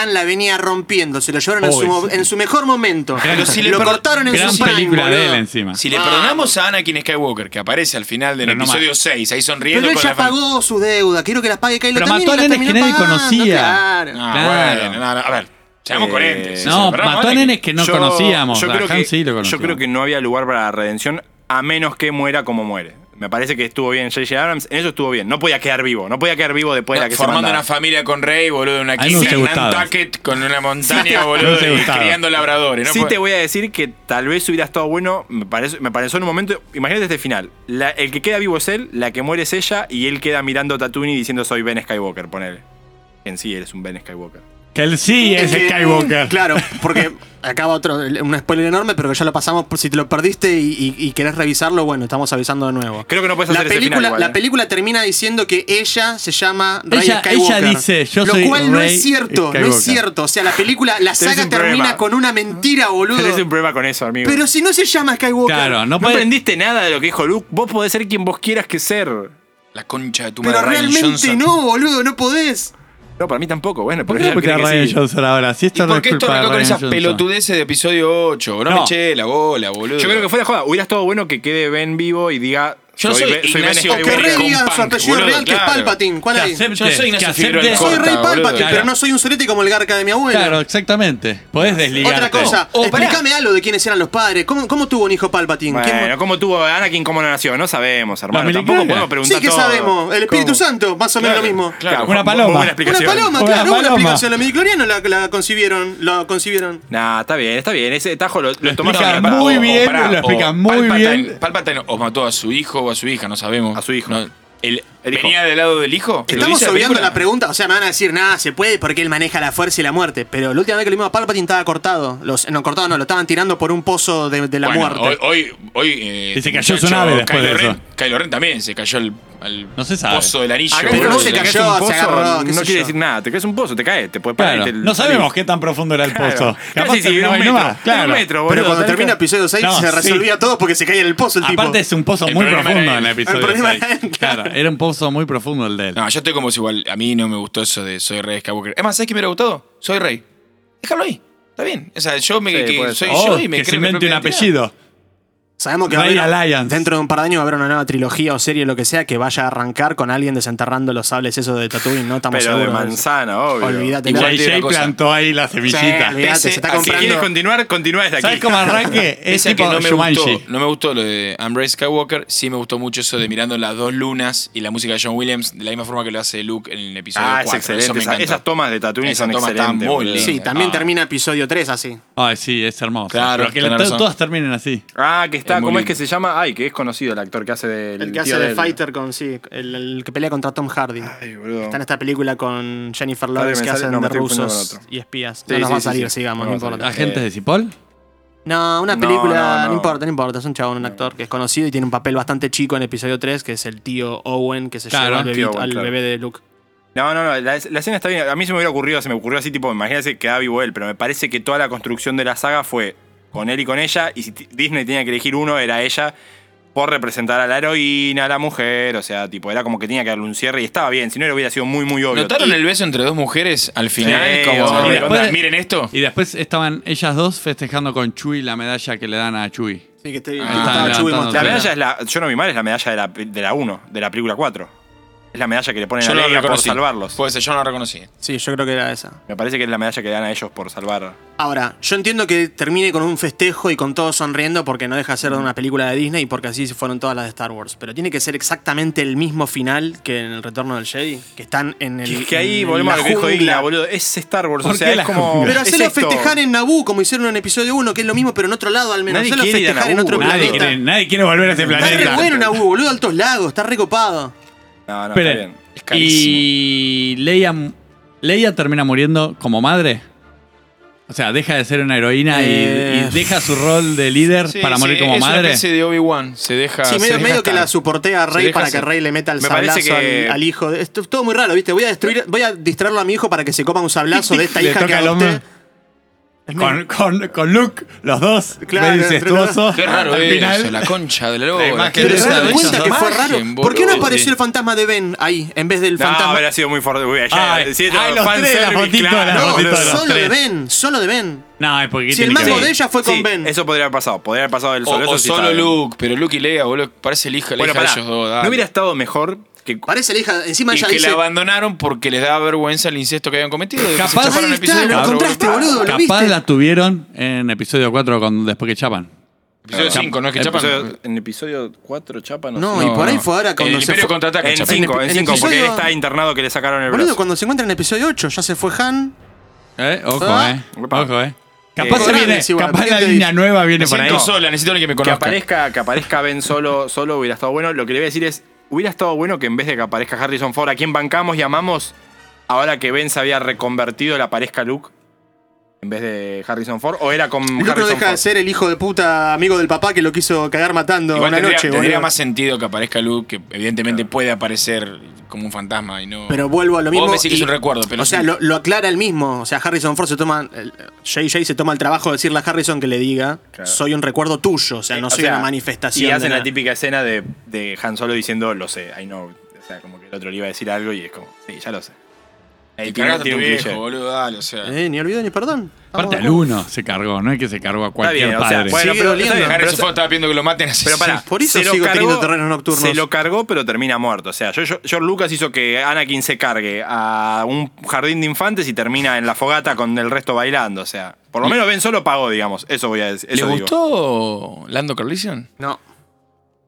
[SPEAKER 3] Han la venía rompiendo, se lo llevaron en
[SPEAKER 2] Uy,
[SPEAKER 3] su, mo-
[SPEAKER 2] sí.
[SPEAKER 3] en su mejor momento.
[SPEAKER 4] Pero si le
[SPEAKER 3] lo
[SPEAKER 4] perdon-
[SPEAKER 3] cortaron en
[SPEAKER 2] Gran
[SPEAKER 3] su prime,
[SPEAKER 2] película de él
[SPEAKER 3] boludo.
[SPEAKER 2] encima.
[SPEAKER 4] Si le
[SPEAKER 3] Vamos.
[SPEAKER 4] perdonamos a Anakin Skywalker, que aparece al final del
[SPEAKER 2] Pero no
[SPEAKER 4] episodio
[SPEAKER 2] más.
[SPEAKER 4] 6, ahí sonriendo
[SPEAKER 3] Pero él
[SPEAKER 4] con
[SPEAKER 3] ya
[SPEAKER 4] la fam-
[SPEAKER 3] pagó su deuda, quiero que las pague Kylo
[SPEAKER 2] Pero
[SPEAKER 3] también
[SPEAKER 2] mató
[SPEAKER 3] y
[SPEAKER 2] a
[SPEAKER 3] las
[SPEAKER 2] nenes que
[SPEAKER 3] terminó
[SPEAKER 2] nadie
[SPEAKER 3] pagando,
[SPEAKER 2] conocía.
[SPEAKER 3] claro.
[SPEAKER 4] No,
[SPEAKER 2] Claro.
[SPEAKER 4] Ah, bueno, no, no, a ver, seamos
[SPEAKER 1] Eh,
[SPEAKER 4] coherentes. Si
[SPEAKER 2] No,
[SPEAKER 4] se perdonamos a
[SPEAKER 2] mató a
[SPEAKER 4] Anakin,
[SPEAKER 2] nenes que no conocíamos.
[SPEAKER 1] Yo
[SPEAKER 2] A
[SPEAKER 1] creo,
[SPEAKER 2] Han
[SPEAKER 1] que,
[SPEAKER 2] sí lo
[SPEAKER 1] yo
[SPEAKER 2] conocíamos.
[SPEAKER 1] creo que no había lugar para la redención a menos que muera como muere. Me parece que estuvo bien J.J. Abrams. En eso estuvo bien. No podía quedar vivo. No podía quedar vivo después de la que se
[SPEAKER 4] formando
[SPEAKER 1] mandaba.
[SPEAKER 4] una familia con Rey, boludo, una
[SPEAKER 2] A mí me hubiese
[SPEAKER 4] quinta en
[SPEAKER 2] gustado.
[SPEAKER 4] Nantucket con una montaña,
[SPEAKER 2] Me
[SPEAKER 4] boludo,
[SPEAKER 2] hubiese
[SPEAKER 4] y
[SPEAKER 2] gustado.
[SPEAKER 4] criando labradores. ¿no?
[SPEAKER 1] sí
[SPEAKER 4] Fue-
[SPEAKER 1] te voy a decir que tal vez hubiera estado bueno, me parece- me pareció en un momento, imagínate este final, La- el que queda vivo es él, la que muere es ella y él queda mirando a Tatooine diciendo soy Ben Skywalker, ponele. En sí eres un Ben Skywalker.
[SPEAKER 2] Que él sí es
[SPEAKER 3] que-
[SPEAKER 2] Skywalker.
[SPEAKER 3] Eh, Claro, porque acaba otro, un spoiler enorme, pero que ya lo pasamos por si te lo perdiste y, y- y querés revisarlo, bueno, estamos avisando de nuevo.
[SPEAKER 1] Creo que no puedes
[SPEAKER 3] la
[SPEAKER 1] hacer ese
[SPEAKER 3] película,
[SPEAKER 1] final igual,
[SPEAKER 3] la
[SPEAKER 1] eh.
[SPEAKER 3] película termina diciendo que ella se llama Rey
[SPEAKER 2] Ella-
[SPEAKER 3] Skywalker.
[SPEAKER 2] ella dice, "Yo
[SPEAKER 3] lo
[SPEAKER 2] soy
[SPEAKER 3] cual no
[SPEAKER 2] Rey
[SPEAKER 3] es cierto, no
[SPEAKER 2] Skywalker".
[SPEAKER 3] es cierto. O sea, la película, la
[SPEAKER 1] Tenés
[SPEAKER 3] saga
[SPEAKER 1] un problema.
[SPEAKER 3] termina con una mentira, boludo.
[SPEAKER 1] Tenés un problema con eso, amigo.
[SPEAKER 3] Pero si no se llama Skywalker.
[SPEAKER 2] Claro, no
[SPEAKER 1] no
[SPEAKER 2] puede.
[SPEAKER 1] aprendiste nada de lo que dijo Luke, vos podés ser quien vos quieras que ser. No,
[SPEAKER 4] La concha de tu
[SPEAKER 3] Pero
[SPEAKER 4] madre, Ryan
[SPEAKER 3] realmente
[SPEAKER 4] Johnson.
[SPEAKER 3] no, boludo, no podés.
[SPEAKER 1] para mí tampoco, bueno,
[SPEAKER 2] ¿Por
[SPEAKER 1] pero
[SPEAKER 2] qué
[SPEAKER 1] ella
[SPEAKER 2] no putear a
[SPEAKER 1] cree que
[SPEAKER 2] Ryan
[SPEAKER 1] sí.
[SPEAKER 2] Johnson ahora? Si
[SPEAKER 4] ¿Y
[SPEAKER 2] esto no
[SPEAKER 4] por
[SPEAKER 2] es
[SPEAKER 4] qué esto
[SPEAKER 2] culpa de
[SPEAKER 4] arrancó con
[SPEAKER 2] Ryan
[SPEAKER 4] esas
[SPEAKER 2] Johnson.
[SPEAKER 4] pelotudeces de episodio 8? No,
[SPEAKER 2] No.
[SPEAKER 4] me eché la bola, boludo.
[SPEAKER 1] Yo creo que fuera joda, hubiera estado bueno que quede Ben vivo y diga
[SPEAKER 4] Yo no soy
[SPEAKER 1] Ben- Ben
[SPEAKER 4] Ignacio
[SPEAKER 3] O que
[SPEAKER 4] Skywalker
[SPEAKER 1] Skywalker.
[SPEAKER 3] Rey
[SPEAKER 4] con
[SPEAKER 3] diga su
[SPEAKER 4] punk,
[SPEAKER 3] apellido
[SPEAKER 4] boludo,
[SPEAKER 3] real, que es
[SPEAKER 4] claro.
[SPEAKER 3] Palpatine. ¿Cuál
[SPEAKER 2] Que
[SPEAKER 3] hay?
[SPEAKER 2] acepte,
[SPEAKER 4] Yo no soy Ignacio
[SPEAKER 2] que
[SPEAKER 4] Figueroa del
[SPEAKER 2] acepte-
[SPEAKER 3] Soy
[SPEAKER 4] Corta,
[SPEAKER 3] Rey
[SPEAKER 4] boludo,
[SPEAKER 3] Palpatine,
[SPEAKER 2] claro.
[SPEAKER 3] pero no soy un solete como el garca de mi abuela.
[SPEAKER 2] Claro, exactamente. Podés desligarte.
[SPEAKER 3] Otra cosa,
[SPEAKER 4] Oh, pará.
[SPEAKER 3] explícame algo de quiénes eran los padres. ¿Cómo, cómo tuvo un hijo Palpatine? ¿Quién-
[SPEAKER 1] Bueno, ¿cómo tuvo Anakin? ¿Cómo no nació? No sabemos, hermano.
[SPEAKER 2] Dominicana.
[SPEAKER 1] Tampoco podemos preguntar
[SPEAKER 3] sí que
[SPEAKER 1] todo.
[SPEAKER 3] sabemos, el Espíritu Santo, más o menos lo mismo.
[SPEAKER 4] claro.
[SPEAKER 1] Juan,
[SPEAKER 2] Una
[SPEAKER 1] muy
[SPEAKER 2] paloma.
[SPEAKER 1] buena
[SPEAKER 3] Una
[SPEAKER 1] explicación.
[SPEAKER 3] paloma,
[SPEAKER 2] Una
[SPEAKER 3] claro, una
[SPEAKER 2] paloma.
[SPEAKER 3] explicación. Los midiclorianos la, la concibieron, la concibieron.
[SPEAKER 1] Nah, está bien, está bien. Ese tajo lo, lo tomás
[SPEAKER 2] explica
[SPEAKER 1] a la
[SPEAKER 2] muy
[SPEAKER 1] parada.
[SPEAKER 2] bien.
[SPEAKER 4] Oh, pará,
[SPEAKER 2] lo explica
[SPEAKER 4] o
[SPEAKER 2] muy
[SPEAKER 4] Palpatine-
[SPEAKER 2] bien.
[SPEAKER 4] Palpatine os mató a su hijo o a su hija, no sabemos.
[SPEAKER 1] A su hijo.
[SPEAKER 4] No, el,
[SPEAKER 1] El hijo.
[SPEAKER 4] ¿Venía del lado del hijo? ¿Lo
[SPEAKER 3] Estamos
[SPEAKER 4] dice
[SPEAKER 3] obviando
[SPEAKER 4] película?
[SPEAKER 3] la pregunta, o sea, me van a decir, nada, se puede porque él maneja la fuerza y la muerte. Pero la última vez que lo vimos a Palpatine estaba cortado. Los, no, cortado no, lo estaban tirando por un pozo de, de la
[SPEAKER 4] Bueno,
[SPEAKER 3] muerte.
[SPEAKER 4] Hoy, hoy, hoy, eh,
[SPEAKER 2] Y se cayó
[SPEAKER 4] muchacho,
[SPEAKER 2] su nave después
[SPEAKER 4] Kylo
[SPEAKER 2] de
[SPEAKER 4] Ren-
[SPEAKER 2] eso.
[SPEAKER 4] Kylo Ren también se cayó al, al
[SPEAKER 2] No se sabe.
[SPEAKER 4] pozo del anillo.
[SPEAKER 1] Acá
[SPEAKER 3] Pero
[SPEAKER 1] no
[SPEAKER 4] boludo.
[SPEAKER 3] se
[SPEAKER 1] te caes
[SPEAKER 3] cayó,
[SPEAKER 1] un pozo,
[SPEAKER 3] se agarró, qué
[SPEAKER 1] no
[SPEAKER 3] sé
[SPEAKER 1] quiere
[SPEAKER 3] yo.
[SPEAKER 1] decir nada. Te caes un pozo, te caes, te puedes parar.
[SPEAKER 2] Claro,
[SPEAKER 1] y te-
[SPEAKER 2] no sabemos qué tan profundo era el
[SPEAKER 1] Claro.
[SPEAKER 2] pozo. Capaz
[SPEAKER 1] Casi si
[SPEAKER 2] terminaba
[SPEAKER 1] un
[SPEAKER 2] ahí
[SPEAKER 1] metro,
[SPEAKER 2] nomás.
[SPEAKER 1] un
[SPEAKER 2] Claro.
[SPEAKER 1] metro,
[SPEAKER 3] pero
[SPEAKER 1] boludo.
[SPEAKER 3] cuando
[SPEAKER 1] tal
[SPEAKER 3] termina
[SPEAKER 1] cual.
[SPEAKER 3] episodio 6
[SPEAKER 2] No,
[SPEAKER 3] se
[SPEAKER 2] sí.
[SPEAKER 3] resolvía todo porque se caía en el pozo el tipo.
[SPEAKER 2] Aparte es un pozo
[SPEAKER 4] El
[SPEAKER 2] muy
[SPEAKER 4] problema
[SPEAKER 2] profundo en
[SPEAKER 4] era
[SPEAKER 2] el
[SPEAKER 4] él.
[SPEAKER 2] episodio.
[SPEAKER 3] El problema era
[SPEAKER 2] seis.
[SPEAKER 3] él,
[SPEAKER 2] claro. era un pozo muy profundo el de él.
[SPEAKER 4] No, yo estoy como si igual. A mí no me gustó eso de soy rey Skywalker. Es más, ¿sabes qué me hubiera gustado? Soy rey. Déjalo ahí. Está bien. O sea, yo me
[SPEAKER 1] Sí,
[SPEAKER 4] que
[SPEAKER 1] puede
[SPEAKER 4] soy
[SPEAKER 1] ser.
[SPEAKER 2] Oh,
[SPEAKER 4] yo y me
[SPEAKER 2] que se
[SPEAKER 4] creo mi
[SPEAKER 2] invente un
[SPEAKER 4] propia identidad.
[SPEAKER 2] apellido.
[SPEAKER 3] Sabemos que
[SPEAKER 2] Ray
[SPEAKER 3] va a haber-
[SPEAKER 2] Alliance.
[SPEAKER 3] dentro de un par de años va a haber una nueva trilogía o serie, lo que sea, que vaya a arrancar con alguien desenterrando los sables esos de Tatooine, no estamos
[SPEAKER 1] Pero de
[SPEAKER 3] seguros. eso.
[SPEAKER 1] manzana, obvio.
[SPEAKER 3] Olvídate.
[SPEAKER 4] Igual te digo
[SPEAKER 2] JJ
[SPEAKER 4] una cosa.
[SPEAKER 2] plantó ahí la semillita.
[SPEAKER 3] Sí, olvídate, se está
[SPEAKER 4] Así
[SPEAKER 1] Si
[SPEAKER 4] Comprando-
[SPEAKER 1] quieres continuar, continúa desde aquí.
[SPEAKER 2] ¿Sabes cómo arranque? Es
[SPEAKER 4] Pese a
[SPEAKER 2] tipo
[SPEAKER 4] que no me,
[SPEAKER 2] Shumanji.
[SPEAKER 4] gustó, no me gustó lo de I'm Ray Skywalker, sí me gustó mucho eso de mirando las dos lunas y la música de John Williams, de la misma forma que lo hace Luke en el episodio
[SPEAKER 1] Ah, es
[SPEAKER 4] 4. Eso
[SPEAKER 1] excelente.
[SPEAKER 4] me
[SPEAKER 1] Esa-
[SPEAKER 4] encantó.
[SPEAKER 1] esas tomas de Tatooine
[SPEAKER 4] Esas
[SPEAKER 1] son
[SPEAKER 4] tomas están
[SPEAKER 1] excelentes.
[SPEAKER 4] muy
[SPEAKER 1] boludo.
[SPEAKER 4] lindas.
[SPEAKER 3] Sí, también
[SPEAKER 4] Ah.
[SPEAKER 3] termina episodio 3 así.
[SPEAKER 2] Ay, sí, es hermoso.
[SPEAKER 4] Claro,
[SPEAKER 2] Pero que
[SPEAKER 4] tenés
[SPEAKER 2] to-
[SPEAKER 4] razón.
[SPEAKER 2] todas terminen así.
[SPEAKER 1] Ah, que está,
[SPEAKER 4] Es muy
[SPEAKER 1] ¿cómo es que
[SPEAKER 4] lindo.
[SPEAKER 1] se llama? Ay, que es conocido el actor que hace del.
[SPEAKER 3] El que hace
[SPEAKER 1] tío
[SPEAKER 3] de
[SPEAKER 1] del-
[SPEAKER 3] Fighter con, sí, el, el que pelea contra Tom Hardy.
[SPEAKER 1] Ay, boludo.
[SPEAKER 3] Está en esta película con Jennifer
[SPEAKER 1] Dale,
[SPEAKER 3] Lawrence
[SPEAKER 1] me
[SPEAKER 3] que
[SPEAKER 1] sale-
[SPEAKER 3] hacen
[SPEAKER 1] no, me
[SPEAKER 3] de
[SPEAKER 1] estoy confundiendo
[SPEAKER 3] rusos
[SPEAKER 1] con otro.
[SPEAKER 3] y espías.
[SPEAKER 1] Sí,
[SPEAKER 3] no nos
[SPEAKER 1] sí,
[SPEAKER 3] va a
[SPEAKER 1] sí,
[SPEAKER 3] salir,
[SPEAKER 1] sí.
[SPEAKER 3] sigamos,
[SPEAKER 1] No
[SPEAKER 3] no,
[SPEAKER 1] nos va a
[SPEAKER 3] importa.
[SPEAKER 1] salir.
[SPEAKER 2] Agentes de Cipoll.
[SPEAKER 3] No, una
[SPEAKER 1] No,
[SPEAKER 3] película, no,
[SPEAKER 1] no, no.
[SPEAKER 3] importa, no importa. Es un chabón, un actor que es conocido y tiene un papel bastante chico en episodio 3, que es el tío Owen que se
[SPEAKER 2] Claro,
[SPEAKER 3] lleva al,
[SPEAKER 1] tío
[SPEAKER 3] bebito-
[SPEAKER 1] Owen,
[SPEAKER 3] al
[SPEAKER 1] claro.
[SPEAKER 3] bebé de Luke.
[SPEAKER 1] No, no, no. La, la escena está bien. A mí se me hubiera ocurrido, se me ocurrió así, tipo, imagínate que Abby Well, pero me parece que toda la construcción de la saga fue con él y con ella. Y si t- Disney tenía que elegir uno, era ella por representar a la heroína, a la mujer. O sea, tipo, era como que tenía que darle un cierre y estaba bien. Si no, hubiera sido muy, muy obvio.
[SPEAKER 4] ¿Notaron el beso entre dos mujeres al final?
[SPEAKER 1] Sí,
[SPEAKER 4] Como,
[SPEAKER 1] obvio.
[SPEAKER 4] onda,
[SPEAKER 2] Después-
[SPEAKER 4] miren esto.
[SPEAKER 2] Y después estaban ellas dos festejando con Chuy la medalla que le dan a Chuy.
[SPEAKER 3] Sí, que estoy,
[SPEAKER 4] Ah,
[SPEAKER 3] estaba
[SPEAKER 2] levantando
[SPEAKER 3] Chewie
[SPEAKER 2] la
[SPEAKER 1] La
[SPEAKER 3] mostrando.
[SPEAKER 1] medalla es la. Yo no vi mal, es la medalla de la, de la 1, de la película 4. Es la medalla que le ponen
[SPEAKER 4] Yo
[SPEAKER 1] a
[SPEAKER 4] no lo
[SPEAKER 1] Leia por
[SPEAKER 4] reconocí.
[SPEAKER 1] salvarlos.
[SPEAKER 4] Puede ser, yo no lo reconocí.
[SPEAKER 3] Sí, yo creo que era esa.
[SPEAKER 1] Me parece que es la medalla que le dan a ellos por salvar.
[SPEAKER 3] Ahora, yo entiendo que termine con un festejo y con todos sonriendo porque no deja de ser una película de Disney y porque así fueron todas las de Star Wars. Pero tiene que ser exactamente el mismo final que en El Retorno del Jedi, que están en el.
[SPEAKER 1] Es que ahí
[SPEAKER 3] en
[SPEAKER 1] volvemos
[SPEAKER 3] la
[SPEAKER 1] a lo que dijo
[SPEAKER 3] jungla.
[SPEAKER 1] Igna, boludo. Es Star Wars, o
[SPEAKER 2] ¿Por
[SPEAKER 1] sea,
[SPEAKER 2] qué
[SPEAKER 1] es
[SPEAKER 2] la
[SPEAKER 1] como.
[SPEAKER 2] jungla?
[SPEAKER 3] Pero
[SPEAKER 1] es
[SPEAKER 3] hacerlo
[SPEAKER 1] esto.
[SPEAKER 3] festejar en Naboo, como hicieron en episodio 1, que es lo mismo, pero en otro lado al menos.
[SPEAKER 1] Nadie
[SPEAKER 3] Hacerlo
[SPEAKER 1] quiere ir a
[SPEAKER 3] festejar en
[SPEAKER 1] Naboo,
[SPEAKER 3] otro
[SPEAKER 1] boludo.
[SPEAKER 2] Nadie
[SPEAKER 3] planeta.
[SPEAKER 2] quiere, nadie quiere volver a ese
[SPEAKER 3] Está re
[SPEAKER 2] planeta.
[SPEAKER 3] bueno Nabú, boludo, altos lagos, está recopado.
[SPEAKER 1] No, no, está
[SPEAKER 2] Esperen,
[SPEAKER 1] bien.
[SPEAKER 4] Es carísimo.
[SPEAKER 2] y Leia, Leia termina muriendo como madre. O sea, deja de ser una heroína y-
[SPEAKER 3] Eh.
[SPEAKER 2] y, deja su rol de líder
[SPEAKER 4] Sí,
[SPEAKER 2] para
[SPEAKER 4] sí,
[SPEAKER 2] morir como
[SPEAKER 4] es Una
[SPEAKER 2] madre.
[SPEAKER 4] especie de Obi-Wan. Se deja.
[SPEAKER 3] Sí,
[SPEAKER 4] se
[SPEAKER 3] medio,
[SPEAKER 4] deja
[SPEAKER 3] medio que
[SPEAKER 4] estar.
[SPEAKER 3] la suportea a
[SPEAKER 4] Se
[SPEAKER 3] Rey
[SPEAKER 4] deja
[SPEAKER 3] para que
[SPEAKER 4] hacer.
[SPEAKER 3] Rey le meta el
[SPEAKER 1] Me parece
[SPEAKER 3] sablazo
[SPEAKER 1] que-
[SPEAKER 3] al, al hijo. de- Esto es todo muy raro, ¿viste? Voy a destruir, voy a distraerlo a mi hijo para que se coma un sablazo de esta
[SPEAKER 2] Le
[SPEAKER 3] hija que
[SPEAKER 2] toca al
[SPEAKER 3] adopté.
[SPEAKER 2] hombro. Con, con, con Luke, los dos.
[SPEAKER 3] Claro,
[SPEAKER 2] medio
[SPEAKER 3] entre
[SPEAKER 2] incestuoso.
[SPEAKER 4] Qué raro
[SPEAKER 2] Al
[SPEAKER 4] eso,
[SPEAKER 2] final.
[SPEAKER 4] la concha de la loba.
[SPEAKER 2] La imagen
[SPEAKER 3] Pero
[SPEAKER 2] Qué
[SPEAKER 3] se
[SPEAKER 2] raro
[SPEAKER 3] dan cuenta
[SPEAKER 2] eso.
[SPEAKER 3] que fue raro.
[SPEAKER 4] Imagen,
[SPEAKER 3] ¿Por qué no
[SPEAKER 4] boludo.
[SPEAKER 3] apareció el fantasma de Ben ahí, en vez del
[SPEAKER 1] No,
[SPEAKER 3] fantasma?
[SPEAKER 1] hubiera sido muy fuerte. Hubiera ya-
[SPEAKER 2] Ay,
[SPEAKER 1] sí,
[SPEAKER 2] ay, los
[SPEAKER 1] fanservice,
[SPEAKER 2] tres, la fotito,
[SPEAKER 1] claro,
[SPEAKER 2] la
[SPEAKER 1] boludo.
[SPEAKER 2] fotito
[SPEAKER 3] No,
[SPEAKER 2] de los
[SPEAKER 3] solo
[SPEAKER 2] tres.
[SPEAKER 3] de Ben, solo de Ben.
[SPEAKER 2] No, es porque
[SPEAKER 3] Si el
[SPEAKER 2] tiene que
[SPEAKER 3] mango
[SPEAKER 2] ver?
[SPEAKER 3] de ella fue con
[SPEAKER 1] Sí,
[SPEAKER 3] Ben.
[SPEAKER 1] Eso podría haber pasado. Podría haber pasado del
[SPEAKER 4] O,
[SPEAKER 1] solo.
[SPEAKER 4] o
[SPEAKER 1] eso sí
[SPEAKER 4] solo
[SPEAKER 1] estaba bien.
[SPEAKER 4] Luke, pero Luke y Leia, boludo, parece la hija, la
[SPEAKER 1] Bueno,
[SPEAKER 4] hija
[SPEAKER 1] pará.
[SPEAKER 4] de ellos dos. dale.
[SPEAKER 1] ¿No hubiera estado mejor que
[SPEAKER 3] Parece la hija, encima
[SPEAKER 4] y
[SPEAKER 3] ella
[SPEAKER 4] que
[SPEAKER 3] dice.
[SPEAKER 4] la abandonaron porque les daba vergüenza el incesto que habían cometido. de que se
[SPEAKER 2] Capaz- Ahí
[SPEAKER 4] chaparon el
[SPEAKER 3] está,
[SPEAKER 4] episodio
[SPEAKER 3] lo
[SPEAKER 4] cuatro,
[SPEAKER 3] encontraste, boludo. ¿Lo
[SPEAKER 2] Capaz
[SPEAKER 3] viste?
[SPEAKER 2] la tuvieron en episodio 4 con, después que chapan.
[SPEAKER 4] Episodio 5, no es que
[SPEAKER 1] en
[SPEAKER 4] chapan.
[SPEAKER 1] episodio- en episodio 4ro chapa no,
[SPEAKER 3] No,
[SPEAKER 1] sé.
[SPEAKER 3] y por ahí fue ahora cuando
[SPEAKER 4] el
[SPEAKER 3] se
[SPEAKER 4] Imperio
[SPEAKER 3] fue-
[SPEAKER 4] contraataca,
[SPEAKER 1] En
[SPEAKER 4] chapan.
[SPEAKER 1] 5,
[SPEAKER 3] en
[SPEAKER 1] en 5, porque él
[SPEAKER 3] episodio-
[SPEAKER 1] está internado que le sacaron el
[SPEAKER 3] Boludo,
[SPEAKER 1] brazo.
[SPEAKER 3] cuando se encuentra en episodio 8, ya se fue Han.
[SPEAKER 2] Eh, ojo,
[SPEAKER 3] Ah.
[SPEAKER 2] eh. Ojo, eh. Capaz,
[SPEAKER 1] Eh,
[SPEAKER 2] se viene,
[SPEAKER 3] grandes igual,
[SPEAKER 2] capaz
[SPEAKER 3] ¿qué
[SPEAKER 2] la
[SPEAKER 3] te
[SPEAKER 2] línea
[SPEAKER 3] dice?
[SPEAKER 2] nueva viene
[SPEAKER 4] Me
[SPEAKER 2] por ahí.
[SPEAKER 4] siento sola, necesito alguien que me
[SPEAKER 1] Que
[SPEAKER 4] conozca.
[SPEAKER 1] aparezca, que aparezca Ben solo, solo hubiera estado bueno. Lo que le voy a decir es, hubiera estado bueno que en vez de que aparezca Harrison Ford, a quien bancamos y amamos, ahora que Ben se había reconvertido, le aparezca Luke en vez de Harrison Ford, o era con
[SPEAKER 3] Luke no
[SPEAKER 1] Harrison
[SPEAKER 3] deja de
[SPEAKER 1] Ford.
[SPEAKER 3] ser el hijo de puta amigo del papá que lo quiso cagar matando
[SPEAKER 4] Igual
[SPEAKER 3] una
[SPEAKER 4] tendría,
[SPEAKER 3] noche,
[SPEAKER 4] tendría
[SPEAKER 3] boludo.
[SPEAKER 4] más sentido que aparezca Luke, que evidentemente puede aparecer como un fantasma y no.
[SPEAKER 3] Pero vuelvo a lo mismo.
[SPEAKER 4] Vos me decís que
[SPEAKER 3] y-
[SPEAKER 4] es un recuerdo, pero
[SPEAKER 3] o sea,
[SPEAKER 4] sí.
[SPEAKER 3] lo, lo aclara el mismo. O sea, Harrison Ford se toma. el- JJ se toma el trabajo de decirle a Harrison que le diga:
[SPEAKER 1] Claro.
[SPEAKER 3] Soy un recuerdo tuyo. O sea, no
[SPEAKER 1] O
[SPEAKER 3] soy
[SPEAKER 1] sea,
[SPEAKER 3] una manifestación.
[SPEAKER 1] Y hacen
[SPEAKER 3] de
[SPEAKER 1] la
[SPEAKER 3] nada.
[SPEAKER 1] típica escena de, de Han Solo diciendo, lo sé, I know. O sea, como que el otro le iba a decir algo y es como, sí, ya lo sé. Ahí
[SPEAKER 4] Te
[SPEAKER 1] tiene-
[SPEAKER 4] cagaste
[SPEAKER 1] tiene
[SPEAKER 4] a tu
[SPEAKER 1] un
[SPEAKER 4] viejo,
[SPEAKER 1] cliché.
[SPEAKER 4] boludo, dale, o sea.
[SPEAKER 3] Eh, ni olvido ni perdón.
[SPEAKER 2] Aparte al
[SPEAKER 3] Vamos,
[SPEAKER 2] 1 se cargó, no es que se cargó a
[SPEAKER 1] Está
[SPEAKER 2] cualquier
[SPEAKER 1] bien, o sea,
[SPEAKER 2] padre.
[SPEAKER 1] bueno,
[SPEAKER 3] Sigue
[SPEAKER 1] pero, está
[SPEAKER 3] doliendo.
[SPEAKER 1] bien, pero-
[SPEAKER 4] Harrison Ford estaba pidiendo que lo maten así.
[SPEAKER 1] Pero pará,
[SPEAKER 3] Por eso
[SPEAKER 1] se lo
[SPEAKER 3] sigo
[SPEAKER 1] cargó-
[SPEAKER 3] teniendo terrenos nocturnos.
[SPEAKER 1] Se lo cargó, pero termina muerto. O sea, yo- yo- George Lucas hizo que Anakin se cargue a un jardín de infantes y termina en la fogata con el resto bailando. O sea, por lo menos Ben solo pagó, digamos. Eso voy a decir.
[SPEAKER 4] ¿Le
[SPEAKER 1] eso digo.
[SPEAKER 4] gustó Lando Carlisian?
[SPEAKER 3] No.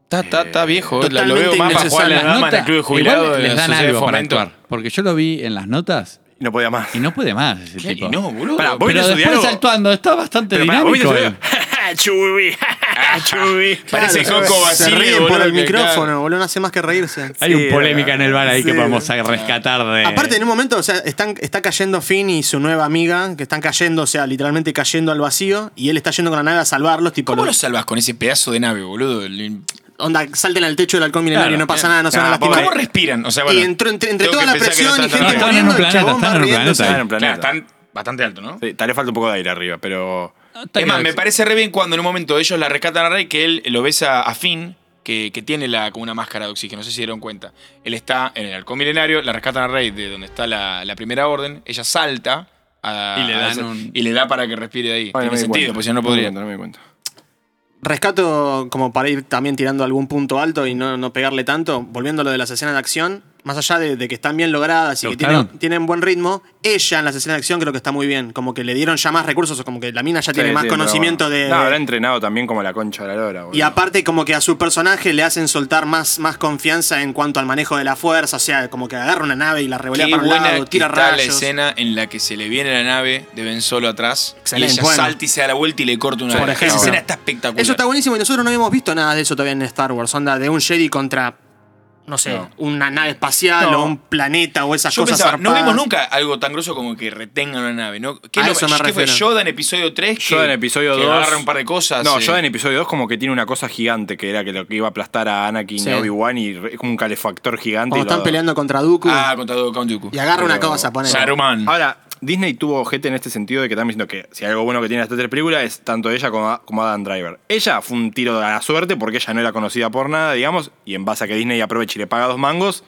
[SPEAKER 4] Está, está, está viejo, eh, la- lo
[SPEAKER 3] totalmente
[SPEAKER 4] veo más para jugar
[SPEAKER 3] innecesario.
[SPEAKER 4] la
[SPEAKER 2] Las
[SPEAKER 4] dama en el club de
[SPEAKER 2] notas-
[SPEAKER 4] jubilados
[SPEAKER 2] igual
[SPEAKER 4] de
[SPEAKER 2] les
[SPEAKER 4] la
[SPEAKER 2] dan
[SPEAKER 4] sociedad de
[SPEAKER 2] algo para
[SPEAKER 4] fomento.
[SPEAKER 2] actuar, porque yo lo vi en las notas
[SPEAKER 1] Y no podía más.
[SPEAKER 2] y no puede más ese
[SPEAKER 4] ¿Qué?
[SPEAKER 2] tipo.
[SPEAKER 4] No, boludo.
[SPEAKER 1] Pará, vos-
[SPEAKER 2] Pero
[SPEAKER 1] Bueno, su
[SPEAKER 2] después
[SPEAKER 1] diálogo-
[SPEAKER 2] actuando está bastante
[SPEAKER 1] Pero pará, ¿vos
[SPEAKER 2] dinámico.
[SPEAKER 1] viste
[SPEAKER 2] él.
[SPEAKER 1] el video? Ah, Chubi, Ah, Chubi.
[SPEAKER 4] Parece
[SPEAKER 3] Claro,
[SPEAKER 4] Coco
[SPEAKER 3] Se
[SPEAKER 4] Basile,
[SPEAKER 3] ríen por
[SPEAKER 4] boludo,
[SPEAKER 3] el
[SPEAKER 4] que-
[SPEAKER 3] micrófono, boludo. No hace más que reírse.
[SPEAKER 1] Sí,
[SPEAKER 2] Hay un polémica en el bar ahí que
[SPEAKER 3] sí.
[SPEAKER 2] podemos a- rescatar de...
[SPEAKER 3] Aparte, en un momento, o sea, están, está cayendo Finn y su nueva amiga, que están cayendo, o sea, literalmente cayendo al vacío, y él está yendo con la nave a salvarlos, tipo,
[SPEAKER 4] ¿Cómo
[SPEAKER 3] lo-
[SPEAKER 4] lo salvas con ese pedazo de nave, boludo? El-
[SPEAKER 3] onda, salten al techo del halcón milenario,
[SPEAKER 2] Claro.
[SPEAKER 3] no pasa nada, no se
[SPEAKER 1] Ah,
[SPEAKER 3] van a
[SPEAKER 1] pobre.
[SPEAKER 3] lastimar.
[SPEAKER 4] ¿Cómo respiran? O sea, bueno,
[SPEAKER 3] y entró entre, entre
[SPEAKER 4] tengo
[SPEAKER 3] toda
[SPEAKER 4] que
[SPEAKER 3] la
[SPEAKER 4] pensar que no
[SPEAKER 3] presión y
[SPEAKER 4] están
[SPEAKER 3] gente
[SPEAKER 4] tan-
[SPEAKER 2] estaban en un
[SPEAKER 3] muriendo, el
[SPEAKER 2] planeta,
[SPEAKER 3] chabón
[SPEAKER 2] estaban en un
[SPEAKER 3] barriéndose.
[SPEAKER 1] Estaba en un
[SPEAKER 4] Claro,
[SPEAKER 1] planeta.
[SPEAKER 4] están bastante alto, ¿no?
[SPEAKER 1] Sí, tal vez falta un poco de aire arriba, pero.
[SPEAKER 2] Está
[SPEAKER 4] Es más,
[SPEAKER 2] que-
[SPEAKER 4] me parece re bien cuando en un momento ellos la rescatan a Rey, que él lo besa a Finn, que, que tiene la, como una máscara de oxígeno, no sé si dieron cuenta. Él está en el halcón milenario, la rescatan a Rey de donde está la, la primera orden, ella salta a-
[SPEAKER 2] Y le dan
[SPEAKER 4] a-
[SPEAKER 2] un-
[SPEAKER 4] y le da para que respire de ahí.
[SPEAKER 1] Ay, no me
[SPEAKER 4] tiene
[SPEAKER 1] di
[SPEAKER 4] sentido,
[SPEAKER 1] cuenta.
[SPEAKER 4] porque si no, no
[SPEAKER 1] me di
[SPEAKER 4] podría.
[SPEAKER 1] cuenta, No me di cuenta.
[SPEAKER 3] Rescato, como para ir también tirando algún punto alto y no, no pegarle tanto, volviendo a lo de las escenas de acción, más allá de, de que están bien logradas y
[SPEAKER 2] ¿Te
[SPEAKER 3] que tienen,
[SPEAKER 2] gustaron?
[SPEAKER 3] tienen buen ritmo, ella en las escenas de acción creo que está muy bien. Como que le dieron ya más recursos, o como que la mina ya tiene
[SPEAKER 1] Sí,
[SPEAKER 3] más
[SPEAKER 1] sí,
[SPEAKER 3] conocimiento
[SPEAKER 1] pero-
[SPEAKER 3] de.
[SPEAKER 1] No,
[SPEAKER 3] de-
[SPEAKER 1] habrá entrenado también como la concha de la lora, boludo.
[SPEAKER 3] y aparte, como que a su personaje le hacen soltar más, más confianza en cuanto al manejo de la fuerza. O sea, como que agarra una nave y la revolea
[SPEAKER 4] Qué
[SPEAKER 3] para un
[SPEAKER 4] buena
[SPEAKER 3] lado, tira
[SPEAKER 4] que está la
[SPEAKER 3] rayos.
[SPEAKER 4] escena en la que se le viene la nave de Ben Solo atrás.
[SPEAKER 3] Excelente,
[SPEAKER 4] y ella
[SPEAKER 3] bueno.
[SPEAKER 4] salta y se da la vuelta y le corta una
[SPEAKER 3] Por
[SPEAKER 4] nave.
[SPEAKER 3] ejemplo.
[SPEAKER 4] Esa escena está espectacular.
[SPEAKER 3] Eso está buenísimo y nosotros no habíamos visto nada de eso todavía en Star Wars. Onda de un Jedi contra, no sé,
[SPEAKER 1] No.
[SPEAKER 3] una nave espacial
[SPEAKER 4] No.
[SPEAKER 3] o un planeta o esas
[SPEAKER 4] Yo
[SPEAKER 3] cosas.
[SPEAKER 4] pensaba, no
[SPEAKER 3] zarpadas.
[SPEAKER 4] vimos nunca algo tan grosso como que retengan una nave, ¿no? ¿Qué,
[SPEAKER 3] A
[SPEAKER 4] no-
[SPEAKER 3] eso me
[SPEAKER 4] qué fue?
[SPEAKER 3] refiero.
[SPEAKER 4] Yoda en episodio 3 que,
[SPEAKER 1] Yoda en episodio
[SPEAKER 4] que
[SPEAKER 1] 2.
[SPEAKER 4] agarra un par de cosas.
[SPEAKER 1] No,
[SPEAKER 4] eh.
[SPEAKER 1] yo en episodio 2 como que tiene una cosa gigante que era que lo que iba a aplastar a Anakin
[SPEAKER 3] Sí.
[SPEAKER 1] y Obi-Wan y re- es como un calefactor gigante.
[SPEAKER 3] Cuando
[SPEAKER 1] y
[SPEAKER 3] están
[SPEAKER 1] lo-
[SPEAKER 3] peleando contra Dooku
[SPEAKER 4] Ah, contado con Dooku.
[SPEAKER 3] y agarra una
[SPEAKER 1] pero-
[SPEAKER 3] cosa, pone.
[SPEAKER 4] Saruman.
[SPEAKER 1] Ahora, Disney tuvo gente en este sentido de que están diciendo que si hay algo bueno que tiene esta tres películas es tanto ella como, a- como Adam Driver. Ella fue un tiro a la suerte porque ella no era conocida por nada, digamos, y en base a que Disney aprovecha y le paga dos mangos,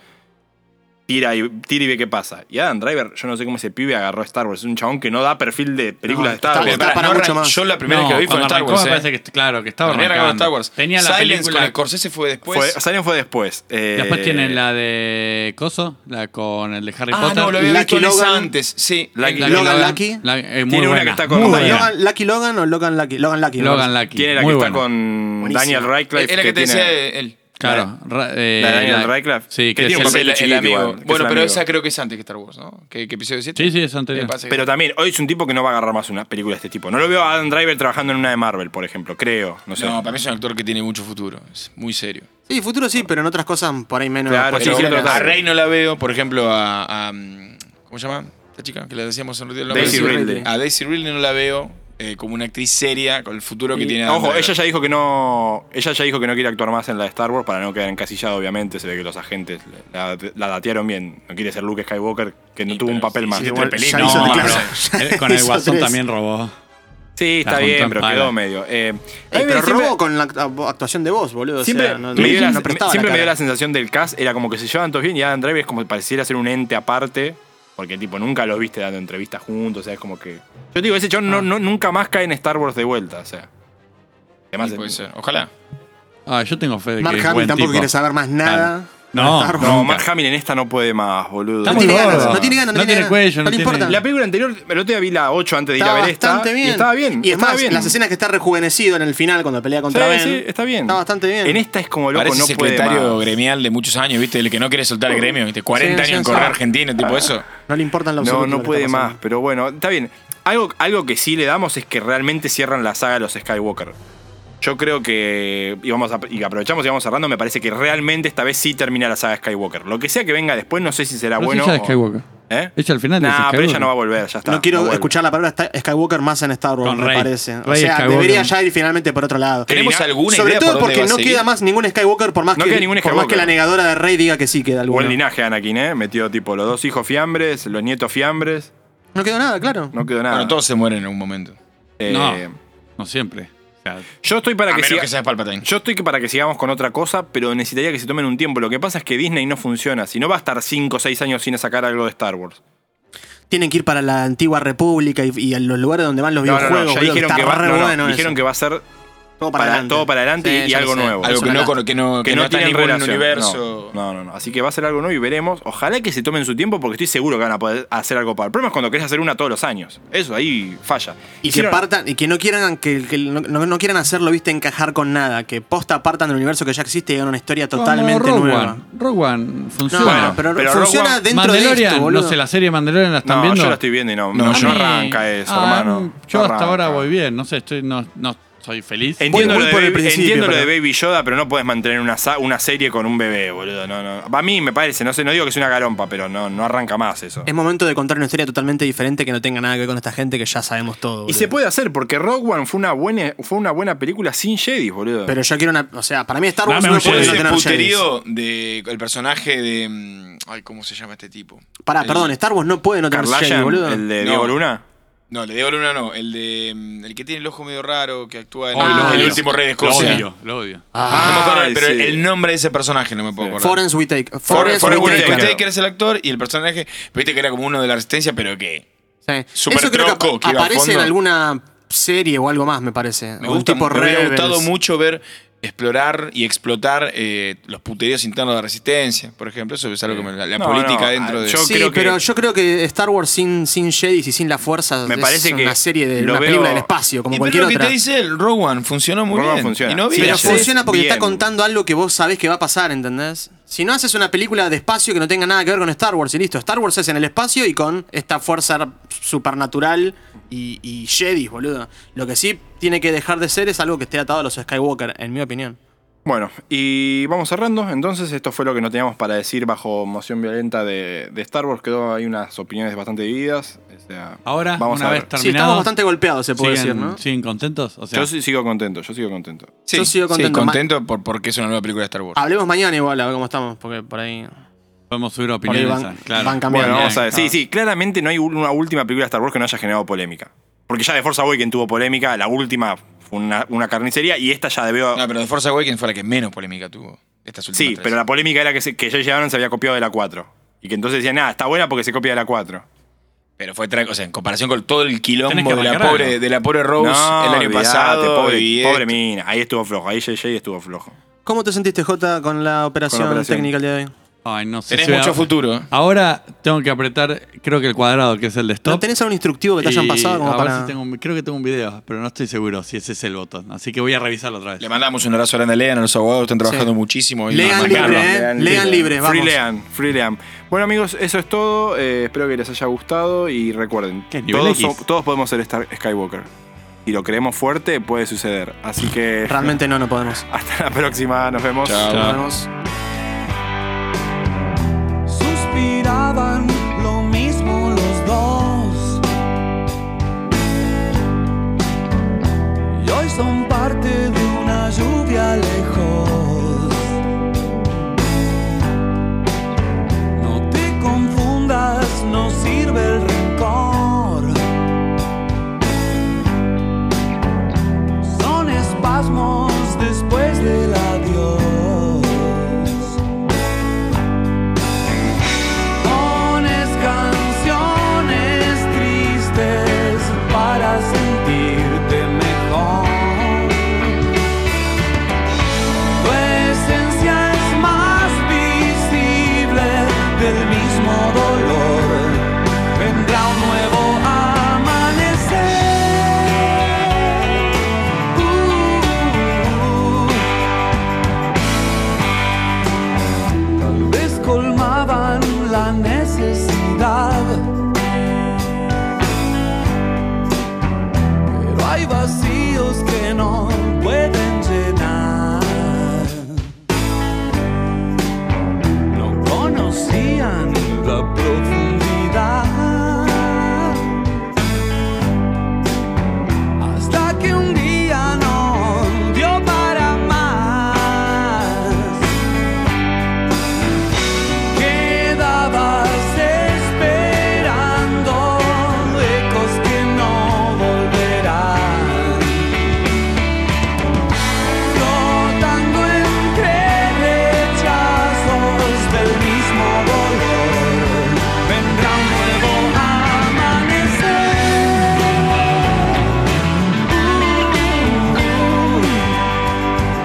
[SPEAKER 1] tira y, tira y ve qué pasa. Y Adam Driver, yo no sé cómo ese pibe agarró a Star Wars. Es un chabón que no da perfil de películas
[SPEAKER 3] No,
[SPEAKER 1] de Star
[SPEAKER 3] está-
[SPEAKER 1] Wars.
[SPEAKER 3] está-
[SPEAKER 4] Pará,
[SPEAKER 3] para
[SPEAKER 4] no
[SPEAKER 3] mucho
[SPEAKER 4] arran-
[SPEAKER 3] más.
[SPEAKER 4] Yo la primera que vi fue en
[SPEAKER 2] cuando
[SPEAKER 4] Star
[SPEAKER 2] arrancó,
[SPEAKER 4] Wars.
[SPEAKER 2] me
[SPEAKER 4] eh.
[SPEAKER 2] parece que, claro, que estaba
[SPEAKER 4] La primera que vi en
[SPEAKER 2] arrancando.
[SPEAKER 4] Star Wars.
[SPEAKER 2] Tenía la
[SPEAKER 4] Silence
[SPEAKER 2] película...
[SPEAKER 4] con el Scorsese fue después.
[SPEAKER 1] Fue, Silent fue después. eh,
[SPEAKER 2] Después tiene la de Coso, la con el de Harry
[SPEAKER 4] ah,
[SPEAKER 2] Potter.
[SPEAKER 4] no, lo había
[SPEAKER 3] Lucky
[SPEAKER 4] visto en esa
[SPEAKER 3] Logan.
[SPEAKER 4] antes. Sí,
[SPEAKER 1] Lucky
[SPEAKER 4] en-
[SPEAKER 2] La
[SPEAKER 3] Logan
[SPEAKER 2] que
[SPEAKER 3] Lucky.
[SPEAKER 2] La, eh, muy
[SPEAKER 1] Tiene una
[SPEAKER 2] buena,
[SPEAKER 1] que está
[SPEAKER 2] muy
[SPEAKER 1] con
[SPEAKER 2] buena.
[SPEAKER 1] Diana.
[SPEAKER 3] Logan, ¿Lucky Logan o Logan Lucky? Logan Lucky. me
[SPEAKER 2] Logan
[SPEAKER 3] parece.
[SPEAKER 2] Lucky.
[SPEAKER 1] tiene la
[SPEAKER 2] muy
[SPEAKER 1] que está
[SPEAKER 2] buena.
[SPEAKER 1] con
[SPEAKER 3] Buenísima.
[SPEAKER 1] Daniel Radcliffe.
[SPEAKER 4] Es la que te
[SPEAKER 1] tiene-
[SPEAKER 4] decía eh, él.
[SPEAKER 2] Claro. ra- eh,
[SPEAKER 1] La de Daniel Radcliffe.
[SPEAKER 2] Sí,
[SPEAKER 1] Que
[SPEAKER 2] que es
[SPEAKER 1] tiene un
[SPEAKER 2] el-
[SPEAKER 4] Es
[SPEAKER 1] papel
[SPEAKER 4] el, el
[SPEAKER 1] chiquito
[SPEAKER 4] amigo.
[SPEAKER 1] igual, que es
[SPEAKER 4] bueno,
[SPEAKER 1] el
[SPEAKER 4] pero
[SPEAKER 1] amigo.
[SPEAKER 4] esa creo que es antes que Star Wars, ¿no? ¿Qué, qué episodio 7?
[SPEAKER 2] Sí, sí, es anterior.
[SPEAKER 1] Pero también, hoy es un tipo que no va a agarrar más una película de este tipo. No lo veo a Adam Driver trabajando en una de Marvel, por ejemplo, creo. No sé.
[SPEAKER 4] No, para mí es un actor que tiene mucho futuro. Es muy serio.
[SPEAKER 3] Sí, futuro sí, pero en otras cosas por ahí menos.
[SPEAKER 1] Claro,
[SPEAKER 4] Pero
[SPEAKER 1] Ah, sí,
[SPEAKER 3] posibles.
[SPEAKER 1] sí, total.
[SPEAKER 4] a Rey no la veo, por ejemplo, a, a, mm, ¿Cómo se llama? La chica que le decíamos en el
[SPEAKER 1] Daisy
[SPEAKER 3] Ridley.
[SPEAKER 1] Ridley.
[SPEAKER 4] A Daisy Ridley no la veo eh, como una actriz seria con el futuro que
[SPEAKER 3] Y-
[SPEAKER 4] tiene. Adam
[SPEAKER 1] Ojo,
[SPEAKER 4] Driver.
[SPEAKER 1] ella ya dijo que no. Ella ya dijo que no quiere actuar más en la de Star Wars para no quedar encasillada, obviamente. Se ve que los agentes la, la datearon bien. No quiere ser Luke Skywalker, que no
[SPEAKER 4] Y
[SPEAKER 1] tuvo un
[SPEAKER 4] pero
[SPEAKER 1] papel
[SPEAKER 4] sí,
[SPEAKER 1] más.
[SPEAKER 4] sí,
[SPEAKER 1] Sí,
[SPEAKER 4] te-
[SPEAKER 3] Igual,
[SPEAKER 4] película.
[SPEAKER 3] ya hizo
[SPEAKER 4] No,
[SPEAKER 3] claro.
[SPEAKER 2] pero con el
[SPEAKER 3] Hizo
[SPEAKER 2] Guasón
[SPEAKER 3] tres.
[SPEAKER 2] también robó.
[SPEAKER 1] está
[SPEAKER 2] La
[SPEAKER 1] bien,
[SPEAKER 2] juntó en
[SPEAKER 1] pero
[SPEAKER 2] pala.
[SPEAKER 1] quedó medio. Eh, a
[SPEAKER 3] Ey,
[SPEAKER 1] mí
[SPEAKER 3] pero
[SPEAKER 1] siempre-
[SPEAKER 3] robó con la act- actuación de voz, boludo. o sea,
[SPEAKER 1] Siempre,
[SPEAKER 3] no-
[SPEAKER 1] me, dio la-
[SPEAKER 3] no prestaba
[SPEAKER 1] siempre
[SPEAKER 3] la
[SPEAKER 1] me dio
[SPEAKER 3] cara.
[SPEAKER 1] la sensación del cast, era como que se llevaban todos bien y Adam Driver es como que pareciera ser un ente aparte, porque tipo nunca los viste dando entrevistas juntos, o sea, es como que... Yo digo, ese
[SPEAKER 3] Ah.
[SPEAKER 1] chabón no, no- nunca más cae en Star Wars de vuelta, o sea. Además,
[SPEAKER 4] Sí, puede ser. Ojalá.
[SPEAKER 2] Ah, yo tengo fe de
[SPEAKER 3] Mark
[SPEAKER 2] que es
[SPEAKER 3] Hamill
[SPEAKER 2] buen
[SPEAKER 3] tampoco
[SPEAKER 2] tipo.
[SPEAKER 3] quiere saber más nada.
[SPEAKER 2] No,
[SPEAKER 3] de Star Wars.
[SPEAKER 1] no, Mark Hamill en esta no puede más, boludo.
[SPEAKER 2] Está
[SPEAKER 3] No
[SPEAKER 2] muy
[SPEAKER 3] tiene ganas,
[SPEAKER 2] gordo.
[SPEAKER 3] no tiene ganas,
[SPEAKER 2] No
[SPEAKER 3] no tiene
[SPEAKER 2] tiene
[SPEAKER 3] ganas.
[SPEAKER 2] cuello,
[SPEAKER 3] No
[SPEAKER 2] no
[SPEAKER 3] le
[SPEAKER 2] tiene-
[SPEAKER 3] importa.
[SPEAKER 1] La película anterior, el otro día vi la 8 antes de ir
[SPEAKER 3] Estaba
[SPEAKER 1] a ver esta.
[SPEAKER 3] bastante bien.
[SPEAKER 1] Y estaba bien.
[SPEAKER 3] Y es
[SPEAKER 1] estaba
[SPEAKER 3] más,
[SPEAKER 1] bien.
[SPEAKER 3] las escenas que está rejuvenecido en el final cuando pelea
[SPEAKER 1] Sí,
[SPEAKER 3] contra Ben.
[SPEAKER 1] sí, está bien.
[SPEAKER 3] Está bastante bien.
[SPEAKER 1] En esta es como loco,
[SPEAKER 4] Parece
[SPEAKER 1] no puede
[SPEAKER 4] secretario
[SPEAKER 1] más.
[SPEAKER 4] gremial de muchos años, ¿viste? El que no quiere soltar el gremio, ¿viste? 40
[SPEAKER 3] Sí, sí,
[SPEAKER 4] años en
[SPEAKER 3] sí.
[SPEAKER 4] correr argentino, tipo eso.
[SPEAKER 1] Ah.
[SPEAKER 3] No le importan los
[SPEAKER 1] No, no puede más, pero bueno, está bien. Algo, algo que sí le damos es que realmente cierran la saga de los Skywalker. Yo creo que. Y, vamos a- y aprovechamos y vamos cerrando. Me parece que realmente esta vez sí termina la saga Skywalker. Lo que sea que venga después, no sé si será
[SPEAKER 2] Pero
[SPEAKER 1] bueno.
[SPEAKER 2] sí,
[SPEAKER 1] o-
[SPEAKER 2] ya es Skywalker.
[SPEAKER 1] ¿Eh?
[SPEAKER 2] Ella al final es
[SPEAKER 1] Nah, pero ella
[SPEAKER 2] Skywalker.
[SPEAKER 1] no va a volver, ya está.
[SPEAKER 3] No quiero
[SPEAKER 1] vuelve.
[SPEAKER 3] escuchar la palabra Sta- Skywalker más en Star Wars,
[SPEAKER 2] Con
[SPEAKER 3] me
[SPEAKER 2] Rey.
[SPEAKER 3] parece. o
[SPEAKER 2] Rey
[SPEAKER 3] sea,
[SPEAKER 2] Skywalker.
[SPEAKER 3] debería ya ir finalmente por otro lado.
[SPEAKER 1] Qué
[SPEAKER 4] ¿Tenemos
[SPEAKER 1] Elina-
[SPEAKER 4] alguna
[SPEAKER 3] Sobre
[SPEAKER 4] idea
[SPEAKER 3] todo
[SPEAKER 4] por dónde
[SPEAKER 3] porque
[SPEAKER 4] va a
[SPEAKER 3] no
[SPEAKER 4] seguir?
[SPEAKER 3] queda más ningún Skywalker, por más,
[SPEAKER 1] No
[SPEAKER 3] que,
[SPEAKER 1] queda ningún
[SPEAKER 3] por más que
[SPEAKER 1] Skywalker.
[SPEAKER 3] la negadora de Rey diga que sí queda alguno.
[SPEAKER 1] Buen linaje, Anakin, ¿eh? Metió tipo los dos hijos fiambres, los nietos fiambres.
[SPEAKER 3] No quedó nada, claro.
[SPEAKER 1] No quedó nada.
[SPEAKER 4] Bueno, todos se mueren en algún momento.
[SPEAKER 1] Eh,
[SPEAKER 2] No. No siempre. O sea,
[SPEAKER 1] Yo estoy para
[SPEAKER 4] a
[SPEAKER 1] que
[SPEAKER 4] menos
[SPEAKER 1] siga-
[SPEAKER 4] que seas Palpatine.
[SPEAKER 1] Yo estoy que para que sigamos con otra cosa, pero necesitaría que se tomen un tiempo. Lo que pasa es que Disney no funciona. Si no va a estar 5 o 6 años sin sacar algo de Star Wars.
[SPEAKER 3] Tienen que ir para la antigua república y, y a los lugares donde van los
[SPEAKER 1] No, no, no,
[SPEAKER 3] videojuegos.
[SPEAKER 1] Ya
[SPEAKER 3] boludo,
[SPEAKER 1] dijeron
[SPEAKER 3] está
[SPEAKER 1] que va,
[SPEAKER 3] re
[SPEAKER 1] no, no,
[SPEAKER 3] bueno eso.
[SPEAKER 1] dijeron que va a ser
[SPEAKER 3] todo
[SPEAKER 1] para- todo para adelante y- y
[SPEAKER 3] ya
[SPEAKER 1] algo
[SPEAKER 3] sé.
[SPEAKER 1] nuevo.
[SPEAKER 4] Algo
[SPEAKER 3] Eso
[SPEAKER 4] que no,
[SPEAKER 3] era-
[SPEAKER 4] con- que no,
[SPEAKER 1] que, no,
[SPEAKER 4] está en
[SPEAKER 1] tienen
[SPEAKER 4] ningún
[SPEAKER 1] relación.
[SPEAKER 4] universo.
[SPEAKER 1] No, no, no. Así que va a ser algo nuevo y veremos. Ojalá que se tomen su tiempo porque estoy seguro que van a poder hacer algo para. El problema es cuando querés hacer una todos los años. Eso ahí falla.
[SPEAKER 3] Y que
[SPEAKER 1] Hicieron-
[SPEAKER 3] partan, y que no quieran, que, que no, no- no quieran hacerlo, viste, encajar con nada, que posta partan del universo que ya existe y hagan una historia totalmente
[SPEAKER 2] como Rogue
[SPEAKER 3] nueva.
[SPEAKER 2] One. Rogue One
[SPEAKER 3] No,
[SPEAKER 2] funciona.
[SPEAKER 1] Bueno,
[SPEAKER 3] pero,
[SPEAKER 1] pero
[SPEAKER 3] funciona
[SPEAKER 1] Rogue One-
[SPEAKER 3] dentro de
[SPEAKER 2] Mandalorian,
[SPEAKER 3] esto, boludo.
[SPEAKER 2] no sé, la serie Mandalorian la están
[SPEAKER 1] No,
[SPEAKER 2] viendo.
[SPEAKER 1] yo la estoy viendo y no.
[SPEAKER 4] No,
[SPEAKER 1] No,
[SPEAKER 4] yo
[SPEAKER 1] no
[SPEAKER 4] no.
[SPEAKER 1] arranca eso,
[SPEAKER 2] Ah,
[SPEAKER 3] mm,
[SPEAKER 1] hermano.
[SPEAKER 2] Yo
[SPEAKER 1] No
[SPEAKER 2] hasta
[SPEAKER 1] arranca.
[SPEAKER 2] ahora voy bien, no sé, estoy, no, no soy feliz.
[SPEAKER 1] Entiendo, lo,
[SPEAKER 3] Muy- muy
[SPEAKER 1] de
[SPEAKER 3] por el
[SPEAKER 1] Baby,
[SPEAKER 3] principio,
[SPEAKER 1] entiendo lo de
[SPEAKER 3] pero-
[SPEAKER 1] Baby Yoda, pero no puedes mantener una, sa- una serie con un bebé, boludo. No, no. A mí me parece, no sé, no digo que sea una garompa, pero no, no arranca más eso.
[SPEAKER 3] Es momento de contar una historia totalmente diferente que no tenga nada que ver con esta gente que ya sabemos todo.
[SPEAKER 1] Y
[SPEAKER 3] boludo.
[SPEAKER 1] se puede hacer, porque Rogue One fue una buena, fue una buena película sin Jedi, boludo.
[SPEAKER 3] Pero yo quiero una. O sea, para mí Star Wars
[SPEAKER 2] Dame
[SPEAKER 3] no
[SPEAKER 2] un
[SPEAKER 3] puede
[SPEAKER 2] Jedi.
[SPEAKER 3] no
[SPEAKER 4] Ese
[SPEAKER 3] tener Jedis.
[SPEAKER 4] puterío del personaje de. mm, Ay, ¿cómo se llama este tipo?
[SPEAKER 3] Pará,
[SPEAKER 4] El-
[SPEAKER 3] perdón, Star Wars no puede no tener
[SPEAKER 1] Karlashan,
[SPEAKER 3] Jedi, boludo.
[SPEAKER 1] el de
[SPEAKER 4] No.
[SPEAKER 1] Diego Luna.
[SPEAKER 4] No, el de Diego Luna no. El de. mm, El que tiene el ojo medio raro, que actúa en
[SPEAKER 2] Hoy
[SPEAKER 3] Ah,
[SPEAKER 2] lo
[SPEAKER 4] el
[SPEAKER 2] odio.
[SPEAKER 4] último rey de
[SPEAKER 2] Lo
[SPEAKER 4] Escocia.
[SPEAKER 2] odio, lo odio.
[SPEAKER 4] No me acuerdo,
[SPEAKER 1] Ay,
[SPEAKER 4] pero
[SPEAKER 1] sí.
[SPEAKER 4] el nombre de ese personaje no me puedo acordar.
[SPEAKER 3] Forrest Whitaker.
[SPEAKER 4] Forrest
[SPEAKER 3] Forrest Whitaker.
[SPEAKER 1] Whitaker.
[SPEAKER 4] Whitaker es el actor y el personaje. Viste que era como uno de la resistencia, pero que.
[SPEAKER 3] Sí.
[SPEAKER 4] Super
[SPEAKER 3] Eso creo que
[SPEAKER 4] troco,
[SPEAKER 3] apa-
[SPEAKER 4] que iba a
[SPEAKER 3] aparece en
[SPEAKER 4] fondo.
[SPEAKER 3] alguna serie o algo más, me parece.
[SPEAKER 4] Me,
[SPEAKER 3] O un
[SPEAKER 4] gusta,
[SPEAKER 3] tipo
[SPEAKER 4] me hubiera
[SPEAKER 3] Rebels.
[SPEAKER 4] gustado mucho ver, explorar y explotar eh, los puteríos internos de la resistencia, por ejemplo. Eso es algo que me- la, la
[SPEAKER 1] No,
[SPEAKER 4] política
[SPEAKER 1] no,
[SPEAKER 4] dentro de.
[SPEAKER 1] yo
[SPEAKER 3] sí,
[SPEAKER 1] creo que-
[SPEAKER 3] pero yo creo que Star Wars sin, sin Jedi y sin la fuerza
[SPEAKER 1] Me
[SPEAKER 3] es
[SPEAKER 1] parece que
[SPEAKER 3] una serie de
[SPEAKER 1] lo
[SPEAKER 3] una
[SPEAKER 1] veo-
[SPEAKER 3] película del espacio, como
[SPEAKER 4] Y
[SPEAKER 3] cualquier
[SPEAKER 4] pero lo
[SPEAKER 3] otra.
[SPEAKER 4] que te dice el Rogue One funcionó muy
[SPEAKER 1] Rogue One
[SPEAKER 4] bien.
[SPEAKER 1] funciona.
[SPEAKER 4] Y no
[SPEAKER 1] Sí,
[SPEAKER 4] había
[SPEAKER 3] Pero
[SPEAKER 1] Bien.
[SPEAKER 3] funciona porque
[SPEAKER 4] Bien.
[SPEAKER 3] está contando algo que vos sabés que va a pasar, ¿entendés? Si no haces una película de espacio que no tenga nada que ver con Star Wars y listo, Star Wars es en el espacio y con esta fuerza supernatural y, y Jedi, boludo. Lo que sí tiene que dejar de ser es algo que esté atado a los Skywalker, en mi opinión.
[SPEAKER 1] Bueno, y vamos cerrando. Entonces, esto fue lo que no teníamos para decir bajo moción violenta de, de Star Wars. Quedó ahí unas opiniones bastante divididas. O sea,
[SPEAKER 2] Ahora,
[SPEAKER 1] vamos
[SPEAKER 2] una
[SPEAKER 1] a ver.
[SPEAKER 2] vez
[SPEAKER 3] Sí,
[SPEAKER 2] terminado.
[SPEAKER 3] estamos bastante golpeados, se puede
[SPEAKER 2] siguen,
[SPEAKER 3] decir, ¿no?
[SPEAKER 2] siguen contentos? O sea,
[SPEAKER 1] Yo sí sigo contento, yo sigo contento.
[SPEAKER 4] Sí,
[SPEAKER 3] Yo sigo
[SPEAKER 4] sí,
[SPEAKER 3] contento.
[SPEAKER 4] contento por, porque es una nueva película de Star Wars.
[SPEAKER 3] Hablemos mañana igual, a ver cómo estamos, porque por ahí,
[SPEAKER 2] podemos subir
[SPEAKER 3] por ahí
[SPEAKER 2] opiniones.
[SPEAKER 3] van,
[SPEAKER 2] ah, claro.
[SPEAKER 3] van cambiando.
[SPEAKER 1] Bueno,
[SPEAKER 2] bien,
[SPEAKER 1] vamos a ver. Sí,
[SPEAKER 3] Ah.
[SPEAKER 1] sí, claramente no hay una última película de Star Wars que no haya generado polémica. Porque ya de Force Awakens tuvo polémica, la última fue una, una carnicería y esta ya debió.
[SPEAKER 4] No, pero The Force Awakens fue la que menos polémica tuvo. Estas últimas
[SPEAKER 1] sí,
[SPEAKER 4] tres.
[SPEAKER 1] pero la polémica era que, se, que J.J. Abrams se había copiado de la 4. Y que entonces decían, nada, está buena porque se copia de la 4.
[SPEAKER 4] Pero fue tra- o sea, en comparación con todo el
[SPEAKER 2] Tenés
[SPEAKER 4] quilombo
[SPEAKER 2] que
[SPEAKER 4] de la,
[SPEAKER 2] arrancar
[SPEAKER 4] pobre,
[SPEAKER 2] algo.
[SPEAKER 4] de la pobre Rose el año
[SPEAKER 1] olvidate,
[SPEAKER 4] pasado.
[SPEAKER 1] Pobre,
[SPEAKER 4] y este.
[SPEAKER 1] pobre
[SPEAKER 4] esto.
[SPEAKER 1] mina, ahí estuvo flojo, ahí J.J. estuvo flojo.
[SPEAKER 3] ¿Cómo te sentiste, Jota, con la operación,
[SPEAKER 1] operación.
[SPEAKER 3] técnica el día de hoy?
[SPEAKER 2] Ay, no sé.
[SPEAKER 4] Tenés
[SPEAKER 2] si voy a-
[SPEAKER 4] mucho futuro. ¿eh?
[SPEAKER 2] Ahora tengo que apretar, creo que el cuadrado, que es el de stop.
[SPEAKER 3] ¿No tenés algún instructivo que te hayan
[SPEAKER 2] Y
[SPEAKER 3] pasado como
[SPEAKER 2] a ver
[SPEAKER 3] para...?
[SPEAKER 2] si tengo un- creo que tengo un video, pero no estoy seguro si ese es el botón. Así que voy a revisarlo otra vez.
[SPEAKER 4] Le mandamos un abrazo grande a Lean, a los abogados, están trabajando muchísimo. y
[SPEAKER 3] Lean
[SPEAKER 4] nos
[SPEAKER 3] libre,
[SPEAKER 4] sacaron.
[SPEAKER 3] ¿eh? Lean libre, vamos.
[SPEAKER 1] Free Lean, Free Lean. Bueno, amigos, eso es todo. eh, espero que les haya gustado y recuerden,
[SPEAKER 2] ¿Qué nivel
[SPEAKER 1] todos,
[SPEAKER 2] X?
[SPEAKER 1] so- todos podemos ser Star Skywalker. Y lo creemos fuerte, puede suceder. Así que
[SPEAKER 3] Realmente no, no podemos.
[SPEAKER 1] hasta la próxima, nos vemos.
[SPEAKER 4] Chao.
[SPEAKER 3] Nos vemos.
[SPEAKER 5] suspiraban lo mismo los dos. Y hoy son parte de una lluvia lejos. No te confundas, no sirve el rencor. Son espasmos después del adiós. Pones canciones tristes para sentirte mejor. Tu esencia es más visible del mismo dolor. Vendrá un nuevo amanecer. Uh, uh, uh. descolmaban la necesidad. Pero hay vacíos que no pueden llenar. No conocían la profundidad. Hasta que un día no dio para más. Quedabas esperando ecos que no volverán, flotando entre rechazos del mismo dolor. Vendrá un nuevo amanecer.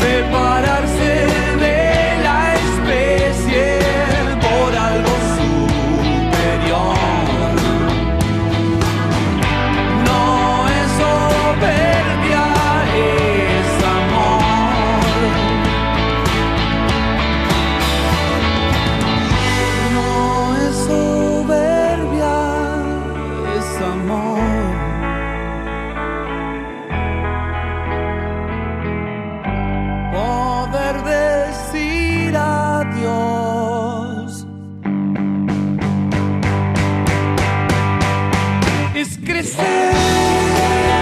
[SPEAKER 5] Separarse de la especie por algo superior. No es soberbia, es amor. No es soberbia, es amor. poder decir adiós. Es crecer.